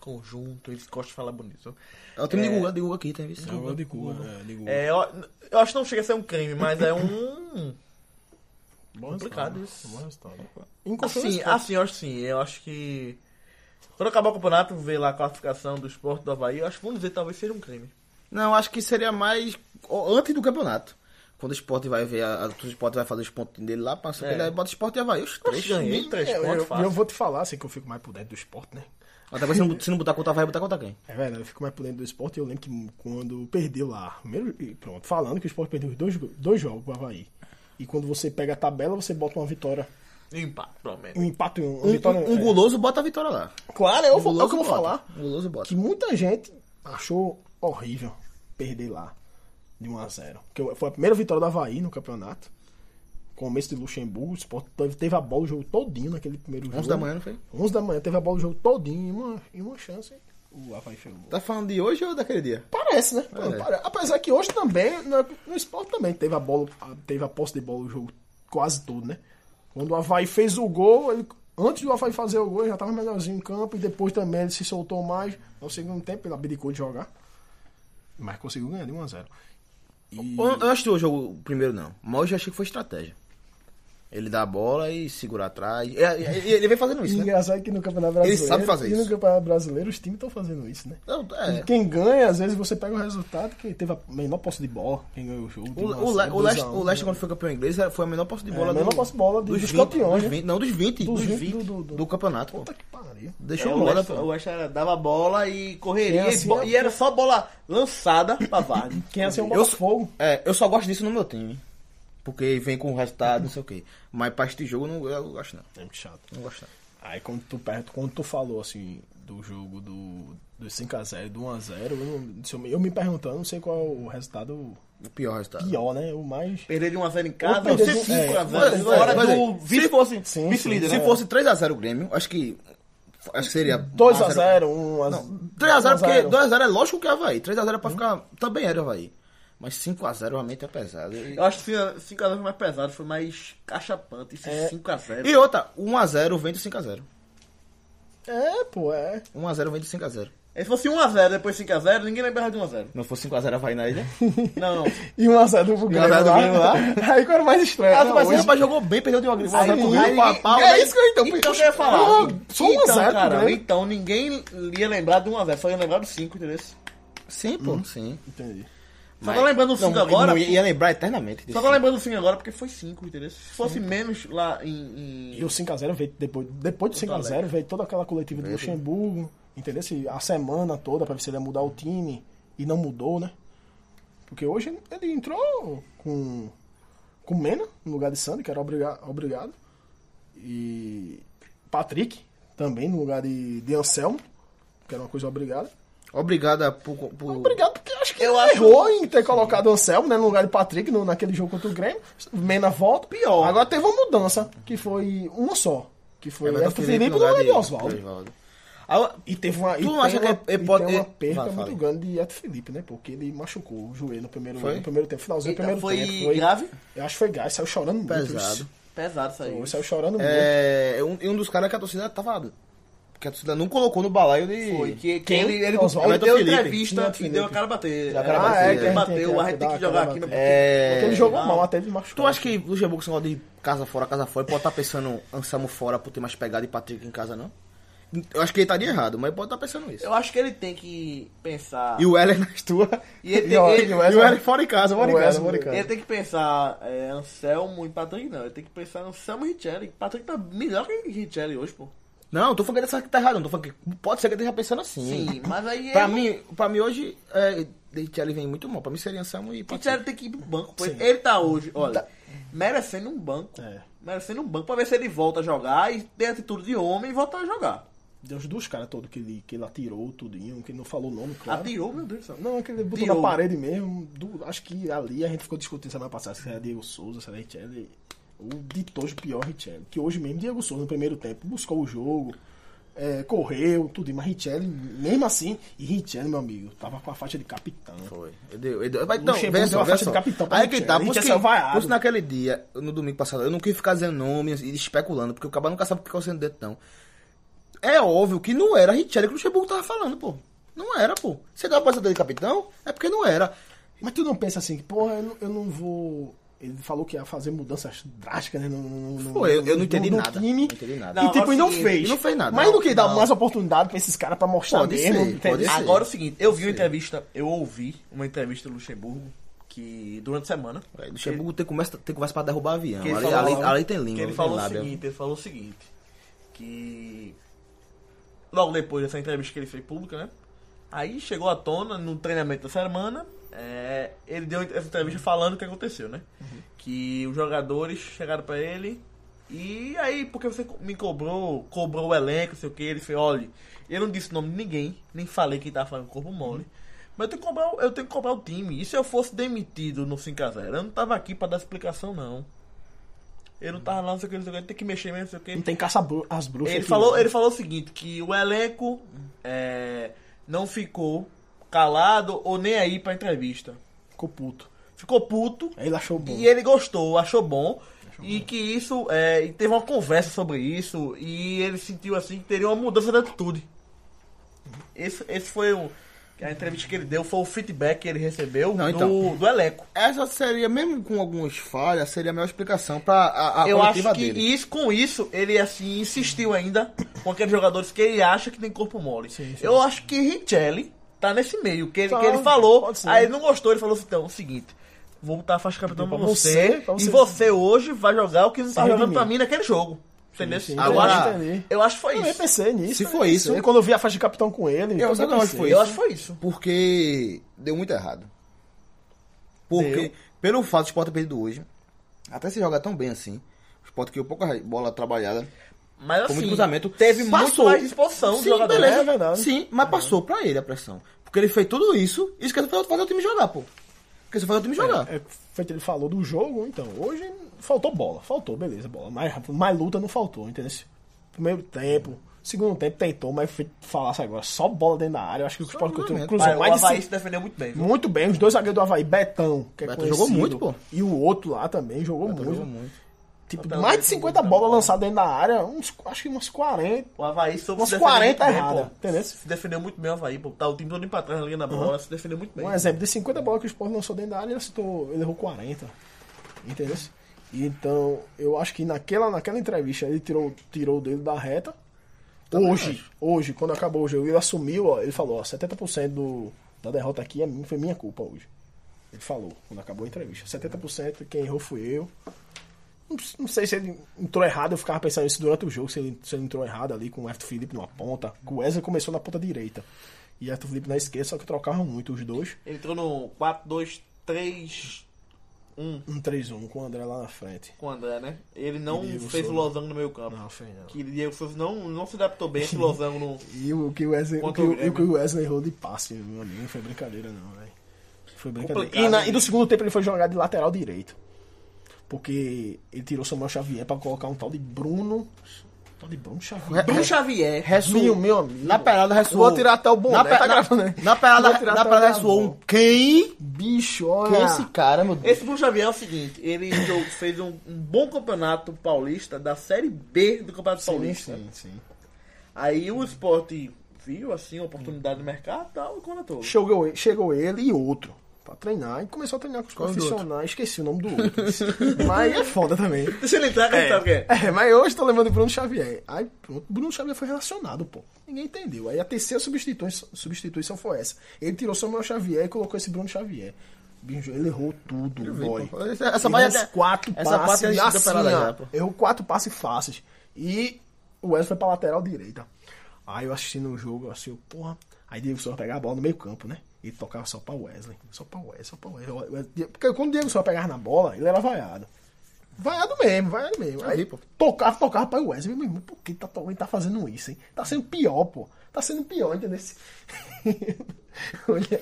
Speaker 1: Conjunto, eles gostam de falar bonito.
Speaker 3: É o time de Guga, de Guga aqui, tem visto?
Speaker 2: Jogou de cu, né? De cu.
Speaker 1: É, eu, eu acho que não chega a ser um crime, mas é um.
Speaker 2: Bom
Speaker 1: complicado
Speaker 2: resultado,
Speaker 1: isso.
Speaker 2: Bom resultado.
Speaker 1: Assim,
Speaker 2: Inconfidente.
Speaker 1: assim, eu acho sim. Eu acho que. Quando acabar o campeonato, ver lá a classificação do esporte do Havaí, eu acho que vamos dizer talvez seja um crime.
Speaker 3: Não, acho que seria mais ó, antes do campeonato. Quando o esporte vai ver, a, a- o esporte vai fazer os pontos dele lá, passa
Speaker 1: É.
Speaker 3: ele aí bota o esporte e Havaí, os
Speaker 1: Três
Speaker 3: três.
Speaker 1: ganhei, três
Speaker 2: É,
Speaker 1: pontos
Speaker 2: eu,
Speaker 1: fácil.
Speaker 2: eu vou te falar, assim, que eu fico mais por dentro do esporte, né?
Speaker 3: Até agora, se não, se não botar contra vai botar contra quem?
Speaker 2: É verdade, eu fico mais por dentro do esporte. Eu lembro que quando perdeu lá, primeiro, e pronto, falando que o esporte perdeu os dois, go- dois jogos pro Havaí. E quando você pega a tabela, você bota uma vitória,
Speaker 1: E empate, pelo menos.
Speaker 2: um empate, uma
Speaker 3: Um,
Speaker 2: vitória. é.
Speaker 3: um, um guloso bota a vitória lá.
Speaker 2: Claro, eu
Speaker 3: Um
Speaker 2: vou, é o que eu vou
Speaker 3: bota.
Speaker 2: falar.
Speaker 3: Um guloso bota.
Speaker 2: Que muita gente achou horrível perder lá de 1 a 0 Porque foi a primeira vitória do Havaí no campeonato. Começo de Luxemburgo, o esporte teve- teve a bola o jogo todinho naquele primeiro jogo.
Speaker 3: 11 da manhã, não foi?
Speaker 2: 11 da manhã, teve a bola o jogo todinho e uma, e uma chance. O Havaí fez o gol.
Speaker 3: Tá falando de hoje ou daquele dia?
Speaker 2: Parece, né? Pô,
Speaker 3: É.
Speaker 2: pare- Apesar que hoje também, na- no esporte também, teve a bola, a- teve a posse de bola o jogo quase todo, né? Quando o Havaí fez o gol, ele, antes do Havaí fazer o gol, ele já tava melhorzinho em campo e depois também ele se soltou mais. No segundo tempo, ele abdicou de jogar. Mas conseguiu ganhar de 1x0. E...
Speaker 3: Eu eu acho que o jogo o primeiro não. Mas hoje eu achei que foi estratégia. Ele dá a bola e segura atrás. É, é, é, ele vem fazendo
Speaker 2: e
Speaker 3: isso, né?
Speaker 2: engraçado é que no Campeonato
Speaker 3: Ele
Speaker 2: Brasileiro.
Speaker 3: sabe fazer
Speaker 2: e
Speaker 3: isso.
Speaker 2: no Campeonato Brasileiro os times estão fazendo isso, né?
Speaker 3: Não,
Speaker 2: E
Speaker 3: é.
Speaker 2: quem ganha, às vezes você pega o resultado, quem teve a menor posse de bola, quem ganhou o jogo.
Speaker 3: O,
Speaker 2: de 1 a
Speaker 3: o, Le-
Speaker 2: 0,
Speaker 3: o
Speaker 2: 2 a
Speaker 3: Leste,
Speaker 2: 1,
Speaker 3: o Leste,
Speaker 2: né?
Speaker 3: quando foi campeão inglês, foi a menor posse de
Speaker 2: É,
Speaker 3: bola
Speaker 2: a menor
Speaker 3: do-
Speaker 2: posse de bola dos campeões,
Speaker 3: dos
Speaker 2: né?
Speaker 3: 20, Não, dos 20.
Speaker 2: Dos
Speaker 3: Dos 20,
Speaker 2: 20 do-
Speaker 3: do,
Speaker 2: do-
Speaker 3: campeonato, pô.
Speaker 2: Puta que pariu.
Speaker 3: Deixou
Speaker 1: É,
Speaker 3: o
Speaker 1: o
Speaker 3: bola,
Speaker 1: West-
Speaker 3: pô.
Speaker 1: o West era- dava bola e correria.
Speaker 2: É, assim,
Speaker 1: e, bo-
Speaker 2: é-
Speaker 1: e era só bola lançada pra Vargas.
Speaker 2: Quem ia ser um
Speaker 3: Eu-
Speaker 2: Botafogo?
Speaker 3: É, eu só gosto disso no meu time. Porque vem com o resultado, não sei o quê. Mas parte de jogo eu não, eu gosto, não.
Speaker 2: É muito chato.
Speaker 3: Não gosto, não.
Speaker 2: Aí quando tu, perto, quando tu falou assim do jogo do, do 5x0 e do 1x0, eu, não- se eu, me- eu me perguntando, não sei qual é o resultado
Speaker 3: O pior resultado.
Speaker 2: pior, né? O mais.
Speaker 1: Perder de 1x0 em casa,
Speaker 2: perder de-
Speaker 1: 5 a 0
Speaker 2: é, mas-
Speaker 1: fora
Speaker 3: mas
Speaker 1: do
Speaker 3: aí,
Speaker 1: vice fosse
Speaker 2: sim,
Speaker 1: vice-líder,
Speaker 3: Se
Speaker 1: né?
Speaker 3: fosse 3x0 o Grêmio, acho que. Acho que seria.
Speaker 2: 2x0, 1x0.
Speaker 3: 3x0, porque 2x0 é lógico que é Havaí. 3x0 é pra ficar. Também era Havaí. Mas 5x0 realmente é pesado. E,
Speaker 1: Eu acho que 5x0 foi mais pesado, foi mais cachapante. Esse 5x0.
Speaker 3: um e outra, 1x0 vem do 5x0.
Speaker 2: É, pô, é.
Speaker 3: 1x0 vem do 5x0.
Speaker 1: Aí se fosse 1x0, depois 5x0, ninguém lembrava de 1x0.
Speaker 3: Não fosse 5x0 a vai na ilha.
Speaker 1: Não, não.
Speaker 2: E um azar do Grêmio
Speaker 3: azar do
Speaker 2: lá.
Speaker 3: Grêmio
Speaker 2: Aí quando mais estranho.
Speaker 3: Ah,
Speaker 2: não,
Speaker 3: tu vai ser,
Speaker 2: hoje-
Speaker 3: rapaz, jogou bem, perdeu de uma
Speaker 2: Aí,
Speaker 3: grisalha.
Speaker 2: aí,
Speaker 3: né?
Speaker 2: é isso que eu- então,
Speaker 1: Então eu ia falar.
Speaker 2: Porra, só um a
Speaker 1: então,
Speaker 2: zero pro
Speaker 1: cara,
Speaker 2: Grêmio.
Speaker 1: então ninguém ia lembrar do 1x0, só ia lembrar do 5, entendeu? Só
Speaker 3: Sim, pô. Sim.
Speaker 2: Entendi.
Speaker 1: tá lembrando do 5 agora.
Speaker 3: Não, ia ia lembrar eternamente.
Speaker 1: Só
Speaker 3: disso.
Speaker 1: tá lembrando do 5 agora porque foi 5, entendeu? Se fosse menos lá em.
Speaker 2: E o 5x0 veio depois, depois do 5x0 veio toda aquela coletiva do Luxemburgo, entendeu? Se A semana toda pra ver se ele ia mudar o time e não mudou, né? Porque hoje ele entrou com com Mena no lugar de Sandy, que era obriga- obrigado. E Patrick também no lugar de, de Anselmo, que era uma coisa obrigada.
Speaker 3: Obrigado por. por-
Speaker 2: Obrigado, porque acho que ele errou em ter colocado o Anselmo né, no lugar de Patrick no- naquele jogo contra o Grêmio. Mena volta.
Speaker 1: Pior.
Speaker 2: Agora teve uma mudança, que foi uma só. Que foi
Speaker 3: É, mas
Speaker 2: é,
Speaker 3: é
Speaker 2: o Felipe no lugar de Oswaldo.
Speaker 3: Ah,
Speaker 2: E teve uma, e
Speaker 3: Tu não
Speaker 2: tem
Speaker 3: acha
Speaker 2: uma,
Speaker 3: que é-
Speaker 2: e
Speaker 3: é- pode-
Speaker 2: tem uma
Speaker 3: é-
Speaker 2: perda
Speaker 3: Vai, fala
Speaker 2: muito
Speaker 3: aí.
Speaker 2: grande de Ed Felipe, né? Porque ele machucou o joelho no primeiro,
Speaker 3: Foi?
Speaker 2: no primeiro tempo, finalzinho
Speaker 1: Eita,
Speaker 2: do primeiro
Speaker 1: foi
Speaker 2: tempo.
Speaker 1: grave?
Speaker 2: Eu acho que foi grave, saiu chorando
Speaker 3: Pesado.
Speaker 1: Pesado isso aí.
Speaker 2: muito. Saiu chorando muito.
Speaker 3: É, um, e um dos caras que a torcida tava. Que a torcida não colocou no balaio de.
Speaker 1: Foi. Que, que
Speaker 2: Quem?
Speaker 1: ele, ele,
Speaker 2: Oswaldo
Speaker 1: ele deu
Speaker 3: Felipe.
Speaker 1: entrevista
Speaker 2: Neto
Speaker 1: e
Speaker 2: Felipe.
Speaker 1: deu a cara a bater.
Speaker 3: a cara a
Speaker 1: ah,
Speaker 3: bater,
Speaker 1: é,
Speaker 3: é.
Speaker 1: que ele bateu,
Speaker 2: que
Speaker 1: a gente tem
Speaker 2: dar
Speaker 1: que
Speaker 2: a
Speaker 1: jogar aqui.
Speaker 2: cara a
Speaker 1: Mas...
Speaker 2: bater.
Speaker 3: É,
Speaker 2: Porque ele jogou
Speaker 1: não.
Speaker 2: mal até ele machucou.
Speaker 3: Tu acha que o Luxemburgo esse negócio de casa fora, casa fora, pode estar pensando Anselmo fora por ter mais pegado e Patrick em casa, não? Eu acho que ele estaria errado, mas pode estar pensando isso.
Speaker 1: Eu acho que ele tem que pensar.
Speaker 3: E o Weller nas tuas.
Speaker 1: E ele
Speaker 2: E
Speaker 1: tem,
Speaker 2: o-
Speaker 1: ele,
Speaker 2: e
Speaker 3: E o Weller fora em casa, fora em
Speaker 2: O
Speaker 3: casa,
Speaker 2: Wesley-
Speaker 3: fora em
Speaker 1: ele
Speaker 3: casa.
Speaker 1: tem que pensar é, Anselmo e Patrick, não. Ele tem que pensar em Anselmo e Richelli. Patrick tá melhor que Richelli hoje, pô.
Speaker 3: Não, eu tô falando que tá errado, não. Tô falando que pode ser que ele esteja pensando assim.
Speaker 1: Sim, mas aí
Speaker 3: Pra
Speaker 1: ele-
Speaker 3: mim, pra mim hoje, é, Richelli vem muito mal. Pra mim seria Anselmo e Patrick.
Speaker 1: Richelli tem que ir pro banco. Pô. Ele tá
Speaker 3: Hum,
Speaker 1: hoje, olha, merecendo um banco.
Speaker 2: É.
Speaker 1: Merecendo um banco pra ver se ele volta a jogar e tem atitude de homem e volta a jogar.
Speaker 2: Deus dos caras todos que ele, que ele atirou, tudinho, que ele não falou o nome, claro.
Speaker 1: Atirou, meu Deus do céu.
Speaker 2: Não, que ele botou
Speaker 1: Diogo.
Speaker 2: na parede mesmo. do- acho que ali a gente ficou discutindo semana passada se era Diego Souza, se era Richelli. O ditojo pior Richelli. Que hoje mesmo Diego Souza no primeiro tempo buscou o jogo, é, correu, tudo. Mas Richelli, mesmo assim, e Richelli, meu amigo, tava com a faixa de capitão.
Speaker 3: Foi. Ele deu, ele deu. Mas então,
Speaker 2: Luxemburgo
Speaker 3: vê
Speaker 2: deu
Speaker 3: só,
Speaker 2: a
Speaker 3: vê
Speaker 2: faixa
Speaker 3: só.
Speaker 2: de capitão pra
Speaker 3: Aí que
Speaker 2: Richelli.
Speaker 3: tá, por isso
Speaker 1: é
Speaker 2: Richelli
Speaker 3: que,
Speaker 2: saiu vaiado.
Speaker 3: por isso naquele dia, no domingo passado, eu não quis ficar dizendo nome e especulando, porque o cabra nunca sabe o que é o dentro, não. É óbvio que não era Richelli que o Luxemburgo tava falando, pô. Não era, pô. Você deu a posição dele capitão? É porque não era.
Speaker 2: Mas tu não pensa assim, que, porra, eu não, eu não vou. Ele falou que ia fazer mudanças drásticas, né? No, no, no-
Speaker 3: Foi, eu- eu não
Speaker 2: no-
Speaker 3: entendi
Speaker 2: no
Speaker 3: nada,
Speaker 2: Time,
Speaker 3: não entendi nada.
Speaker 2: E
Speaker 1: Não,
Speaker 2: tipo, e não
Speaker 1: assim,
Speaker 2: fez.
Speaker 3: e não fez nada,
Speaker 2: Mas no que dá
Speaker 3: não.
Speaker 2: mais oportunidade pra esses caras pra mostrar
Speaker 3: Pode
Speaker 2: mesmo.
Speaker 3: ser,
Speaker 2: entendeu?
Speaker 3: pode ser.
Speaker 1: Agora é o seguinte, eu vi uma entrevista, eu ouvi uma entrevista do Luxemburgo que durante a semana.
Speaker 3: Aí É, O Luxemburgo tem conversa, tem conversa pra derrubar avião.
Speaker 1: que ele
Speaker 3: Ali,
Speaker 1: falou- um
Speaker 3: ali- ali tem língua,
Speaker 1: que ele
Speaker 3: tem
Speaker 1: falou o
Speaker 3: lábia.
Speaker 1: seguinte, ele falou o seguinte, que logo depois dessa entrevista que ele fez pública, né? Aí chegou à tona no treinamento da semana, é, ele deu essa entrevista falando o que aconteceu, né? Que os jogadores chegaram pra ele e aí, porque você co- me cobrou, cobrou o elenco, sei o que, ele fez, olha, eu não disse o nome de ninguém, nem falei quem tava falando corpo mole. Mas eu tenho, que cobrar, o- eu tenho que cobrar o time. E se eu fosse demitido no 5x0? Eu não tava aqui pra dar explicação, não. Eu não tava lá, não sei o que, não sei o que, tem que mexer mesmo, não sei o que.
Speaker 2: Não tem caça bru- às bruxas.
Speaker 1: Ele
Speaker 2: aqui,
Speaker 1: falou,
Speaker 2: não.
Speaker 1: ele falou o seguinte, que o elenco é, não ficou calado ou nem aí pra entrevista.
Speaker 2: Ficou puto.
Speaker 1: Ficou puto
Speaker 2: Aí ele achou bom.
Speaker 1: e é ele gostou, achou bom. E que isso, é, e teve uma conversa sobre isso e ele sentiu assim que teria uma mudança de atitude. Esse, esse foi o. A entrevista que ele deu foi o feedback que ele recebeu
Speaker 3: Não,
Speaker 1: do,
Speaker 3: então.
Speaker 1: do elenco.
Speaker 3: Essa seria, mesmo com algumas falhas, seria a melhor explicação pra a, a
Speaker 1: Eu acho
Speaker 3: coletiva
Speaker 1: que
Speaker 3: dele.
Speaker 1: isso, com isso, ele assim insistiu ainda com aqueles jogadores que ele acha que tem corpo mole. Eu acho que Richelli tá nesse meio, que ele,
Speaker 2: Tá,
Speaker 1: que ele falou,
Speaker 2: pode ser.
Speaker 1: aí ele não gostou, ele falou assim, então, o seguinte, vou botar a faixa capitão pra
Speaker 2: Pra
Speaker 1: você,
Speaker 2: você, pra
Speaker 1: e
Speaker 2: você-
Speaker 1: você hoje vai jogar o que não tá
Speaker 2: redimir.
Speaker 1: jogando pra mim naquele jogo. Entendeu?
Speaker 2: sim.
Speaker 1: eu,
Speaker 3: Agora-
Speaker 1: acho, eu acho que foi
Speaker 2: Eu nem
Speaker 1: isso.
Speaker 2: pensei nisso.
Speaker 3: Se
Speaker 2: né?
Speaker 3: foi isso-
Speaker 2: Eu- Quando eu vi a faixa de capitão com ele.
Speaker 3: Eu
Speaker 2: eu
Speaker 3: sei
Speaker 2: não
Speaker 3: não, acho que foi
Speaker 1: Eu
Speaker 2: pensei.
Speaker 3: isso.
Speaker 1: acho que foi isso.
Speaker 3: Porque deu muito errado. Porque, pelo fato do Sport ter perdido hoje, até se jogar tão bem assim, o Sport criou pouca bola trabalhada,
Speaker 1: Mas
Speaker 3: com
Speaker 1: assim,
Speaker 3: muito cruzamento.
Speaker 1: teve
Speaker 3: passou.
Speaker 1: muito mais disposição né? do
Speaker 3: Sim,
Speaker 1: jogador.
Speaker 3: beleza,
Speaker 2: É verdade.
Speaker 3: Sim, mas passou pra ele a pressão. Porque ele fez tudo isso e esqueceu de fazer o time jogar, pô. Esqueceu de fazer o time jogar.
Speaker 2: É, feito ele falou do jogo, então. Hoje faltou bola, faltou, beleza, bola. Mas, mas luta não faltou, entendeu? Primeiro tempo, segundo tempo tentou, mas feito falasse agora, só bola dentro da área. Eu acho que o Sport
Speaker 3: movimento.
Speaker 1: Mas
Speaker 2: cruzou
Speaker 1: o
Speaker 2: mais de
Speaker 1: Avaí
Speaker 2: cinco-
Speaker 1: se defendeu muito bem. viu?
Speaker 2: Muito bem, os dois zagueiros do Havaí, Betão, que é
Speaker 3: Betão
Speaker 2: conhecido,
Speaker 3: jogou muito, pô.
Speaker 2: E o outro lá também jogou, muito.
Speaker 3: jogou muito.
Speaker 2: Tipo,
Speaker 1: Até
Speaker 2: mais
Speaker 1: o
Speaker 2: de
Speaker 1: tempo
Speaker 2: 50
Speaker 1: do
Speaker 2: bolas
Speaker 1: campo.
Speaker 2: lançadas dentro da área, uns, acho que umas 40.
Speaker 1: O Havaí soube
Speaker 2: Umas
Speaker 1: se defender
Speaker 2: 40
Speaker 1: muito
Speaker 2: errada,
Speaker 1: pô.
Speaker 2: entendeu?
Speaker 1: Se defendeu muito bem o Havaí, pô. Tá o time todo indo pra trás na linha da bola, se defendeu muito bem.
Speaker 2: Um exemplo, de 50 bolas que o Sport lançou dentro da área, ele, citou, ele errou 40. Entendeu? E Então, eu acho que naquela, naquela entrevista ele tirou, tirou o dedo da reta. hoje, hoje, quando acabou o jogo, ele assumiu, ó, ele falou, ó, 70% do, da derrota aqui é minha, foi minha culpa hoje. Ele falou, quando acabou a entrevista. 70% quem errou fui eu. Não, não sei se ele entrou errado, eu ficava pensando isso durante o jogo, se ele, se ele entrou errado ali com o Everton Felipe numa ponta. O Wesley começou na ponta direita. E o Everton Felipe na esquerda, só que trocavam muito os dois.
Speaker 1: Ele entrou no 4-2-3-1
Speaker 2: Um 3-1 com o André lá na frente.
Speaker 1: com o André, né? Ele não
Speaker 2: E Diego
Speaker 1: fez o
Speaker 2: Souza.
Speaker 1: losango no meio campo.
Speaker 2: Não, fez não.
Speaker 1: Que Diego Souza não, não se adaptou bem a esse losango no.
Speaker 2: E o que o Wesley, o
Speaker 1: Contra
Speaker 2: que,
Speaker 1: o
Speaker 2: o- e o
Speaker 1: Grêmio.
Speaker 2: que o Wesley errou de passe, meu amigo, não foi brincadeira não, velho. Foi brincadeira.
Speaker 1: Complicado,
Speaker 2: E, na-
Speaker 1: né?
Speaker 2: e no segundo tempo ele foi jogar de lateral direito. Porque ele tirou Samuel Xavier pra colocar um tal de Bruno. Tal de é. Bruno Xavier.
Speaker 3: É,
Speaker 1: Bruno Xavier.
Speaker 3: Ressoou.
Speaker 2: Meu, meu amigo.
Speaker 3: Na pelada ressoou.
Speaker 2: Vou tirar até o boné,
Speaker 3: Na, pe-
Speaker 2: tá
Speaker 3: na-
Speaker 2: gravando aí.
Speaker 3: na
Speaker 2: Vou
Speaker 3: pelada,
Speaker 2: tirar
Speaker 3: na
Speaker 2: até o
Speaker 3: pelada
Speaker 2: gravão.
Speaker 3: ressoou um quem?
Speaker 2: Bicho,
Speaker 3: Quem
Speaker 2: olha.
Speaker 3: é esse cara, meu Deus?
Speaker 1: Esse Bruno Xavier é o seguinte, ele jo- fez um, um bom campeonato paulista da Série B do Campeonato
Speaker 2: Sim,
Speaker 1: Paulista.
Speaker 2: sim, sim.
Speaker 1: Aí o esporte viu assim a oportunidade do mercado e tal, e contratou.
Speaker 2: Chegou, ele- chegou ele e outro pra treinar. E começou a treinar com os
Speaker 3: Qual é o do outro?
Speaker 2: profissionais. Esqueci o nome do outro. Mas é foda também.
Speaker 1: Deixa ele entrar, que ele sabe quem é.
Speaker 2: É, mas hoje tô lembrando de Bruno Xavier. Aí, pronto, Bruno Xavier foi relacionado, pô. Ninguém entendeu. Aí a terceira substituição, substituição foi essa. Ele tirou Samuel Xavier e colocou esse Bruno Xavier. Bicho, ele errou tudo, boy.
Speaker 3: pô. Essa- essa
Speaker 2: Ele
Speaker 3: vai
Speaker 2: errou
Speaker 3: até-
Speaker 2: uns quatro
Speaker 3: essa parte
Speaker 2: passes,
Speaker 3: a gente
Speaker 2: assim,
Speaker 3: deu pelada
Speaker 2: ó.
Speaker 3: já, pô.
Speaker 2: errou quatro passes fáceis. E o Wesley foi pra lateral direita. Aí eu assistindo o jogo, assim, eu, porra. Aí Diego Souza pegava a bola no meio campo, né? Ele tocava só pra Wesley. Só pra Wesley, só pra Wesley. Porque quando o Diego Souza pegava na bola, ele era vaiado. Vaiado mesmo, vaiado mesmo. Aí,
Speaker 3: vi, pô.
Speaker 2: tocava, tocava pra Wesley. Meu irmão, por que tá, to- ele tá fazendo isso, hein? Tá sendo pior, pô. Tá sendo pior, entendeu? Olha.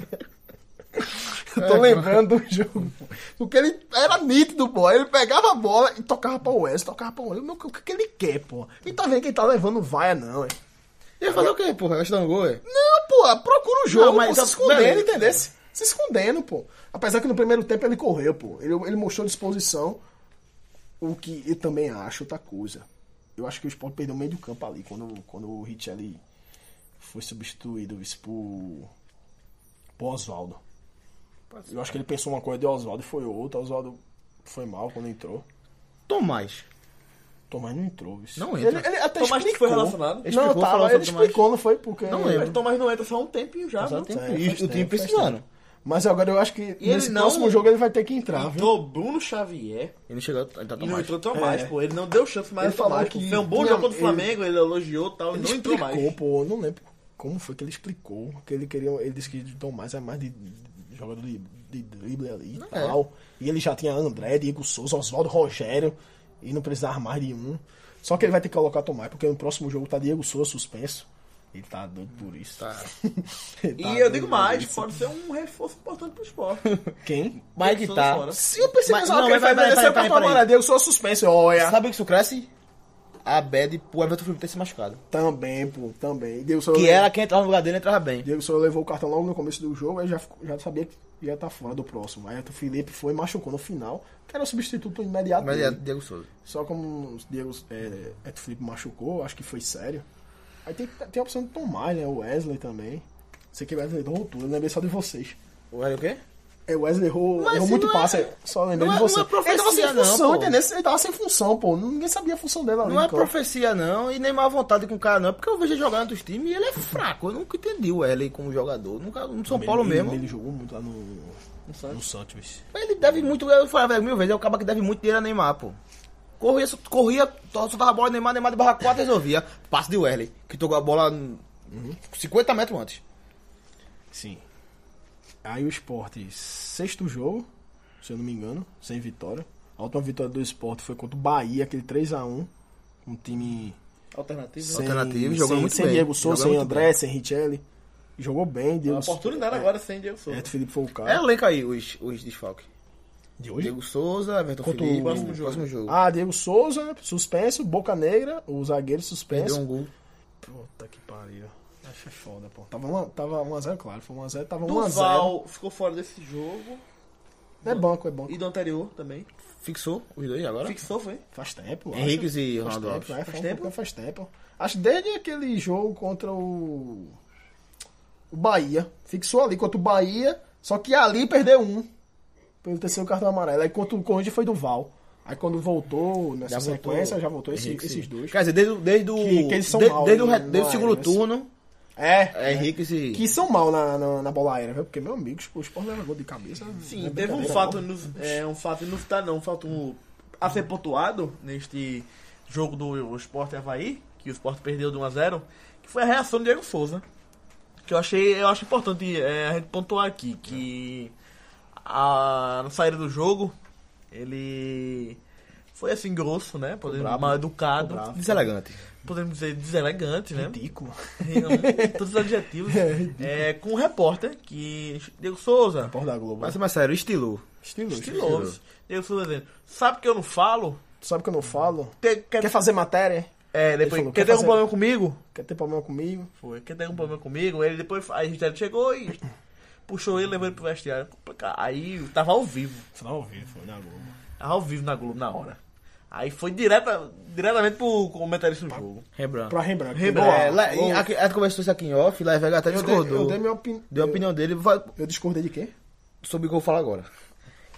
Speaker 2: Eu tô lembrando do jogo. pô. Porque ele era nítido, pô. Ele pegava a bola e tocava pra Wesley, tocava pra Wesley. Meu, O que, que ele quer, pô? Ele tá vendo que ele tá levando vaia, não, hein?
Speaker 3: Ia fazer o quê, porra? Gastar um gol, é?
Speaker 2: Não, pô, procura o jogo,
Speaker 3: Não, mas
Speaker 2: pô,
Speaker 3: tá-
Speaker 2: se escondendo,
Speaker 3: beleza.
Speaker 2: entendeu? Se, se escondendo, pô. Apesar que no primeiro tempo ele correu, pô. Ele, ele mostrou disposição, o que eu também acho outra coisa. Eu acho que o Sport perdeu o meio do campo ali, quando, quando o Richelli foi substituído isso por, por Oswaldo. Eu acho que ele pensou uma coisa de Oswaldo e foi outra. Oswaldo foi mal quando entrou.
Speaker 3: Tomás.
Speaker 2: Tomás não entrou, isso.
Speaker 3: Não entra.
Speaker 2: Ele, ele até
Speaker 1: Tomás que foi
Speaker 2: explicou.
Speaker 1: relacionado?
Speaker 2: não,
Speaker 3: Explicou, falou
Speaker 2: tava,
Speaker 3: sobre
Speaker 2: ele
Speaker 3: Tomás.
Speaker 2: explicou, não foi? Porque...
Speaker 3: Não
Speaker 1: Mas
Speaker 3: lembro.
Speaker 1: o Tomás não entra só há um tempinho já, viu?
Speaker 2: tempo. É,
Speaker 3: e
Speaker 2: faz
Speaker 3: o time
Speaker 2: tempo, faz
Speaker 3: precisando.
Speaker 2: Mas agora eu acho que
Speaker 1: ele
Speaker 2: nesse
Speaker 1: não-
Speaker 2: próximo jogo ele vai ter que entrar, viu?
Speaker 1: Entrou Bruno Xavier
Speaker 3: Ele não chegou, ele tá
Speaker 1: e não
Speaker 3: Tomás.
Speaker 1: entrou Tomás,
Speaker 2: É.
Speaker 1: pô. Ele não deu chance mais
Speaker 2: Ele
Speaker 1: ao Tomás,
Speaker 2: falou
Speaker 1: pô.
Speaker 2: que
Speaker 1: Foi um bom
Speaker 2: tinha-
Speaker 1: jogo contra o
Speaker 2: ele-
Speaker 1: Flamengo, ele elogiou e tal, e
Speaker 2: Ele
Speaker 1: não entrou mais.
Speaker 2: explicou, pô, eu não lembro como foi que ele explicou. Que ele queria. Ele disse que Tomás é mais de, de jogador de, de drible ali
Speaker 1: é.
Speaker 2: e tal. E ele já tinha André, Diego Souza, Oswaldo Rogério. E não precisava mais de um. Só que ele vai ter que colocar Tomás, porque no próximo jogo tá Diego Souza suspenso. Ele tá doido por isso. Ele
Speaker 1: E
Speaker 2: tá
Speaker 1: eu
Speaker 2: doido
Speaker 1: digo
Speaker 2: por
Speaker 1: mais,
Speaker 2: isso.
Speaker 1: pode ser um reforço importante pro esporte.
Speaker 2: Quem?
Speaker 3: Mas que
Speaker 1: Diego
Speaker 3: tá.
Speaker 1: Souza fora.
Speaker 2: Sim, eu pensei
Speaker 3: Mas-
Speaker 2: que
Speaker 3: não,
Speaker 2: não, ele
Speaker 3: mas
Speaker 2: vai
Speaker 3: peraí,
Speaker 1: é
Speaker 2: merecer
Speaker 3: peraí,
Speaker 2: pra
Speaker 3: peraí,
Speaker 2: tomar
Speaker 3: peraí.
Speaker 2: Diego Souza suspenso. Olha.
Speaker 3: Sabe o que isso cresce? A bad pro Everton Felipe ter se machucado.
Speaker 2: Também, pô, também. Diego Souza.
Speaker 1: é
Speaker 3: Que era quem entrava no lugar dele entrava bem.
Speaker 2: Diego Souza levou o cartão logo no começo do jogo, aí já, ficou- já sabia que ia estar fora do próximo. Aí o Felipe foi e machucou no final, que era o substituto imediato.
Speaker 3: Mas é
Speaker 2: dele.
Speaker 3: Diego Souza.
Speaker 2: Só como o Diego é, é, que o Felipe machucou, acho que foi sério. Aí tem, tem a opção de tomar, né? O Wesley também. Sei que o Wesley errou tudo, eu lembrei só de vocês.
Speaker 3: O era o quê?
Speaker 2: É, O Wesley errou,
Speaker 3: Mas
Speaker 2: errou
Speaker 3: se
Speaker 2: muito
Speaker 3: não é-
Speaker 2: passe, só lembrei
Speaker 3: não
Speaker 2: de
Speaker 3: é- não é
Speaker 2: vocês. ele tava sem
Speaker 3: profecia, não,
Speaker 2: função,
Speaker 3: pô.
Speaker 2: entendeu? Ele tava sem função, pô. Ninguém sabia a função dele ali.
Speaker 3: Não é
Speaker 2: no campo.
Speaker 3: profecia, não, e nem má vontade com o cara, não. É porque eu vejo ele jogar em outros times e ele é fraco. Eu nunca entendi o Ellen como jogador. Nunca, no São é Paulo
Speaker 2: ele,
Speaker 3: mesmo.
Speaker 2: Ele, ele
Speaker 3: Ele,
Speaker 2: jogou muito lá no, no Santos.
Speaker 3: deve muito. Eu falava mil vezes, é o cara que deve muito dinheiro a Neymar, pô. Corria, só- corria, só soltava a bola, Neymar, Neymar de barra 4 resolvia. Passe de Werley, que tocou a bola hum, 50 metros antes.
Speaker 2: Sim. Aí o esporte, sexto jogo, se eu não me engano, sem vitória. A última vitória do esporte foi contra o Bahia, aquele 3x1. Um time
Speaker 1: Alternativo.
Speaker 2: sem,
Speaker 3: Alternativo, jogou
Speaker 2: sem,
Speaker 3: muito
Speaker 2: sem
Speaker 3: bem.
Speaker 2: Diego Souza,
Speaker 3: Jogou
Speaker 2: sem
Speaker 3: muito
Speaker 2: André,
Speaker 3: bem.
Speaker 2: sem Richelli. Jogou bem,
Speaker 1: Uma
Speaker 2: Diego Souza.
Speaker 1: oportunidade agora sem Diego Souza.
Speaker 2: Neto Felipe foi o
Speaker 3: É
Speaker 2: cara.
Speaker 3: elenco aí, os, os desfalques.
Speaker 2: De hoje?
Speaker 3: Diego Souza, Everton
Speaker 2: Contra o-
Speaker 3: Felipe,
Speaker 1: próximo jogo.
Speaker 3: próximo jogo.
Speaker 2: Ah, Diego Souza, suspenso. Boca Negra, o zagueiro
Speaker 3: Perdeu
Speaker 2: suspenso.
Speaker 3: um gol.
Speaker 2: Puta que pariu. Achei um foda, pô. Tava 1x0, tava 1 a 0, claro. Foi 1x0, tava 1x0.
Speaker 1: Duval ficou fora desse jogo.
Speaker 2: É banco, é banco.
Speaker 5: E do anterior também.
Speaker 3: Fixou os dois agora?
Speaker 5: Fixou, foi?
Speaker 2: Faz tempo. acho.
Speaker 3: Henriquez e
Speaker 2: Faz
Speaker 3: Ronaldo
Speaker 2: tempo,
Speaker 3: Alves.
Speaker 2: é,
Speaker 5: Faz
Speaker 2: faz
Speaker 5: tempo?
Speaker 2: tempo. Faz tempo. Acho desde aquele jogo contra o. O Bahia. Fixou ali contra o Bahia, só que ali perdeu um. Pelo terceiro cartão amarelo. Aí contra o Corinthians foi do Val. Aí quando voltou nessa
Speaker 3: Já voltou.
Speaker 2: sequência, já voltou esse-
Speaker 3: Henrique,
Speaker 2: esses
Speaker 3: sim.
Speaker 2: dois.
Speaker 3: Quer dizer, desde, o- desde o.
Speaker 2: Que- que eles são
Speaker 3: de-
Speaker 2: mal,
Speaker 3: desde o, re-
Speaker 2: né?
Speaker 3: desde o segundo
Speaker 2: Mas-
Speaker 3: turno,
Speaker 2: É.
Speaker 3: é Henrique e.
Speaker 2: Que são mal na, na, na bola aérea, viu? Porque, meu amigo, o Sport leva gol de cabeça.
Speaker 5: Sim,
Speaker 2: não é
Speaker 5: teve um
Speaker 2: brincadeira,
Speaker 5: fato,
Speaker 2: não.
Speaker 5: no, é, um fato inusitar, não, um fato
Speaker 1: a ser pontuado neste jogo do Sport e Havaí, que o Sport perdeu de 1 a 0 que foi a reação do Diego Souza. Que eu achei eu acho importante é, a gente pontuar aqui, que a, na saída do jogo, ele foi assim grosso, né? Podemos, mal educado,
Speaker 3: Deselegante.
Speaker 1: podemos dizer deselegante, né?
Speaker 2: Ridículo.
Speaker 1: Em Todos os adjetivos. É, com o repórter, que Diego Souza,
Speaker 2: Porra da Globo. né?
Speaker 3: Mas, mas sério, estilou.
Speaker 1: é
Speaker 2: Estiloso.
Speaker 1: estiloso. Diego Souza dizendo, sabe que eu não falo?
Speaker 2: Tu sabe que eu não falo?
Speaker 1: Tem- quer-
Speaker 2: Quer fazer matéria?
Speaker 1: é,
Speaker 2: Ele
Speaker 1: depois,
Speaker 2: falou,
Speaker 1: quer
Speaker 2: quer
Speaker 1: ter algum
Speaker 2: fazer-
Speaker 1: problema comigo?
Speaker 2: Quer ter problema comigo?
Speaker 1: Foi. Quem tem um problema comigo, ele depois. Aí a gente chegou e puxou ele, levou ele pro vestiário. Complicado. Aí tava ao vivo.
Speaker 2: Só ao vivo, foi na Globo.
Speaker 1: Tava ao vivo na Globo na hora. Aí foi direta, diretamente pro comentarista do jogo.
Speaker 3: Rembrandt.
Speaker 2: Pra Rembrandt.
Speaker 1: Rembrandt.
Speaker 3: É,
Speaker 2: Boa.
Speaker 3: lá, em- aqui- a gente conversou isso aqui em off, lá em Vega até
Speaker 2: Eu dei, eu
Speaker 3: discordou.
Speaker 2: dei minha opinião.
Speaker 3: Deu a opinião dele vai-
Speaker 2: Eu discordei de quê?
Speaker 3: sobre o que eu vou falar agora.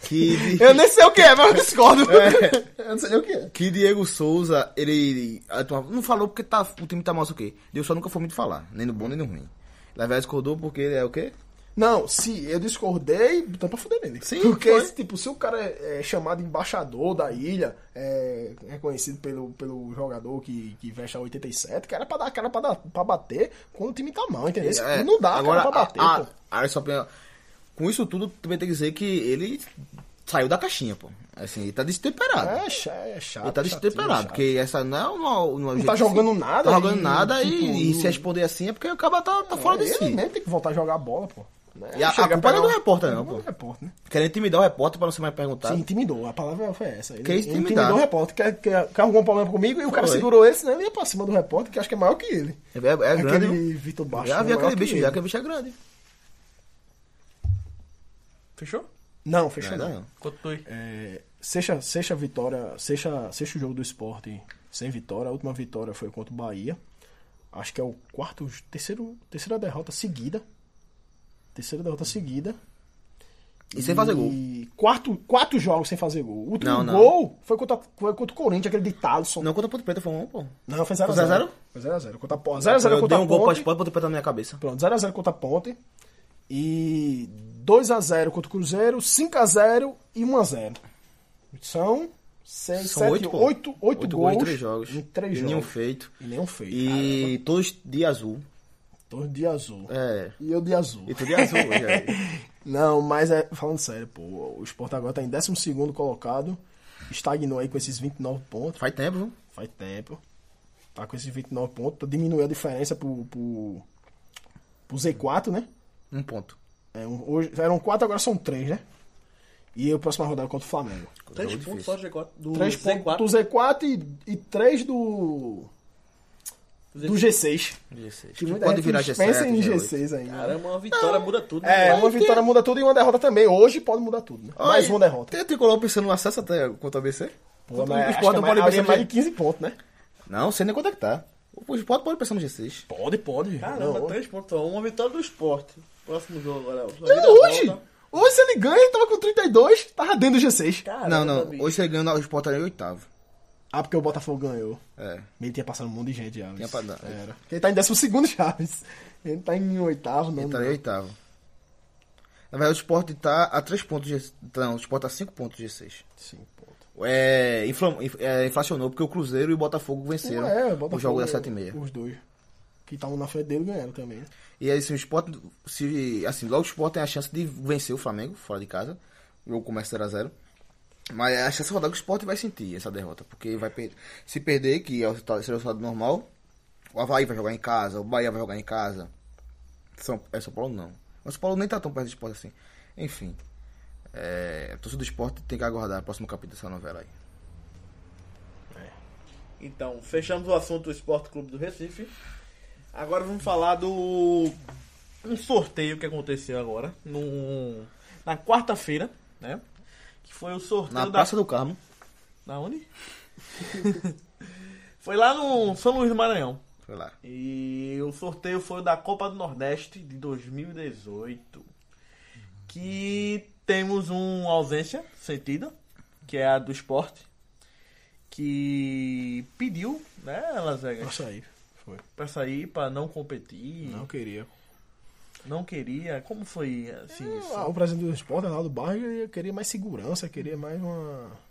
Speaker 3: Que,
Speaker 2: Eu nem sei o que é, mas eu discordo.
Speaker 3: É.
Speaker 2: Eu não sei nem o que é.
Speaker 3: que Diego Souza, ele. a turma não falou porque tá, o time tá mal, sei o quê. Diego Souza nunca foi muito falar, nem no bom nem no ruim. Lá em Vega discordou porque ele é o quê?
Speaker 2: Não, se eu discordei, então pra fuder nele.
Speaker 3: Sim,
Speaker 2: Porque,
Speaker 3: foi.
Speaker 2: tipo, se o cara é, é chamado embaixador da ilha, é reconhecido pelo, pelo jogador que, que veste a 87, cara, é pra dar a cara pra, dar, pra bater quando o time tá mal, entendeu?
Speaker 3: É,
Speaker 2: não dá a
Speaker 3: agora,
Speaker 2: cara pra bater,
Speaker 3: a, a,
Speaker 2: pô.
Speaker 3: a sua opinião- Com isso tudo, também tem que dizer que ele saiu da caixinha, pô. Assim, ele tá destemperado.
Speaker 2: É, cha- é chato.
Speaker 3: ele tá
Speaker 2: chatinho,
Speaker 3: destemperado,
Speaker 2: chato.
Speaker 3: porque essa não é uma. uma
Speaker 2: Não tá jogando nada.
Speaker 3: Tá jogando
Speaker 2: e,
Speaker 3: nada
Speaker 2: tipo,
Speaker 3: e, e
Speaker 2: não-
Speaker 3: se responder assim é porque o cara tá, tá fora de
Speaker 2: ele
Speaker 3: si.
Speaker 2: mesmo tem que voltar a jogar bola, pô. Né?
Speaker 3: E a- a
Speaker 2: Chega
Speaker 3: culpa não é
Speaker 2: pegar
Speaker 3: do repórter, não,
Speaker 2: É do
Speaker 3: pô.
Speaker 2: repórter, né?
Speaker 3: Querendo intimidar o repórter pra não ser mais
Speaker 2: Se
Speaker 3: perguntado.
Speaker 2: intimidou, a palavra foi essa. Ele,
Speaker 3: Quer
Speaker 2: ele
Speaker 3: intimidar.
Speaker 2: intimidou o repórter, quer, quer, quer algum um problema comigo, e o cara
Speaker 3: Foi.
Speaker 2: segurou esse, né? Ele ia pra cima do repórter, que acho que é maior que ele.
Speaker 3: É, é grande. viu?
Speaker 2: aquele Vitor Baixo.
Speaker 3: já
Speaker 2: né,
Speaker 3: vi
Speaker 2: maior
Speaker 3: aquele
Speaker 2: que
Speaker 3: bicho,
Speaker 2: ele.
Speaker 3: já aquele bicho é grande.
Speaker 1: Fechou?
Speaker 2: Não, fechou
Speaker 3: Não,
Speaker 2: não.
Speaker 3: não.
Speaker 1: Continue.
Speaker 2: É, sexta, sexta vitória, sexta, sexto jogo do esporte sem vitória. A última vitória foi contra o Bahia. Acho que é o quarto, terceiro, terceira derrota seguida. Terceira derrota seguida.
Speaker 3: E sem fazer gol.
Speaker 2: E quatro, quatro jogos sem fazer gol. O último
Speaker 3: Não, não.
Speaker 2: gol foi contra, foi contra o Corinthians, aquele de Talisson.
Speaker 3: Não conta ponto preto, foi um, pô.
Speaker 2: Não, foi
Speaker 3: Foi
Speaker 2: 0x0.
Speaker 3: 0x0?
Speaker 2: Foi 0x0. Contra a Ponte. 0x0
Speaker 3: eu dei
Speaker 2: contra a
Speaker 3: um gol pra
Speaker 2: Ponte.
Speaker 3: esporte, ponto preto na minha cabeça.
Speaker 2: Pronto, 0x0 contra a Ponte. E 2x0 contra o Cruzeiro, 5x0 e 1x0. São 6,
Speaker 3: São
Speaker 2: 7,
Speaker 3: 8,
Speaker 2: 8,
Speaker 3: pô.
Speaker 2: 8,
Speaker 3: Oito
Speaker 2: gols,
Speaker 3: em três jogos.
Speaker 2: em três
Speaker 3: E Nenhum
Speaker 2: jogos.
Speaker 3: feito.
Speaker 2: E nenhum feito.
Speaker 3: E
Speaker 2: Caramba,
Speaker 3: todos de azul.
Speaker 2: tô de azul.
Speaker 3: É.
Speaker 2: E eu de azul. é.
Speaker 3: E tudo de azul hoje aí.
Speaker 2: Não, mas é, falando sério, pô, o Sport agora tá em 12 colocado. Estagnou aí com esses 29 pontos.
Speaker 3: Faz tempo, viu?
Speaker 2: Faz tempo. Tá com esses 29 pontos. Diminuiu a diferença pro, pro, pro Z4, né?
Speaker 3: Um ponto.
Speaker 2: É, um- hoje, eram 4, agora são 3, né? E a próxima rodada contra o Flamengo.
Speaker 5: Três
Speaker 3: Jogo
Speaker 5: pontos
Speaker 3: difícil.
Speaker 5: só do G4. Do
Speaker 2: 3
Speaker 5: Z4,
Speaker 2: pontos do Z4 e, e 3 do, do G6. Que muita
Speaker 3: Pode
Speaker 2: gente
Speaker 3: virar
Speaker 2: dispensa
Speaker 3: G7,
Speaker 2: em
Speaker 3: G8.
Speaker 2: G6 ainda.
Speaker 5: Caramba, uma vitória muda tudo.
Speaker 2: É,
Speaker 5: né?
Speaker 2: uma vitória muda tudo e uma derrota também. Hoje pode mudar tudo, né? Mais
Speaker 3: Olha,
Speaker 2: uma derrota.
Speaker 3: Tem tricolor pensando no acesso até contra o ABC?
Speaker 2: Pô,
Speaker 3: o
Speaker 2: mas acho que
Speaker 3: Sport
Speaker 2: é
Speaker 3: não
Speaker 2: mais,
Speaker 3: pode
Speaker 2: ali é
Speaker 3: pensar
Speaker 2: mais
Speaker 3: mais...
Speaker 2: de 15 pontos, né?
Speaker 3: Não, sei nem quanto é que tá. O esporte pode pensar no G6.
Speaker 2: Pode, pode.
Speaker 5: Caramba, três pontos. só. Uma vitória do esporte. Próximo jogo agora.
Speaker 2: É hoje! Hoje se ele ganha, ele tava com 32, tava dentro do G6.
Speaker 3: não, não. Hoje você ganha o esporte ali em oitavo.
Speaker 2: Ah, porque o Botafogo ganhou.
Speaker 3: É.
Speaker 2: Ele tinha passado um monte de gente já.
Speaker 3: Tinha é. pra dar.
Speaker 2: Era. Porque Ele tá em décimo segundo Chaves. Ele tá em oitavo, não.
Speaker 3: Ele tá ali em oitavo. Na verdade, o esporte tá a 3 pontos. G... Não, o esporte tá 5 pontos do G6.
Speaker 2: Sim, ponto.
Speaker 3: É, infla- inf- é, inflacionou porque o Cruzeiro e o Botafogo venceram
Speaker 2: Ué,
Speaker 3: é, o
Speaker 2: Ah, é, Botafogo
Speaker 3: jogo da
Speaker 2: ganhou
Speaker 3: 7 e meia.
Speaker 2: Os dois. Que estavam na frente dele ganharam também. né?
Speaker 3: E aí, assim, o Sport, se, assim, logo o Sport tem a chance de vencer o Flamengo fora de casa. O jogo começa 0x0. Mas é a chance rodada que o Sport vai sentir essa derrota. Porque vai per- se perder, que é o resultado, seria o resultado normal, o Havaí vai jogar em casa, o Bahia vai jogar em casa. São, é São Paulo não. Mas São Paulo nem tá tão perto do Sport assim. Enfim. É, a torcida do Sport tem que aguardar o próximo capítulo dessa novela aí.
Speaker 5: Então, fechamos o assunto do Esporte Clube do Recife. Agora vamos falar do um sorteio que aconteceu agora, num- na quarta-feira,
Speaker 1: né? Que foi o sorteio
Speaker 3: Na
Speaker 1: da.
Speaker 3: Praça do Carmo.
Speaker 1: Da onde? foi lá no São Luís do Maranhão.
Speaker 3: Foi lá.
Speaker 1: E o sorteio foi o da Copa do Nordeste de 2018. Que temos uma ausência sentida, que é a do esporte, que pediu, né, Las Vegas,
Speaker 2: Nossa aí. Foi.
Speaker 1: pra sair, pra não competir,
Speaker 2: Não
Speaker 1: não,
Speaker 2: queria.
Speaker 1: queria. Como foi, assim, isso?
Speaker 2: Ah, o presidente do esporte, Arnaldo Barros, ele queria mais segurança, queria mais uma.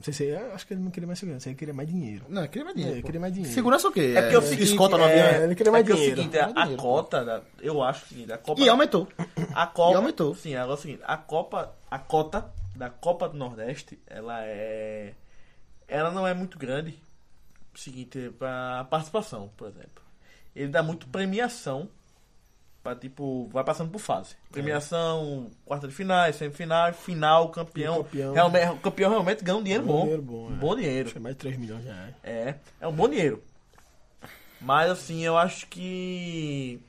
Speaker 2: Não sei se. é- Acho que ele não queria mais segurança, ele queria mais dinheiro.
Speaker 3: Não, queria mais dinheiro.
Speaker 2: É,
Speaker 3: pô.
Speaker 2: queria mais dinheiro.
Speaker 3: Segurança o quê?
Speaker 1: É porque é o seguinte,
Speaker 3: Escolta no avião.
Speaker 2: É, ele queria mais
Speaker 1: é que é o
Speaker 2: dinheiro.
Speaker 1: seguinte, a,
Speaker 3: Mais dinheiro,
Speaker 1: a
Speaker 3: pô.
Speaker 1: cota, da- eu acho o seguinte, a Copa...
Speaker 3: E é aumentou.
Speaker 1: A Copa.
Speaker 3: E aumentou.
Speaker 1: Sim, agora é o seguinte, a Copa, a cota da Copa do Nordeste, ela é ela não é muito grande. Seguinte, para participação, por exemplo. Ele dá muito premiação para tipo, vai passando por fase. Premiação, quarta de finais, semifinal, final, campeão.
Speaker 2: E campeão.
Speaker 1: Realmente, o campeão realmente ganha um dinheiro
Speaker 2: Bom
Speaker 1: bom.
Speaker 2: dinheiro bom,
Speaker 1: um
Speaker 2: é.
Speaker 1: bom dinheiro.
Speaker 2: Acho que é mais de 3 milhões de reais.
Speaker 1: É, é um bom dinheiro. Mas assim, eu acho que.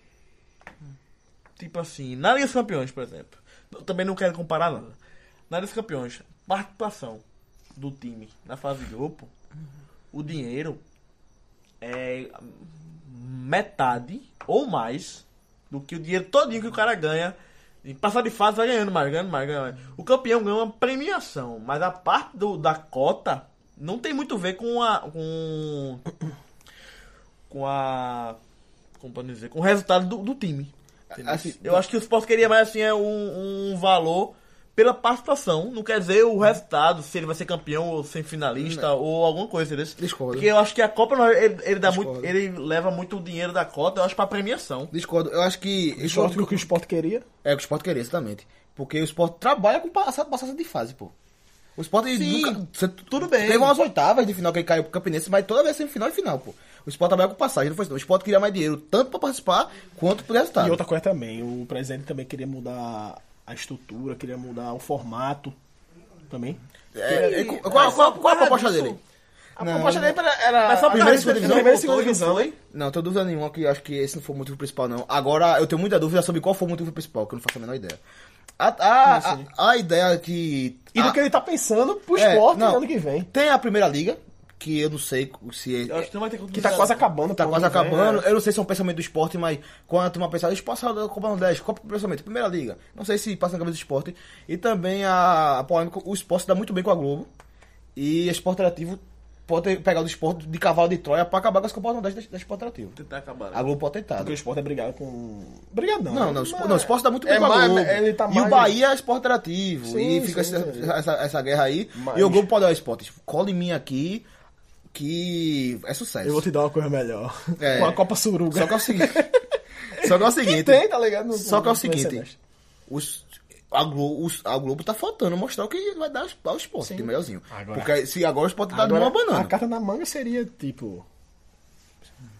Speaker 1: Tipo assim, na Liga dos Campeões, por exemplo. Eu também não quero comparar nada. Na Liga dos Campeões, participação do time na fase de grupo, o dinheiro é metade ou mais do que o dinheiro todinho que o cara ganha. E passar de fase vai ganhando mais, ganhando mais, ganhando mais. O campeão ganha uma premiação, mas a parte do, da cota não tem muito a ver com a. com. com a. como pode dizer? com o resultado do, do time.
Speaker 3: Assim,
Speaker 1: Eu acho que o Sport queria mais assim, é um, um valor pela participação, não quer dizer o resultado, se ele vai ser campeão ou semifinalista ou alguma coisa desse.
Speaker 3: Discordo.
Speaker 1: Porque eu acho que a Copa não- ele, ele dá
Speaker 3: Discordo.
Speaker 1: muito, ele leva muito dinheiro da cota, eu acho pra premiação.
Speaker 3: Discordo. Eu acho que.
Speaker 2: O esporte, o que o esporte queria.
Speaker 3: É o que o esporte queria, exatamente. Porque o esporte trabalha com passada, passada de fase, pô. O esporte
Speaker 1: Sim,
Speaker 3: nunca. cê-
Speaker 1: tudo bem.
Speaker 3: Teve umas oitavas de final que ele caiu pro Campinense, mas toda vez é semifinal e final, pô. O esporte trabalha com passagem, não foi isso. não. O esporte queria mais dinheiro, tanto pra participar quanto pro resultado.
Speaker 2: E outra coisa também, o presidente também queria mudar a estrutura, queria mudar o formato também.
Speaker 3: É, é, qual, qual- qual- qual a proposta dele?
Speaker 2: Ah, A proposta dele era.
Speaker 1: Mas só
Speaker 3: primeira e segunda divisão
Speaker 2: primeira
Speaker 1: voltou,
Speaker 2: e segunda divisão,
Speaker 1: não foi?
Speaker 3: Não, tenho dúvida nenhuma que eu acho que esse não foi o motivo principal, não. Agora, eu tenho muita dúvida sobre qual foi o motivo principal, que eu não faço a menor ideia. A, a, a, a ideia que.
Speaker 2: E do
Speaker 3: a-
Speaker 2: que ele tá pensando pro
Speaker 3: Ah. É,
Speaker 2: esporte no
Speaker 3: não.
Speaker 2: ano que vem.
Speaker 3: Tem a primeira liga, que eu não sei se. é-
Speaker 1: Eu acho que não vai ter
Speaker 2: Que tá quase acabando.
Speaker 3: Tá
Speaker 2: pô,
Speaker 3: quase
Speaker 2: ano que vem,
Speaker 3: acabando.
Speaker 2: né?
Speaker 3: Eu não sei se é um pensamento do esporte, mas quando a turma pensa, o esporte saiu da Copa Nordeste, Copa do pensamento, Primeira Liga. Não sei se passa na cabeça do esporte. E também a, a polêmica, o esporte se dá muito bem com a Globo. E o esporte ativo pode ter- pegar o esporte de cavalo de Troia pra acabar com as Copas Nordeste da, da esporte ativo.
Speaker 1: Tentar acabar.
Speaker 3: A Globo pode tentar. né?
Speaker 2: Porque o esporte é brigado com. Brigado não.
Speaker 3: Não,
Speaker 2: né?
Speaker 3: não, o esporte,
Speaker 2: Mas-
Speaker 3: não, o esporte dá muito bem
Speaker 2: é
Speaker 3: com a
Speaker 2: mais-
Speaker 3: Globo.
Speaker 2: ele tá
Speaker 3: E o
Speaker 2: mais-
Speaker 3: Bahia é esporte ativo.
Speaker 2: Sim,
Speaker 3: e fica
Speaker 2: sim,
Speaker 3: essa,
Speaker 2: sim.
Speaker 3: Essa, essa guerra aí.
Speaker 2: Mas-
Speaker 3: E o Globo pode dar o esporte. Cola em mim aqui, que é sucesso.
Speaker 2: Eu vou te dar uma coisa melhor.
Speaker 3: É.
Speaker 2: Uma Copa Suruga.
Speaker 3: Só que é o seguinte. Só que é o seguinte.
Speaker 2: Tem, tá ligado? No-
Speaker 3: Só que é o
Speaker 2: no primeiro
Speaker 3: seguinte.
Speaker 2: semestre.
Speaker 3: Os, a, Globo, os- a Globo tá faltando mostrar o que vai dar ao esporte de melhorzinho.
Speaker 2: Agora-
Speaker 3: Porque se agora o esporte tá
Speaker 2: Agora,
Speaker 3: numa banana.
Speaker 2: A carta na manga seria tipo.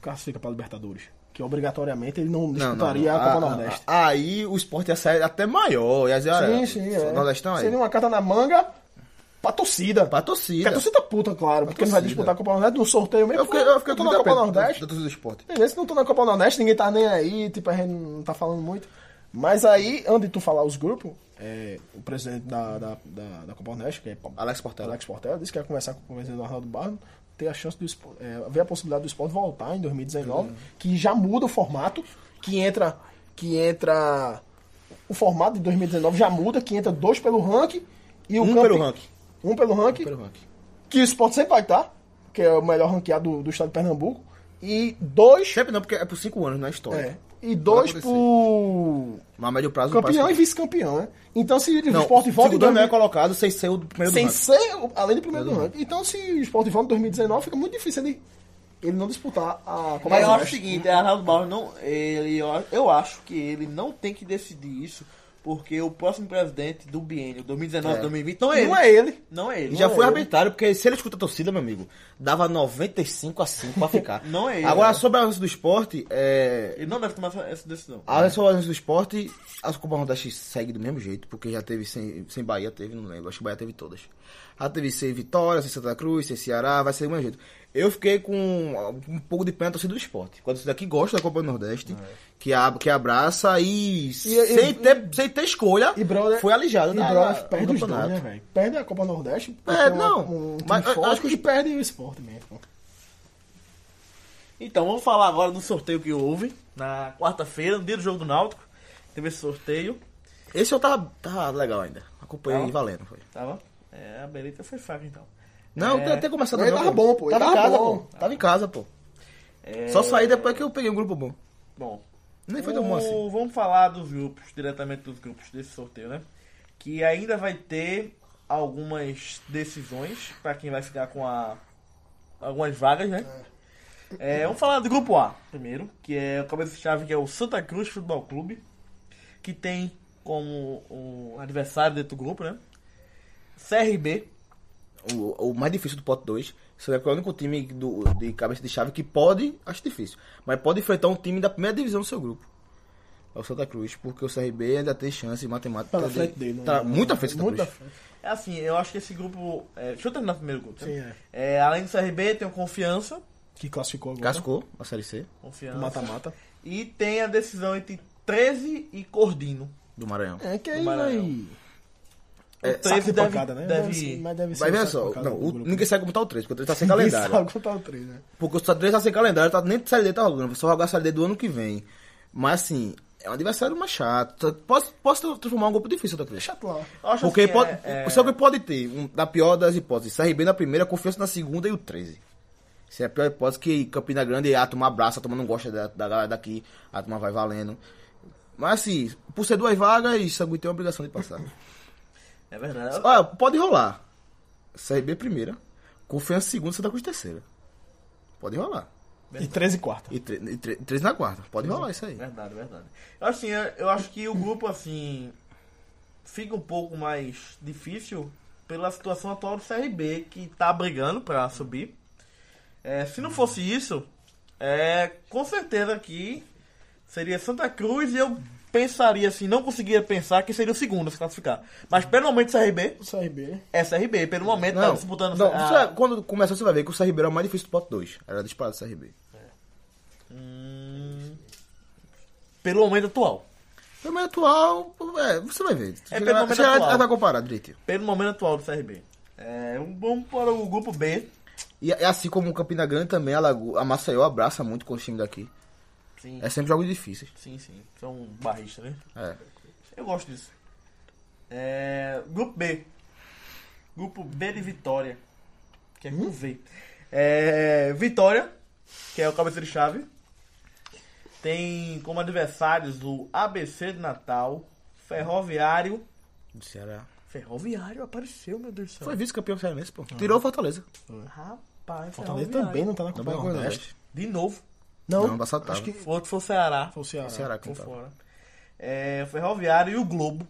Speaker 2: Classifica pra Libertadores. Que obrigatoriamente ele não
Speaker 3: Não, não,
Speaker 2: disputaria
Speaker 3: não. Ah,
Speaker 2: a Copa
Speaker 3: A-
Speaker 2: Nordeste.
Speaker 3: a- aí o esporte ia sair até maior. Ia dizer, olha,
Speaker 2: sim, sim. É.
Speaker 3: ah, Nordestão aí.
Speaker 2: Seria uma carta na manga pra torcida.
Speaker 3: Pra
Speaker 2: Porque
Speaker 3: torcida.
Speaker 2: a torcida é puta, claro. Porque não vai
Speaker 3: torcida.
Speaker 2: disputar a Copa Nordeste no sorteio mesmo.
Speaker 3: Eu fiquei, é eu fiquei
Speaker 2: não tô na Copa
Speaker 3: dependendo
Speaker 2: Nordeste.
Speaker 3: Da, da torcida do esporte.
Speaker 2: Entendeu? Se não tô na Copa Nordeste, ninguém tá nem aí, tipo, a gente não tá falando muito. Mas aí, antes de tu falar os grupos, é, o presidente da, da, da, da Copa Nordeste, que é
Speaker 3: Alex Portela.
Speaker 2: Alex Portela, disse que ia conversar com o presidente do Arnaldo Barro, ter a chance do esporte, ver a possibilidade do esporte voltar em 2019,
Speaker 3: Uhum.
Speaker 2: que já muda o formato, que entra. Que entra. O formato de 2019 já muda, que entra dois pelo ranking e o
Speaker 3: Um
Speaker 2: campe-
Speaker 3: pelo ranking.
Speaker 2: Um pelo ranking
Speaker 3: Pelo ranking.
Speaker 2: que o Sport sempre vai estar, que é o melhor ranqueado do, do estado de Pernambuco, e dois,
Speaker 3: Sempre não, porque é por cinco anos na história.
Speaker 2: é, e dois
Speaker 3: acontecer.
Speaker 2: por
Speaker 3: Mas a médio prazo
Speaker 2: campeão e
Speaker 3: parece que-
Speaker 2: vice-campeão, né? Então se o
Speaker 3: Não,
Speaker 2: Sport volta um
Speaker 3: se o
Speaker 2: né? em
Speaker 3: Daniel é
Speaker 2: 2019,
Speaker 3: colocado sem ser o do primeiro do
Speaker 2: sem
Speaker 3: ranking.
Speaker 2: ser o- além do primeiro do ranking. Então se o Sport volta em 2019, fica muito difícil ele, ele não disputar a Copa
Speaker 1: Mas eu
Speaker 2: do
Speaker 1: acho o
Speaker 2: Nordeste.
Speaker 1: seguinte, Arnaldo Barros não. Ele, eu, eu acho que ele não tem que decidir isso, porque o próximo presidente do biênio 2019-2020 não é ele.
Speaker 2: Não é ele.
Speaker 1: Não é ele.
Speaker 3: E já
Speaker 1: Não é
Speaker 3: foi
Speaker 1: ele.
Speaker 3: arbitrário, porque se ele escuta a torcida, meu amigo, dava 95 a 5 pra ficar.
Speaker 1: Não é ele,
Speaker 3: Agora,
Speaker 1: né?
Speaker 3: sobre a lance do esporte, é...
Speaker 1: Ele não deve tomar essa, essa decisão.
Speaker 3: A lance sobre a lance do esporte, as Copas Nordeste segue do mesmo jeito, porque já teve sem, sem Bahia, teve, não lembro, acho que Bahia teve todas. Já teve sem Vitória, sem Santa Cruz, sem Ceará, vai ser do mesmo jeito. Eu fiquei com um pouco de pena torcida do esporte. Quando isso daqui gosta da Copa do Nordeste,
Speaker 2: É.
Speaker 3: que, ab que abraça e, sem, ter, sem ter escolha,
Speaker 2: E brother-
Speaker 3: foi alijado tá?
Speaker 2: E
Speaker 3: na,
Speaker 2: brother
Speaker 3: na-
Speaker 2: perde
Speaker 3: no
Speaker 2: os dois, né,
Speaker 3: campeonato.
Speaker 2: velho? Perde a Copa Nordeste. porque
Speaker 3: É,
Speaker 2: tem
Speaker 3: não,
Speaker 2: Um, um time
Speaker 3: mas eu
Speaker 2: forte,
Speaker 3: acho que-
Speaker 2: e perde o esporte mesmo. pô.
Speaker 1: Então, vamos falar agora do sorteio que houve na quarta-feira, no dia do jogo do Náutico. Teve esse sorteio,
Speaker 3: Esse eu tava, tava legal ainda. Acompanhei
Speaker 1: Tá.
Speaker 3: valendo. Foi.
Speaker 1: tava? É, a Belita foi fraca então.
Speaker 3: Não,
Speaker 1: É.
Speaker 3: até- até começado
Speaker 2: Ele
Speaker 3: não,
Speaker 2: tava bom, pô, ele
Speaker 3: Tava em
Speaker 2: tava
Speaker 3: casa,
Speaker 2: bom.
Speaker 3: pô. Tava em casa, pô.
Speaker 1: É,
Speaker 3: Só saí depois que eu peguei um grupo bom.
Speaker 1: Bom,
Speaker 3: Nem foi tão bom
Speaker 1: o-
Speaker 3: assim.
Speaker 1: Vamos falar dos grupos, diretamente dos grupos desse sorteio, né? Que ainda vai ter algumas decisões para quem vai ficar com a algumas vagas, né? É, vamos falar do grupo A primeiro, que é o cabeça de chave que é o Santa Cruz Futebol Clube, que tem como o adversário dentro do grupo, né? CRB,
Speaker 3: O, o mais difícil do pote 2. Será que é o único time do, de cabeça de chave que pode. Acho difícil. Mas pode enfrentar um time da primeira divisão do seu grupo. É o Santa Cruz, porque o CRB ainda tem chance matemática.
Speaker 2: Tá na
Speaker 3: de-
Speaker 2: frente dele, né?
Speaker 3: Tá muito à frente do Santa
Speaker 2: Muito à
Speaker 3: Cruz.
Speaker 2: frente.
Speaker 1: é assim, eu acho que esse grupo, é, deixa eu terminar o primeiro grupo. tá?
Speaker 2: Sim, é.
Speaker 1: É, além do CRB tem o Confiança,
Speaker 2: Que classificou agora.
Speaker 3: Cascou a Série C
Speaker 1: Confiança.
Speaker 2: O Mata-mata.
Speaker 1: E tem a decisão entre 13 e Cordino.
Speaker 3: do Maranhão.
Speaker 2: É que aí
Speaker 1: Do Maranhão.
Speaker 2: vai.
Speaker 1: O 13
Speaker 2: Saco
Speaker 1: deve,
Speaker 2: pancada, né? Deve ser-
Speaker 1: deve
Speaker 2: mas deve ser
Speaker 3: Vai
Speaker 2: um
Speaker 3: ver
Speaker 2: saco
Speaker 3: só.
Speaker 2: pancada
Speaker 3: Não,
Speaker 2: do
Speaker 3: o-
Speaker 2: grupo.
Speaker 3: ninguém sabe como tá o 3, porque o 3 tá sem
Speaker 2: Ninguém
Speaker 3: calendário.
Speaker 2: sabe contar o 3, né?
Speaker 3: Porque o Santa 3 tá sem calendário, tá, nem de Série D tá rolando, só jogar a Série D do ano que vem. Mas assim, é um adversário mais chato. Posso, posso transformar um grupo difícil, Santa Cruz.
Speaker 2: Chato lá.
Speaker 1: Eu acho
Speaker 3: Porque
Speaker 1: assim,
Speaker 3: pode,
Speaker 1: é- é-
Speaker 3: só que pode ter, um, na pior das hipóteses, CRB na primeira, confiança na segunda e o 13. Se é a pior hipótese que Campina Grande, a turma abraça, a turma não gosta da, da galera daqui, a turma vai valendo. Mas assim, por ser duas vagas, Sanguí tem uma obrigação de passar.
Speaker 1: É verdade.
Speaker 3: Olha, pode rolar. CRB primeira, confiança segunda, Santa Cruz terceira. Pode rolar.
Speaker 2: E 13 e quarta.
Speaker 3: E 13 na quarta. Pode rolar isso aí.
Speaker 1: é Verdade, verdade. Eu, acho assim, eu, eu acho que o grupo, assim, fica um pouco mais difícil pela situação atual do CRB, que tá brigando pra subir. É, se não fosse isso, é, com certeza que seria Santa Cruz e eu pensaria, assim, não conseguia pensar que seria o segundo a se classificar. Mas pelo momento CRB,
Speaker 2: O CRB.
Speaker 1: é CRB. Pelo momento tá
Speaker 3: Não,
Speaker 1: disputando...
Speaker 3: não, é-
Speaker 1: a-
Speaker 3: você- quando começar você vai ver que o CRB era o mais difícil do pote 2. Era disparado o CRB.
Speaker 1: Hum, pelo momento atual.
Speaker 3: Pelo menos atual, é, você vai ver.
Speaker 1: É, pelo
Speaker 3: Chega lá-
Speaker 1: momento
Speaker 3: chega lá,
Speaker 1: atual.
Speaker 3: vai comparar direitinho.
Speaker 1: Pelo momento atual do CRB. É, um- vamos para o grupo B.
Speaker 3: E é assim como o Campina Grande também, a, Lago, a Maceió abraça muito com o time daqui.
Speaker 1: Sim,
Speaker 3: É sempre jogos difíceis.
Speaker 1: sim, sim. São barristas, né?
Speaker 3: É.
Speaker 1: Eu gosto disso. É, grupo B. Grupo B de Vitória. Que é com V. É, Vitória, que é o cabeça de chave. Tem como adversários o ABC de Natal, Ferroviário.
Speaker 3: Do Ceará.
Speaker 1: Ferroviário apareceu, meu Deus do céu.
Speaker 3: Foi vice-campeão cearense, pô. Tirou o Fortaleza.
Speaker 1: Rapaz,
Speaker 2: Fortaleza
Speaker 1: Ferroviário.
Speaker 2: também Ah, não tá na Copa
Speaker 3: Também
Speaker 2: Nordeste.
Speaker 1: De novo.
Speaker 2: Não,
Speaker 3: Não, passado tava.
Speaker 2: acho que
Speaker 1: O outro foi o Ceará.
Speaker 2: foi o Ceará.
Speaker 3: Ceará que tá.
Speaker 1: Ficou
Speaker 3: tava.
Speaker 1: fora. É, o Ferroviário e o Globo.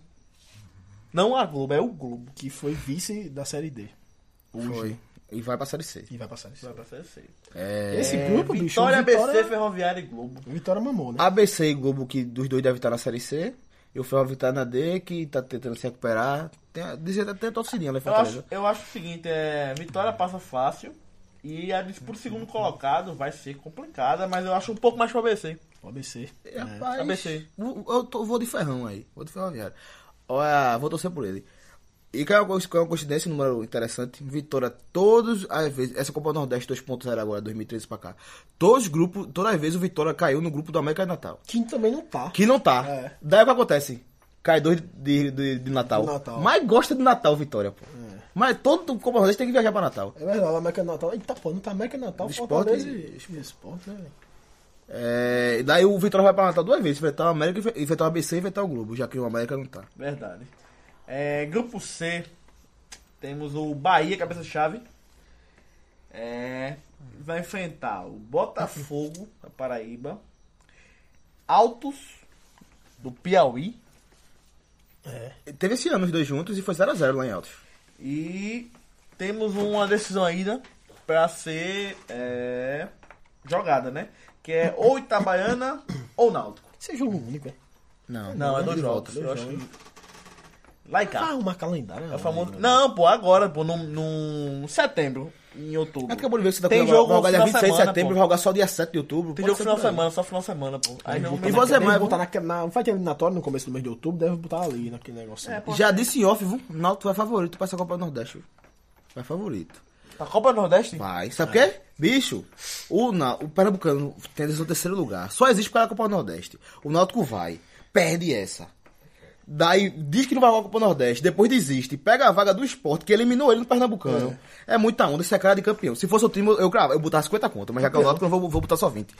Speaker 1: Não a Globo, é o Globo.
Speaker 2: Que foi vice da Série D.
Speaker 3: Foi. E vai pra Série C.
Speaker 2: E vai passar isso.
Speaker 1: Vai pra Série C.
Speaker 3: É...
Speaker 2: Esse
Speaker 1: É,
Speaker 2: grupo, bicho.
Speaker 1: Vitória,
Speaker 2: o Vitória-
Speaker 1: ABC, Ferroviário e Globo.
Speaker 2: Vitória mamou, né?
Speaker 3: ABC e Globo, que dos dois devem estar na Série C. E o Ferro tá na D, que tá tentando se recuperar. Tem, dizia até torcidinha lá em
Speaker 1: Eu acho,
Speaker 3: Fortaleza.
Speaker 1: eu acho o seguinte, é, Vitória passa fácil. E a disputa por segundo colocado vai ser complicada, mas eu acho um pouco mais pro ABC.
Speaker 2: O ABC.
Speaker 3: É, Rapaz,
Speaker 1: ABC.
Speaker 3: Eu, eu tô- vou de ferrão aí. Vou de ferroviário. Olha, vou torcer por ele. E que é uma, cois- que é uma coincidência, um número interessante. Vitória, todas as vezes. Essa Copa Nordeste 2.0 agora, 2013 pra cá. Todos os grupos, todas as vezes o Vitória caiu no grupo do América de Natal.
Speaker 2: Que também não tá.
Speaker 3: Que não tá.
Speaker 2: É.
Speaker 3: Daí o que acontece? Cai dois de, de, de Natal.
Speaker 2: Do Natal.
Speaker 3: Mas gosta de Natal, Vitória, pô. Mas todo Copa Nordeste tem que viajar pra Natal.
Speaker 2: É verdade, o América Natal. Eita, pô, não tá América Natal,
Speaker 3: Esporte
Speaker 2: Fortaleza
Speaker 3: e-
Speaker 2: e Esporte, né, velho?
Speaker 3: É, e daí o Vitória vai pra Natal duas vezes, enfrentar o América, enfe- enfrentar o ABC e enfrentar o Globo, já que o América não tá.
Speaker 1: Verdade. É, grupo C, temos o Bahia, cabeça-chave. É, vai enfrentar o Botafogo, da Paraíba. Altos, do Piauí.
Speaker 3: E Teve esse ano os dois juntos e foi 0x0 lá em Altos.
Speaker 1: E temos uma decisão ainda pra ser é, jogada, né? Que é ou Itabaiana ou Náutico.
Speaker 2: Isso é jogo único, é?
Speaker 3: Não,
Speaker 1: Não, é dois
Speaker 2: de volta,
Speaker 1: jogos.
Speaker 2: dois
Speaker 1: Eu acho que... Lá e cá.
Speaker 2: Ah, uma calendário.
Speaker 1: É o famoso... Não, pô, agora, pô, no, no setembro. em outubro.
Speaker 3: É porque o Bolívia que você tá
Speaker 1: Tem jogo final
Speaker 3: vai jogar dia 26 de
Speaker 1: semana,
Speaker 3: setembro
Speaker 1: pô.
Speaker 3: e vai jogar só dia 7 de outubro.
Speaker 1: Tem
Speaker 3: Pode
Speaker 1: jogo
Speaker 3: ser
Speaker 1: final de
Speaker 3: por aí.
Speaker 1: semana, só final de semana, pô. Aí não
Speaker 3: E você,
Speaker 2: Deve
Speaker 3: mais?
Speaker 2: botar na, na, vai ter eliminatório no começo do mês de outubro, deve botar ali naquele negócio.
Speaker 1: É,
Speaker 3: Já disse em off, viu? O Náutico vai favorito pra essa Copa do Nordeste. viu? Vai favorito.
Speaker 1: A Copa do Nordeste?
Speaker 3: Vai. Sabe por quê? Bicho, o, Na- o Pernambucano tem o terceiro lugar. Só existe para a Copa do Nordeste. O Náutico vai, perde essa. Daí diz que não vai jogar a Copa do Nordeste, depois desiste, pega a vaga do esporte, que eliminou ele no Pernambucano. É, muita onda, isso é cara de campeão. Se fosse o time, eu, eu cravo, eu botar 50 contas, mas já que é o Náutico, eu vou, vou botar só 20.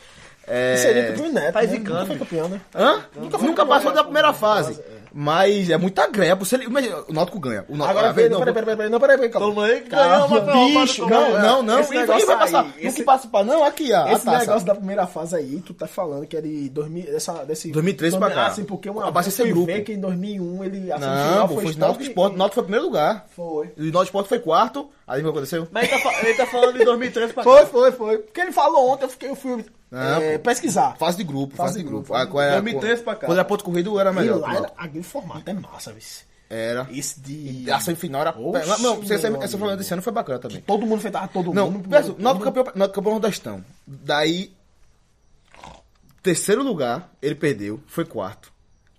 Speaker 3: É...
Speaker 2: Seria pro Neto,
Speaker 1: Tá
Speaker 2: né?
Speaker 1: zicando,
Speaker 2: Nunca foi campeão, né?
Speaker 3: Hã? Nunca, nunca passou da primeira fase. Mas é muita ganha. Se ele, mas o Náutico ganha. O Náutico,
Speaker 2: Agora,
Speaker 3: ah, velho,
Speaker 2: peraí, não, peraí, peraí, peraí, não, peraí, peraí, calma.
Speaker 1: Todo mundo aí que ganhou,
Speaker 2: Calma,
Speaker 1: mas foi roubado
Speaker 2: bicho,
Speaker 1: com-
Speaker 2: não,
Speaker 3: Não, não.
Speaker 2: Esse
Speaker 3: e- e
Speaker 2: negócio
Speaker 3: vai passar.
Speaker 2: aí,
Speaker 3: Não
Speaker 2: esse-
Speaker 3: que passa pra não, aqui, ó.
Speaker 2: Esse
Speaker 3: a taça.
Speaker 2: negócio da primeira fase aí, tu tá falando que é de 2000, dessa, desse...
Speaker 3: 2013 pra cá.
Speaker 2: Assim, porque uma
Speaker 3: Abaixo
Speaker 2: vez
Speaker 3: esse
Speaker 2: eu fui
Speaker 3: grupo.
Speaker 2: ver que em 2001 ele... assim,
Speaker 3: Não, pô, foi o
Speaker 2: esporte
Speaker 3: Náutico Sport. O
Speaker 2: e-
Speaker 3: Náutico foi em primeiro lugar.
Speaker 2: Foi.
Speaker 3: E o Náutico Sport foi quarto. Aí o que aconteceu?
Speaker 1: Mas ele tá, fa- ele tá falando de 2013 pra cá.
Speaker 2: Foi, foi, foi. Porque ele falou ontem, eu, fiquei, eu fui
Speaker 3: Não,
Speaker 2: é, pesquisar.
Speaker 3: Fase de grupo, fase, de grupo. Ah, qual era-
Speaker 1: 2013 pra cá.
Speaker 3: Quando era ponto corrido, era
Speaker 2: E
Speaker 3: melhor. pro
Speaker 2: lá, era,
Speaker 3: Náutico.
Speaker 2: aquele formato é massa, vice.
Speaker 3: Era.
Speaker 2: Esse de...
Speaker 3: E a semifinal era...
Speaker 2: Oxe,
Speaker 3: Não, essa-
Speaker 2: meu
Speaker 3: essa final desse ano foi bacana também.
Speaker 2: Todo mundo fetava todo
Speaker 3: Não,
Speaker 2: mundo.
Speaker 3: pensa, Náutico campeão, Náutico campeão nordestão. Daí, terceiro lugar, ele perdeu, foi quarto.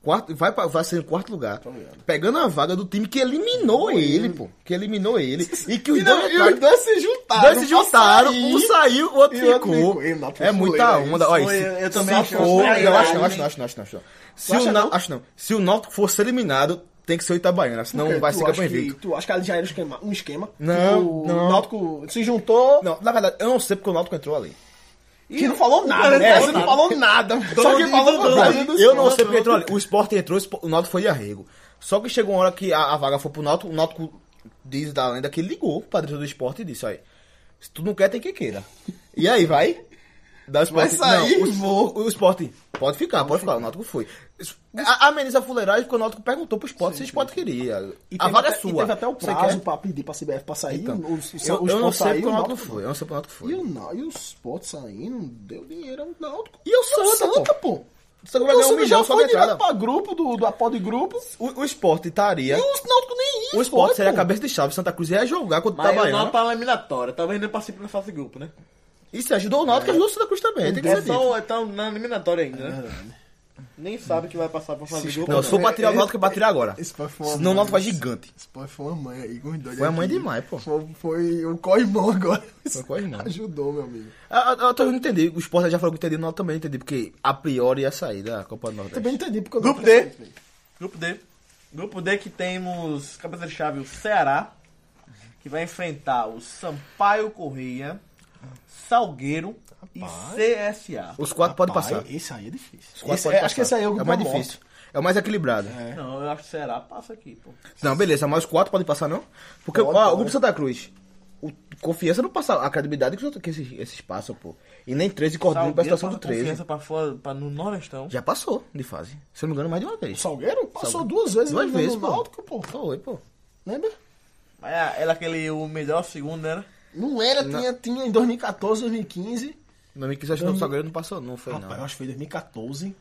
Speaker 3: quarto vai, pra- vai ser em quarto lugar. Pegando a vaga do time que eliminou ele, pô. Que eliminou ele. E que os dois,
Speaker 2: E os dois se juntaram.
Speaker 3: dois se juntaram,
Speaker 2: pra
Speaker 3: um
Speaker 2: sair.
Speaker 3: saiu, o outro
Speaker 2: E o outro
Speaker 3: ficou.
Speaker 2: ficou. E o Náutico
Speaker 3: É
Speaker 2: foi
Speaker 3: muita
Speaker 2: fuleiro,
Speaker 3: onda. Olha,
Speaker 1: foi-
Speaker 3: se-
Speaker 1: eu também acho
Speaker 3: safou,
Speaker 1: isso.
Speaker 3: Eu acho, não, acho, não, acho, não, acho, não, acho, não. Se
Speaker 2: né? acha
Speaker 3: o Nau-
Speaker 2: não?
Speaker 3: acho não. Se o Náutico fosse eliminado, tem que ser o Itabaiana, senão vai
Speaker 2: Tu
Speaker 3: ser
Speaker 2: acha
Speaker 3: campeão
Speaker 2: que-
Speaker 3: invicto.
Speaker 2: Tu acha que ali já era um esquema? Um esquema
Speaker 3: Não,
Speaker 2: Que o
Speaker 3: não.
Speaker 2: Náutico se juntou.
Speaker 3: Não, na verdade, eu não sei porque o Náutico entrou ali.
Speaker 2: que não falou nada,
Speaker 1: cara
Speaker 2: né?
Speaker 1: não
Speaker 2: Você não falou nada. Só que falou
Speaker 3: Não,
Speaker 2: pra
Speaker 3: mas eu não sei porque entrou ali. O Sport entrou, o Sport- o Náutico foi de arrego. Só que chegou uma hora que a, a vaga foi pro Náutico, o Náutico diz da lenda que ele ligou pro padrão do Sport e disse, olha, se tu não quer, tem que queira. E aí, vai? Dá o Sport.
Speaker 2: sair,
Speaker 3: não, o, o, o Sport pode ficar, pode ficar. O Náutico foi. A, ameniza a fuleiragem porque o Náutico perguntou pro Sport se o Sport queria.
Speaker 2: E
Speaker 3: a
Speaker 2: teve
Speaker 3: vaga é
Speaker 2: até-
Speaker 3: sua.
Speaker 2: E teve até o
Speaker 3: Você
Speaker 2: prazo
Speaker 3: quer?
Speaker 2: pra pedir pra CBF pra sair.
Speaker 3: Então,
Speaker 2: o, o, o,
Speaker 3: eu,
Speaker 2: o
Speaker 3: eu não sei
Speaker 2: Sport saiu,
Speaker 3: porque o Náutico
Speaker 2: o Náutico-
Speaker 3: foi. Eu não sei porque o Náutico foi.
Speaker 2: E o, Ná- e o Sport saindo, não deu dinheiro ao Náutico.
Speaker 3: E o Santa,
Speaker 2: pô.
Speaker 3: Você vai
Speaker 2: Porque O
Speaker 3: ganhar um
Speaker 2: Santa
Speaker 3: milhão
Speaker 2: já
Speaker 3: só de
Speaker 2: foi
Speaker 3: entrada.
Speaker 2: direto pra grupo, do, do apó de grupo.
Speaker 3: O, o Sport estaria...
Speaker 2: E o Náutico nem ia.
Speaker 3: O esporte
Speaker 2: foi,
Speaker 3: seria a
Speaker 2: pô.
Speaker 3: cabeça de chave. Santa Cruz ia jogar contra o
Speaker 1: Mas o Náutico
Speaker 3: Itabaiana.
Speaker 1: tá na eliminatória. Talvez nem participe na fase de grupo, né? é
Speaker 3: Isso ajudou o Náutico e ajudou o Santa Cruz também. Tem que ser
Speaker 1: Eles
Speaker 3: dito.
Speaker 1: estão estão na eliminatória ainda, né? Nem sabe que vai passar pra fase de grupo. né?
Speaker 3: Não, se for pra tirar o
Speaker 2: É,
Speaker 3: Náutico, é pra tirar agora.
Speaker 2: Esse pai foi uma
Speaker 3: Senão o
Speaker 2: mãe.
Speaker 3: Náutico vai gigante.
Speaker 2: Esse pai foi uma mãe aí com os dois.
Speaker 3: Foi a mãe
Speaker 2: aqui.
Speaker 3: demais, pô.
Speaker 2: Foi, foi o corrimão agora.
Speaker 3: Foi o
Speaker 2: é,
Speaker 3: corrimão.
Speaker 2: Ajudou, meu amigo.
Speaker 3: Ah, ah, Eu tô não entendi. O Sport já falou que entendi, o Náutico também entendi. Porque a priori ia sair da Copa do Nordeste.
Speaker 2: Também não entendi porque eu
Speaker 1: Grupo
Speaker 2: não
Speaker 1: D.
Speaker 2: percebi.
Speaker 1: Grupo D. Grupo D que temos cabeça de chave o Ceará, que vai enfrentar o Sampaio Correia, Salgueiro e CSA.
Speaker 3: Os quatro podem
Speaker 2: Pai,
Speaker 3: passar.
Speaker 2: Esse aí é difícil.
Speaker 3: Os quatro
Speaker 2: Esse-
Speaker 3: podem
Speaker 2: é, acho
Speaker 3: passar.
Speaker 2: que esse aí é o
Speaker 3: É
Speaker 2: grupo
Speaker 3: mais
Speaker 2: da morte.
Speaker 3: difícil. É o mais equilibrado.
Speaker 1: Não, eu acho que o Ceará passa aqui, pô.
Speaker 3: Não, beleza, mas os quatro podem passar, não? Porque
Speaker 2: Pode,
Speaker 3: ó,
Speaker 2: pode.
Speaker 3: o grupo Santa Cruz. O, confiança não passa a credibilidade que, os outros- que esses, esses passam, pô. E nem 13 Cordeiro pra situação do
Speaker 1: passa confiança
Speaker 3: 13.
Speaker 1: pra fora, pra, no Nordestão.
Speaker 3: Já passou de fase. Se eu não me engano, mais de uma
Speaker 2: O
Speaker 3: vez.
Speaker 2: Salgueiro passou duas vezes.
Speaker 3: Duas
Speaker 2: né,
Speaker 3: vezes,
Speaker 2: no
Speaker 3: pô. Então-
Speaker 2: Náutico, pô.
Speaker 3: Foi, pô.
Speaker 2: Lembra?
Speaker 1: Mas era aquele, o melhor segundo né? era...
Speaker 2: Não era, tinha, tinha em 2014, 2015.
Speaker 3: Em 2015 acho que o
Speaker 2: Dois-
Speaker 3: Salgueiro não passou, não foi
Speaker 2: Rapaz, eu
Speaker 3: não.
Speaker 2: acho que foi 2014.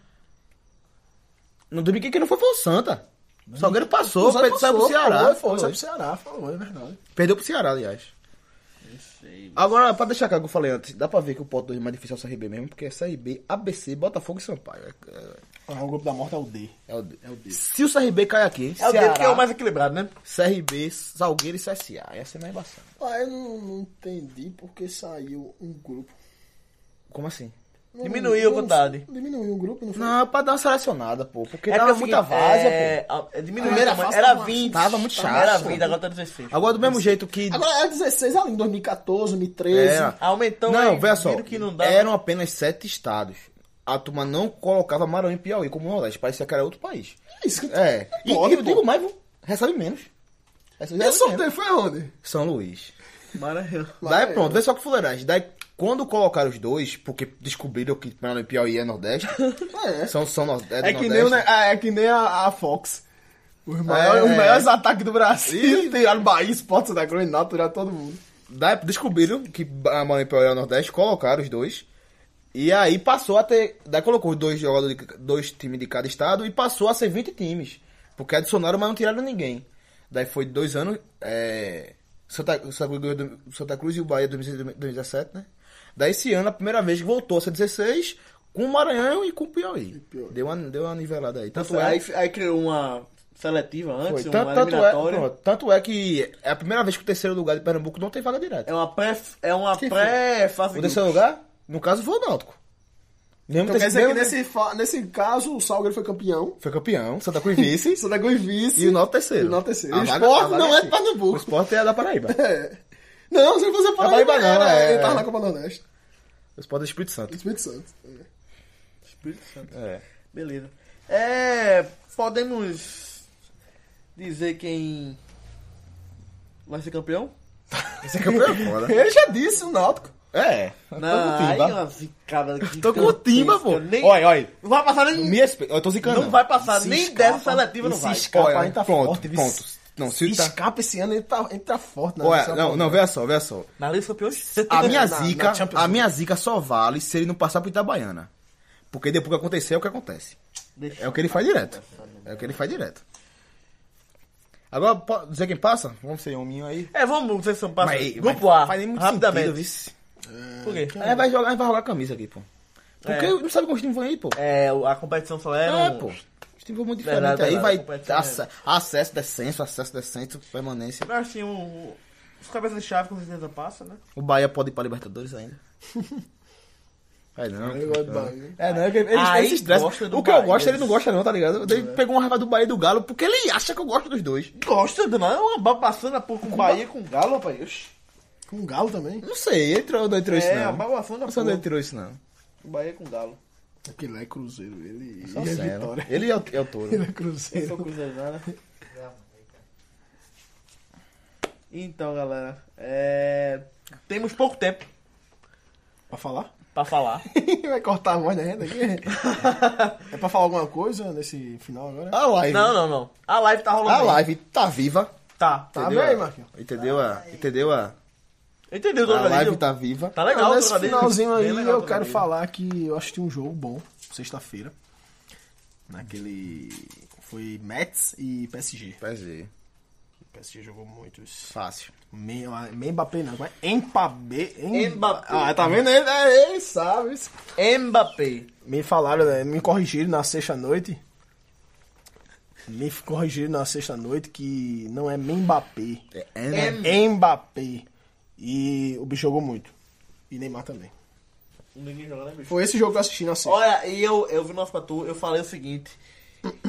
Speaker 3: No 2015 que não foi foi o Santa. O Salgueiro passou,
Speaker 2: Mas aí
Speaker 3: perdeu saiu pro Ceará.
Speaker 2: Foi, foi,
Speaker 3: Foi.
Speaker 2: saiu pro Ceará, falou, é verdade.
Speaker 3: Perdeu pro Ceará, aliás. Agora, pra deixar claro o que eu falei antes, dá pra ver que o ponto 2 mais difícil é o CRB mesmo, porque é CRB, ABC, Botafogo e Sampaio. É,
Speaker 2: Ah, o grupo da morte é o D.
Speaker 3: é- é o D. Se o CRB cair aqui,
Speaker 1: É o
Speaker 3: Ceará,
Speaker 1: dele que é o mais equilibrado, né?
Speaker 3: CRB, Salgueiro e CSA. Essa é mais embaçada.
Speaker 2: Ah, eu não, não entendi porque saiu um grupo.
Speaker 3: Como assim?
Speaker 2: Não-
Speaker 1: Diminuiu a
Speaker 2: não-
Speaker 1: quantidade.
Speaker 2: Diminuiu o grupo, não foi?
Speaker 3: Não, é pra dar uma selecionada, pô. Porque
Speaker 1: É
Speaker 3: tava
Speaker 1: porque
Speaker 3: muita
Speaker 1: é o seguinte,
Speaker 3: vaza,
Speaker 1: é,
Speaker 3: pô.
Speaker 1: a- é diminuiu,
Speaker 2: Primeira
Speaker 1: mas
Speaker 2: fase
Speaker 1: era
Speaker 2: tava uma-
Speaker 1: 20.
Speaker 3: tava muito chato,
Speaker 1: Era
Speaker 3: pô.
Speaker 1: 20, agora tá 16.
Speaker 3: Agora, do mesmo jeito que...
Speaker 2: Agora era 16 ali, em 2014, 2013.
Speaker 3: Era.
Speaker 2: Então,
Speaker 1: Aumentou,
Speaker 3: não,
Speaker 1: mas
Speaker 3: veja só.
Speaker 1: viram que não É dava.
Speaker 3: Eram apenas sete estados. A turma não colocava Maranhão e Piauí como Nordeste. Parecia que era outro país.
Speaker 2: É isso que
Speaker 3: É. E,
Speaker 2: Pode,
Speaker 3: e eu
Speaker 2: pô.
Speaker 3: digo mais, viu? recebe menos. Recebe
Speaker 2: E o
Speaker 3: menos.
Speaker 2: sorteio foi onde?
Speaker 3: São Luís.
Speaker 1: Maranhão.
Speaker 3: Daí
Speaker 2: é-
Speaker 3: pronto, vê só que fuleiragem. Daí quando colocaram os dois, porque descobriram que Maranhão e Piauí é Nordeste,
Speaker 2: É.
Speaker 3: são, são nor- é do
Speaker 2: É que, nem,
Speaker 3: Nordeste.
Speaker 2: o ne- ah, é que nem a, a Fox. Os maiores,
Speaker 3: É.
Speaker 2: os maiores ataques do Brasil. Tiraram Bahia, Sport da Grande Nato, tiraram todo mundo.
Speaker 3: Daí descobriram que a Maranhão e Piauí é Nordeste, colocaram os dois. E aí passou a ter. Daí colocou os dois jogadores, de ca- dois times de cada estado e passou a ser 20 times. Porque adicionaram, mas não tiraram ninguém. Daí foi dois anos. É, Santa, o Santa Cruz ganhou do- Santa Cruz e o Bahia em 2016, 2017, né? Daí esse ano, a primeira vez que voltou a ser 16, com o Maranhão e com o Piauí.
Speaker 1: Piauí.
Speaker 3: Deu uma, deu uma nivelada aí. Tanto é,
Speaker 1: Aí, aí criou uma seletiva antes, uma
Speaker 3: foi. Tanto, tanto é,
Speaker 1: eliminatória.
Speaker 3: pronto, tanto é que é a primeira vez que o terceiro lugar de Pernambuco não tem vaga direta.
Speaker 1: é uma pré... É uma
Speaker 3: Sim,
Speaker 1: pré-fase
Speaker 3: O
Speaker 1: de
Speaker 3: terceiro lugar, no caso, foi o Náutico. Mesmo
Speaker 2: Então quer dizer que
Speaker 3: mesmo-
Speaker 2: nesse, fa- nesse caso o Salgueiro foi campeão,
Speaker 3: né? Foi campeão, Santa Cruz vice.
Speaker 2: Santa Cruz vice.
Speaker 3: E o Náutico terceiro.
Speaker 2: E o Náutico terceiro.
Speaker 3: A
Speaker 2: E o
Speaker 3: vaga-
Speaker 2: Sport
Speaker 3: a vaga
Speaker 2: não é
Speaker 3: sim.
Speaker 2: Pernambuco.
Speaker 3: O Sport é da Paraíba.
Speaker 2: É. Não, se ele fosse falar. né?
Speaker 3: Paraíba não, é.
Speaker 2: Ele tava na Copa Nordeste.
Speaker 3: o Sport é do Espírito Santo.
Speaker 2: Espírito Santo. É.
Speaker 1: Espírito Santo.
Speaker 3: É.
Speaker 1: Beleza. É... Podemos dizer quem vai ser campeão?
Speaker 3: Esse é campeão é foda.
Speaker 2: Ele já disse o Náutico.
Speaker 3: É.
Speaker 1: Não, aí é
Speaker 3: Timba.
Speaker 1: uma zicada aqui.
Speaker 3: Tô com o Timba, pô.
Speaker 1: Nem...
Speaker 3: Olha, olha.
Speaker 1: Não vai passar nem...
Speaker 3: Me respeita. Eu tô zicando.
Speaker 1: Não vai passar
Speaker 2: Se
Speaker 1: nem
Speaker 2: escapa.
Speaker 1: dessa seletiva, não
Speaker 2: Se
Speaker 1: vai.
Speaker 2: escapa.
Speaker 3: Olha,
Speaker 2: Capaz, tá
Speaker 3: pronto,
Speaker 2: forte, viu?
Speaker 3: pronto. Não, se tá...
Speaker 2: Escapa esse ano, ele tá, ele tá forte. né?
Speaker 3: Olha,
Speaker 2: Essa
Speaker 3: não,
Speaker 2: porra.
Speaker 3: não, veja só, veja só.
Speaker 6: Na lista campeão.
Speaker 3: A minha
Speaker 2: Na- na
Speaker 3: zica,
Speaker 2: Champions
Speaker 3: a
Speaker 2: League.
Speaker 3: minha zica só vale se ele não passar pro Itabaiana. Porque depois que acontecer é o que acontece.
Speaker 1: Deixa
Speaker 3: É o que ele faz direto. É o que ele faz direto. Agora, pode dizer quem passa? Vamos ser um hominho aí.
Speaker 6: É, vamos ver se passa.
Speaker 3: Mas-
Speaker 6: Grupo
Speaker 3: mas
Speaker 6: A.
Speaker 3: faz nem muito sentido,
Speaker 6: rapidamente.
Speaker 3: vice.
Speaker 6: Por quê?
Speaker 3: Aí É, vai jogar, vai rolar a camisa aqui, pô. Porque
Speaker 6: É.
Speaker 3: não sabe como os times vão aí, pô.
Speaker 6: É, a competição só
Speaker 3: É,
Speaker 6: era. um-
Speaker 3: pô. Os times vão muito diferente.
Speaker 6: Verdade,
Speaker 3: aí
Speaker 6: verdade,
Speaker 3: vai
Speaker 6: competição
Speaker 3: ace- acesso, descenso, acesso, descenso, permanência.
Speaker 6: Mas, Assim, o, o- os cabeças de chave com certeza passa, né?
Speaker 3: O Bahia pode ir pra Libertadores ainda. Aí não.
Speaker 2: Eu gosto do Bahia.
Speaker 3: É, não, é que ele,
Speaker 6: Aí
Speaker 3: ele se estressa.
Speaker 6: gosta do
Speaker 3: O que eu
Speaker 6: Bahia.
Speaker 3: gosto, ele não gosta, não, tá ligado? Ele pegou uma raiva do Bahia e do Galo, porque ele acha que eu gosto dos dois.
Speaker 6: Gosta, não. É uma baba passando por com Bahia, com Galo, rapaz. Oxi.
Speaker 2: Com o Galo também.
Speaker 3: Não sei, ele tirou, não tirou isso,
Speaker 6: É, a
Speaker 3: não.
Speaker 6: babação da
Speaker 3: Não sei onde ele
Speaker 6: porra.
Speaker 3: tirou isso, não.
Speaker 6: Bahia com Galo.
Speaker 2: Porque lá é Cruzeiro. Ele
Speaker 3: Só
Speaker 2: ele é
Speaker 3: sério.
Speaker 2: Vitória.
Speaker 3: Ele é o, é o touro.
Speaker 2: Ele é Cruzeiro.
Speaker 1: eu cruzar, né? Então, galera, é...
Speaker 6: Temos pouco tempo
Speaker 2: Pra falar?
Speaker 6: pra falar.
Speaker 2: Vai cortar a voz da renda aqui? É pra falar alguma coisa nesse final agora?
Speaker 3: A live.
Speaker 6: não, não, não. A live tá rolando.
Speaker 3: A
Speaker 6: aí.
Speaker 3: live tá viva.
Speaker 6: Tá.
Speaker 2: Tá
Speaker 3: Entendeu?
Speaker 2: bem, Marquinhos.
Speaker 3: Entendeu a. Entendeu a.
Speaker 6: Entendeu,
Speaker 3: A
Speaker 6: trocadilho?
Speaker 3: live tá viva.
Speaker 6: Tá legal, o
Speaker 2: Nesse
Speaker 6: trocadilho.
Speaker 2: finalzinho aí,
Speaker 6: Bem legal o
Speaker 2: eu quero
Speaker 6: trocadilho.
Speaker 2: falar que eu assisti um jogo bom, sexta-feira. Naquele. Foi Mets e PSG.
Speaker 3: PSG.
Speaker 2: O PSG jogou muitos.
Speaker 3: é, Fácil.
Speaker 2: Me- ah, me Mbappé não, como é Mbappé. Em-
Speaker 6: Mbappé.
Speaker 2: Ah, tá vendo? Ele, é, ele sabe. isso.
Speaker 6: Mbappé.
Speaker 2: Me falaram, né, me corrigiram na sexta-noite. Me f- corrigiram na sexta-noite que não é Mbappé.
Speaker 3: É,
Speaker 2: É Mbappé. E o bicho jogou muito. E Neymar também.
Speaker 1: ninguém joga, né, bicho?
Speaker 2: Foi esse jogo que eu assisti na sexta.
Speaker 1: Olha, e eu, eu vi no Aspatu, eu falei o seguinte.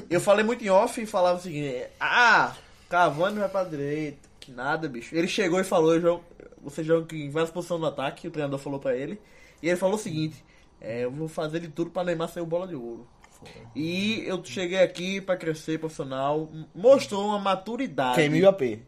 Speaker 1: Eu falei muito em off e falava o seguinte. Ah, Cavani vai pra direita. Que nada, bicho. Ele chegou e falou, eu jogo, você joga em várias posições do ataque, o treinador falou pra ele. E ele falou o seguinte. é, eu vou fazer de tudo pra Neymar ser o bola de ouro. E eu cheguei aqui pra crescer profissional. Mostrou uma maturidade.
Speaker 3: Quem me AP.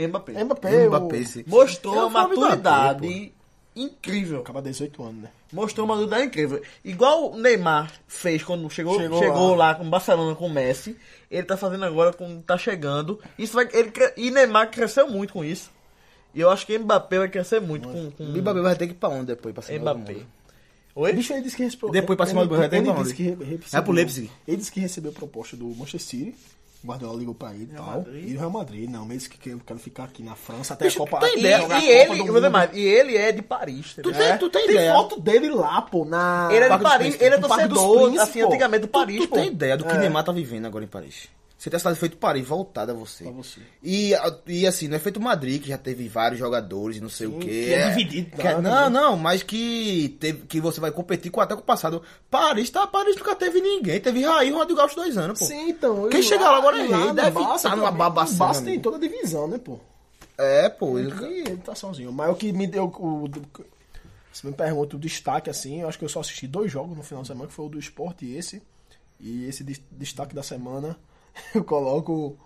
Speaker 1: Mbappé.
Speaker 2: É Mbappé,
Speaker 3: Mbappé,
Speaker 2: o...
Speaker 3: sim.
Speaker 1: Mostrou
Speaker 3: Eu
Speaker 1: uma
Speaker 3: falo do
Speaker 1: maturidade
Speaker 3: Mbappé,
Speaker 1: incrível.
Speaker 2: Acaba 18 anos, né?
Speaker 1: Mostrou uma maturidade incrível. Igual o Neymar fez quando chegou,
Speaker 2: Chegou
Speaker 1: chegou,
Speaker 2: lá.
Speaker 1: lá. com o Barcelona, com o Messi. Ele tá fazendo agora com tá chegando. Isso vai, ele, cre- e Neymar cresceu muito com isso. E eu acho que Mbappé vai crescer muito com, com
Speaker 3: O Mbappé vai ter que ir pra onde depois? Pra cima do
Speaker 1: Mbappé.
Speaker 3: mundo?
Speaker 2: O bicho ele disse que recebeu.
Speaker 3: Depois pra cima do
Speaker 2: ele,
Speaker 3: Bahia, tem
Speaker 2: ele
Speaker 3: pra
Speaker 2: disse que
Speaker 3: onde?
Speaker 2: re- recebeu-
Speaker 3: Vai pro Leipzig.
Speaker 2: Ele disse que recebeu proposta do Manchester City. O Guardiola ligou pra ele e tal. E o Real Madrid, não, mesmo que quero, quero ficar aqui na França até a Copa.
Speaker 1: Tem
Speaker 2: até
Speaker 1: ideia.
Speaker 2: jogar a
Speaker 1: E
Speaker 2: Copa
Speaker 1: ele,
Speaker 2: do
Speaker 1: eu vou dizer
Speaker 2: Mundo.
Speaker 1: mais, e ele é de Paris. tá
Speaker 3: Tu
Speaker 1: ligado?
Speaker 3: tem, tu tem,
Speaker 2: Tem
Speaker 3: ideia.
Speaker 2: foto dele lá, pô, na.
Speaker 1: Ele é
Speaker 2: Parque
Speaker 1: de
Speaker 2: dos
Speaker 1: Paris,
Speaker 2: Príncipes,
Speaker 1: ele é
Speaker 2: no Parque dos
Speaker 1: torcedor,
Speaker 2: Príncipes,
Speaker 1: assim,
Speaker 2: pô.
Speaker 1: antigamente do Paris,
Speaker 3: Tu
Speaker 1: pô.
Speaker 3: tem ideia do que
Speaker 2: É.
Speaker 3: Neymar tá vivendo agora em Paris. Você tem sido feito Paris voltado a você.
Speaker 2: Pra você.
Speaker 3: E, a- e assim, não é feito Madrid, que já teve vários jogadores e não sei o quê.
Speaker 2: que é dividido,
Speaker 3: que-
Speaker 2: tá, né?
Speaker 3: não, não, mas que, teve, que você vai competir com até com o passado. Paris, tá? Paris nunca teve ninguém. Teve Raí e Ronaldo Gaúcho dois anos, pô.
Speaker 2: Sim, então.
Speaker 3: Quem
Speaker 2: eu-
Speaker 3: chega lá agora é
Speaker 2: no
Speaker 3: rei, deve
Speaker 2: Barça
Speaker 3: tá numa
Speaker 2: também.
Speaker 3: babação,
Speaker 2: O Barça tem
Speaker 3: amigo.
Speaker 2: toda a divisão, né, pô?
Speaker 3: É, pô. ele-
Speaker 2: E ele tá sozinho. Mas o que me deu. O, se me pergunta o destaque, assim, eu acho que eu só assisti dois jogos no final de semana, que foi o do esporte e esse. E esse des- destaque da semana, eu coloco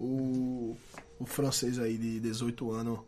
Speaker 2: o, o francês aí de 18 anos.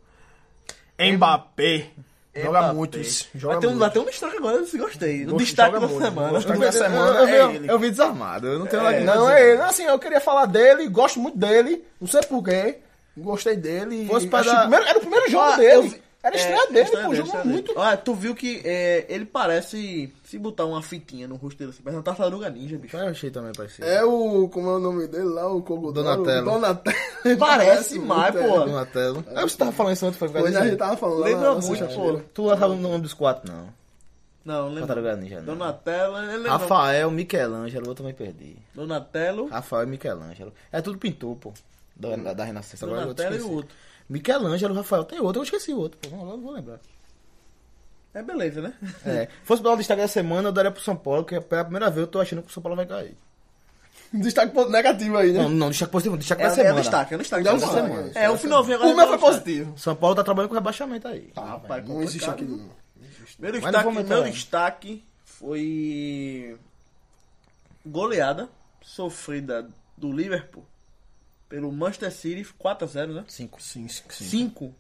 Speaker 2: Mbappé. Joga
Speaker 6: Mbappé.
Speaker 2: muito isso. Joga
Speaker 1: Vai ter um, vai
Speaker 2: muito.
Speaker 1: ter um destaque agora, eu gostei. O
Speaker 2: Gosto-
Speaker 1: destaque
Speaker 2: joga
Speaker 1: da
Speaker 2: muito,
Speaker 1: semana.
Speaker 2: gosto-
Speaker 3: Eu,
Speaker 2: da semana
Speaker 3: eu, eu,
Speaker 2: é ele.
Speaker 3: eu vi desarmado. Eu não tenho nada
Speaker 2: É,
Speaker 3: que
Speaker 2: não,
Speaker 3: dizer.
Speaker 2: é ele. Assim, eu queria falar dele, gosto muito dele, não sei porquê. Gostei dele.
Speaker 3: Fosse pra
Speaker 2: Acho que
Speaker 3: dar-
Speaker 2: o primeiro- era o primeiro É jogo
Speaker 1: Ah,
Speaker 2: dele.
Speaker 1: eu vi-
Speaker 2: Era estranha
Speaker 1: É,
Speaker 2: dele,
Speaker 1: estranha
Speaker 2: pô,
Speaker 1: dele,
Speaker 2: jogou
Speaker 1: estranha
Speaker 2: muito.
Speaker 1: dele. Olha, tu viu que é, ele parece se botar uma fitinha no rosto dele assim, mas é uma tartaruga ninja, bicho.
Speaker 3: Eu achei também parecido.
Speaker 7: É o. Como é o nome dele lá? O Cogodoro?
Speaker 3: Donatello.
Speaker 7: Donatello.
Speaker 1: Parece mais,
Speaker 7: muito,
Speaker 1: pô.
Speaker 3: Donatello. É. você tava falando isso antes, foi
Speaker 7: é. Hoje a gente tava falando lá
Speaker 1: Lembra
Speaker 7: na nossa
Speaker 1: muito,
Speaker 7: chaveira.
Speaker 1: pô.
Speaker 3: Tu não sabe o nome dos quatro, não.
Speaker 1: Não, lembra.
Speaker 3: Tartaruga Ninja, não.
Speaker 1: Donatello, ele lembra.
Speaker 3: Rafael, Michelangelo, eu também perdi.
Speaker 1: Donatello,
Speaker 3: Rafael e Michelangelo. É tudo pintor, pô. Da, da- da Renascença. Agora eu outro
Speaker 1: Donatello e o
Speaker 3: esqueci.
Speaker 1: outro.
Speaker 3: Michelangelo, Rafael. Tem outro, eu esqueci o outro, pô. Vamos lá, eu vou lembrar.
Speaker 1: É beleza, né?
Speaker 3: É. Fosse dar um destaque da semana, eu daria pro São Paulo, que é pela primeira vez eu tô achando que o São Paulo vai cair.
Speaker 7: Um Destaque ponto negativo aí, né?
Speaker 3: Não, não, destaque positivo, destaque
Speaker 1: É,
Speaker 3: da
Speaker 1: é
Speaker 3: semana.
Speaker 1: destaque, é destaque.
Speaker 7: Dá
Speaker 1: É,
Speaker 7: uma semana.
Speaker 1: destaque. é o finalzinho agora.
Speaker 7: O meu foi positivo.
Speaker 3: São Paulo tá trabalhando com rebaixamento aí.
Speaker 7: Ah,
Speaker 1: Rapaz,
Speaker 7: não existe
Speaker 1: complicado.
Speaker 7: aqui não.
Speaker 1: Meu
Speaker 3: não
Speaker 1: destaque,
Speaker 3: vamos entrar
Speaker 1: meu
Speaker 3: lá.
Speaker 1: destaque foi goleada sofrida do Liverpool pelo Manchester City 4x0, né?
Speaker 3: Cinco.
Speaker 2: Sim, sim, sim.
Speaker 1: 5.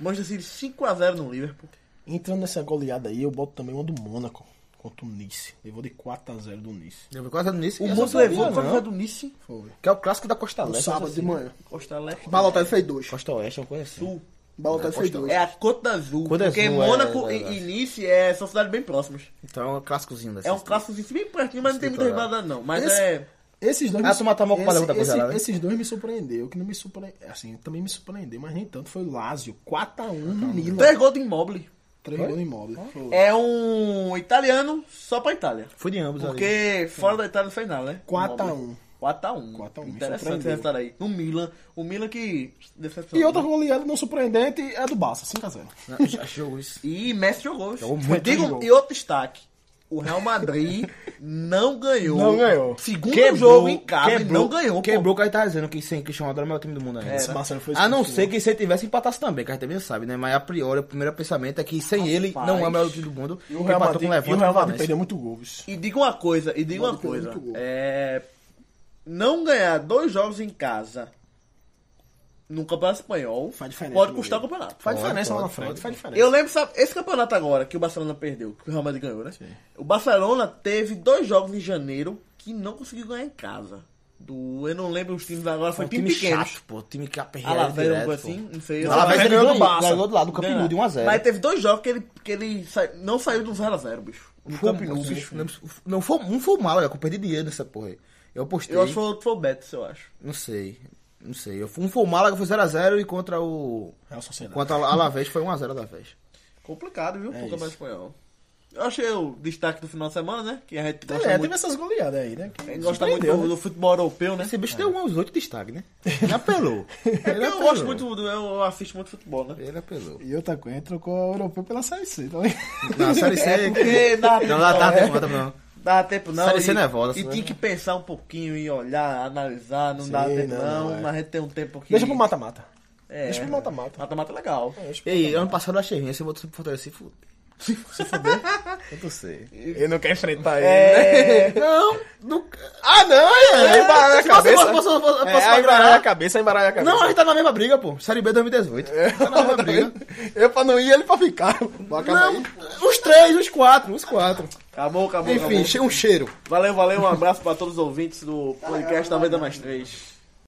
Speaker 1: Manchester City 5x0 no Liverpool.
Speaker 2: Entrando nessa goleada aí, eu boto também uma do Mônaco contra o Nice. Levou de 4x0 do Nice.
Speaker 3: Eu vi quase nisso.
Speaker 1: O
Speaker 3: que é
Speaker 1: Monte
Speaker 3: essa
Speaker 1: levou
Speaker 3: sabia, não.
Speaker 1: 4x0 do Nice.
Speaker 3: né? Que é o clássico da Costa
Speaker 7: No
Speaker 3: Leste. assim.
Speaker 7: sábado
Speaker 2: assim, né?
Speaker 7: de manhã.
Speaker 1: Costa Leste.
Speaker 7: Balotelli fez dois.
Speaker 3: Costa Oeste, eu conheço.
Speaker 1: Sul.
Speaker 7: Balotelli fez dois.
Speaker 1: É a Cota Azul.
Speaker 3: Côte
Speaker 1: porque
Speaker 3: d'Azur,
Speaker 1: Mônaco
Speaker 3: é, é,
Speaker 1: e-
Speaker 3: é.
Speaker 1: e Nice é, são cidades bem próximas.
Speaker 3: Então é um clássicozinho dessa.
Speaker 1: É um clássico bem pertinho, mas não tem muita
Speaker 3: Escritorado.
Speaker 1: rivalidade não. Mas
Speaker 2: Esse-
Speaker 1: é...
Speaker 2: Esses dois.
Speaker 3: Ah, tu matou a mão com
Speaker 2: esse-
Speaker 3: outra coisa
Speaker 2: esse-
Speaker 3: lá, né?
Speaker 2: Esses dois me surpreendeu. O que não me surpreendeu. Assim, também me surpreendeu, mas nem tanto. Foi o Lazio. 4x1 no Milan.
Speaker 1: 3 gols do Immobile.
Speaker 2: 3 gols no imóvel.
Speaker 1: É um italiano só pra Itália.
Speaker 3: Fui de ambos ali.
Speaker 1: Porque fora da Itália não fez nada, né?
Speaker 2: 4x1
Speaker 1: 4x1.
Speaker 2: 4x1,
Speaker 1: Interessante esse
Speaker 2: surpreendeu.
Speaker 1: resultado aí. No Milan. O Milan que. decepcionou,
Speaker 2: E outra
Speaker 1: né?
Speaker 2: goleada não surpreendente é a do Barça, 5x0.
Speaker 3: Não, já Jogou isso.
Speaker 1: E Messi jogou.
Speaker 3: Jogou muito,
Speaker 1: Digo-
Speaker 3: jogou.
Speaker 1: e outro destaque. O Real Madrid não ganhou.
Speaker 2: Não ganhou.
Speaker 1: Segundo jogo em casa e não ganhou. pô.
Speaker 3: Quebrou o que a gente tava dizendo que sem Cristiano Ronaldo é o melhor time do mundo ainda.
Speaker 2: Esse Marcelo foi
Speaker 3: a não
Speaker 2: expulso,
Speaker 3: ser
Speaker 2: né?
Speaker 3: que se ele tivesse empatasse também, que a gente também sabe, né? Mas a priori, o primeiro pensamento é que sem ele não é o melhor time do mundo.
Speaker 2: E o Real
Speaker 3: Empatou com
Speaker 2: Madrid,
Speaker 3: o
Speaker 2: e o
Speaker 3: Levante, com o
Speaker 2: Real Madrid
Speaker 3: Valencia.
Speaker 2: perdeu muito gol. bicho.
Speaker 1: E diga uma coisa, e diga uma
Speaker 7: Mano, foi
Speaker 1: coisa.
Speaker 7: muito gol.
Speaker 1: É, Não ganhar dois jogos em casa no Campeonato Espanhol
Speaker 2: Faz diferença,
Speaker 1: pode
Speaker 2: meu
Speaker 1: custar o
Speaker 2: amigo.
Speaker 1: campeonato.
Speaker 2: Faz diferença lá na frente. Faz diferença.
Speaker 1: Eu lembro, sabe, esse campeonato agora que o Barcelona perdeu, que o Real Madrid ganhou, né? O Barcelona teve dois jogos em janeiro que não conseguiu ganhar em casa. Do, eu não lembro os times agora, foi
Speaker 3: um
Speaker 1: time
Speaker 3: time
Speaker 1: pequeno.
Speaker 3: chato, pô. Time que aperreia
Speaker 1: Alavera,
Speaker 3: direto,
Speaker 1: algo
Speaker 3: pô.
Speaker 1: assim, não sei.
Speaker 3: Ela vai
Speaker 2: Alavés
Speaker 3: ganhando
Speaker 2: ganhou do Barça.
Speaker 3: Ganhou do lado do Camp
Speaker 1: Ganhar.
Speaker 3: Nou de 1x0.
Speaker 1: Mas teve dois jogos que ele, que ele sa- não saiu do 0x0, bicho. um No
Speaker 3: Foi-
Speaker 1: Camp Nou,
Speaker 3: não,
Speaker 1: bicho.
Speaker 3: não, não foi, não foi mal, eu perdi dinheiro nessa porra. aí. Eu postei.
Speaker 1: Eu acho que foi, foi o Betis, eu acho.
Speaker 3: Não sei. Não sei. Eu fui um foi o Málaga, foi 0x0 e contra o.
Speaker 2: Real Sociedade.
Speaker 3: Contra a Alavés foi 1x0 Alavés.
Speaker 1: Complicado, viu? pro
Speaker 2: isso.
Speaker 1: Campeonato Espanhol. Eu achei o destaque do final de semana, né? Que a gente gosta
Speaker 2: É, teve
Speaker 1: muito,
Speaker 2: essas goleadas aí, né?
Speaker 1: a
Speaker 2: Que
Speaker 1: gente gosta muito
Speaker 2: surpreendeu,
Speaker 1: do,
Speaker 2: né?
Speaker 1: do futebol europeu, né?
Speaker 3: Esse bicho deu 1 aos 8 destaque, né? Ele apelou.
Speaker 1: Eu,
Speaker 3: Ele
Speaker 1: É eu
Speaker 3: apelou.
Speaker 1: gosto muito, do, eu assisto muito futebol, né?
Speaker 3: Ele apelou.
Speaker 2: E outra coisa, trocou o europeu pela Série C, tá ligado?
Speaker 3: Não, a Série C. é
Speaker 2: É
Speaker 1: porque dá
Speaker 3: não, é dá, dá
Speaker 1: tempo, é.
Speaker 3: tempo, dá tempo, não.
Speaker 1: Dá tempo não.
Speaker 3: Série C
Speaker 1: e-
Speaker 3: não é bola,
Speaker 1: E
Speaker 3: né?
Speaker 1: tinha que pensar um pouquinho e olhar, analisar. Não
Speaker 2: Sim,
Speaker 1: dá tempo
Speaker 2: não,
Speaker 1: não,
Speaker 2: não, é.
Speaker 1: mas a gente tem um tempo que...
Speaker 2: Deixa pro mata-mata.
Speaker 1: É,
Speaker 2: Deixa pro mata-mata.
Speaker 1: Mata-mata é legal.
Speaker 3: Ei, ano passado eu achei ruim, esse eu vou pro Fortaleza se fuder. Se fuder? Eu não sei.
Speaker 2: Ele não quer enfrentar ele. né?
Speaker 1: É...
Speaker 3: Não, não.
Speaker 2: Ah, não! É, é embaralha
Speaker 3: Se
Speaker 2: a
Speaker 3: você-
Speaker 2: cabeça.
Speaker 3: se você- se você- se você
Speaker 2: É, é embaralha a
Speaker 3: agradar-
Speaker 2: cabeça, é embaralha a cabeça.
Speaker 3: Não, a gente tá na mesma briga, pô. Série B 2018. Tá na mesma briga.
Speaker 2: Eu pra não ir, ele pra ficar. Bota a
Speaker 3: Não, os três, os quatro, os quatro.
Speaker 1: Acabou, acabou,
Speaker 3: Enfim,
Speaker 1: acabou.
Speaker 3: che- um cheiro.
Speaker 1: Valeu, valeu. Um abraço pra todos os ouvintes do podcast 90 mais 3.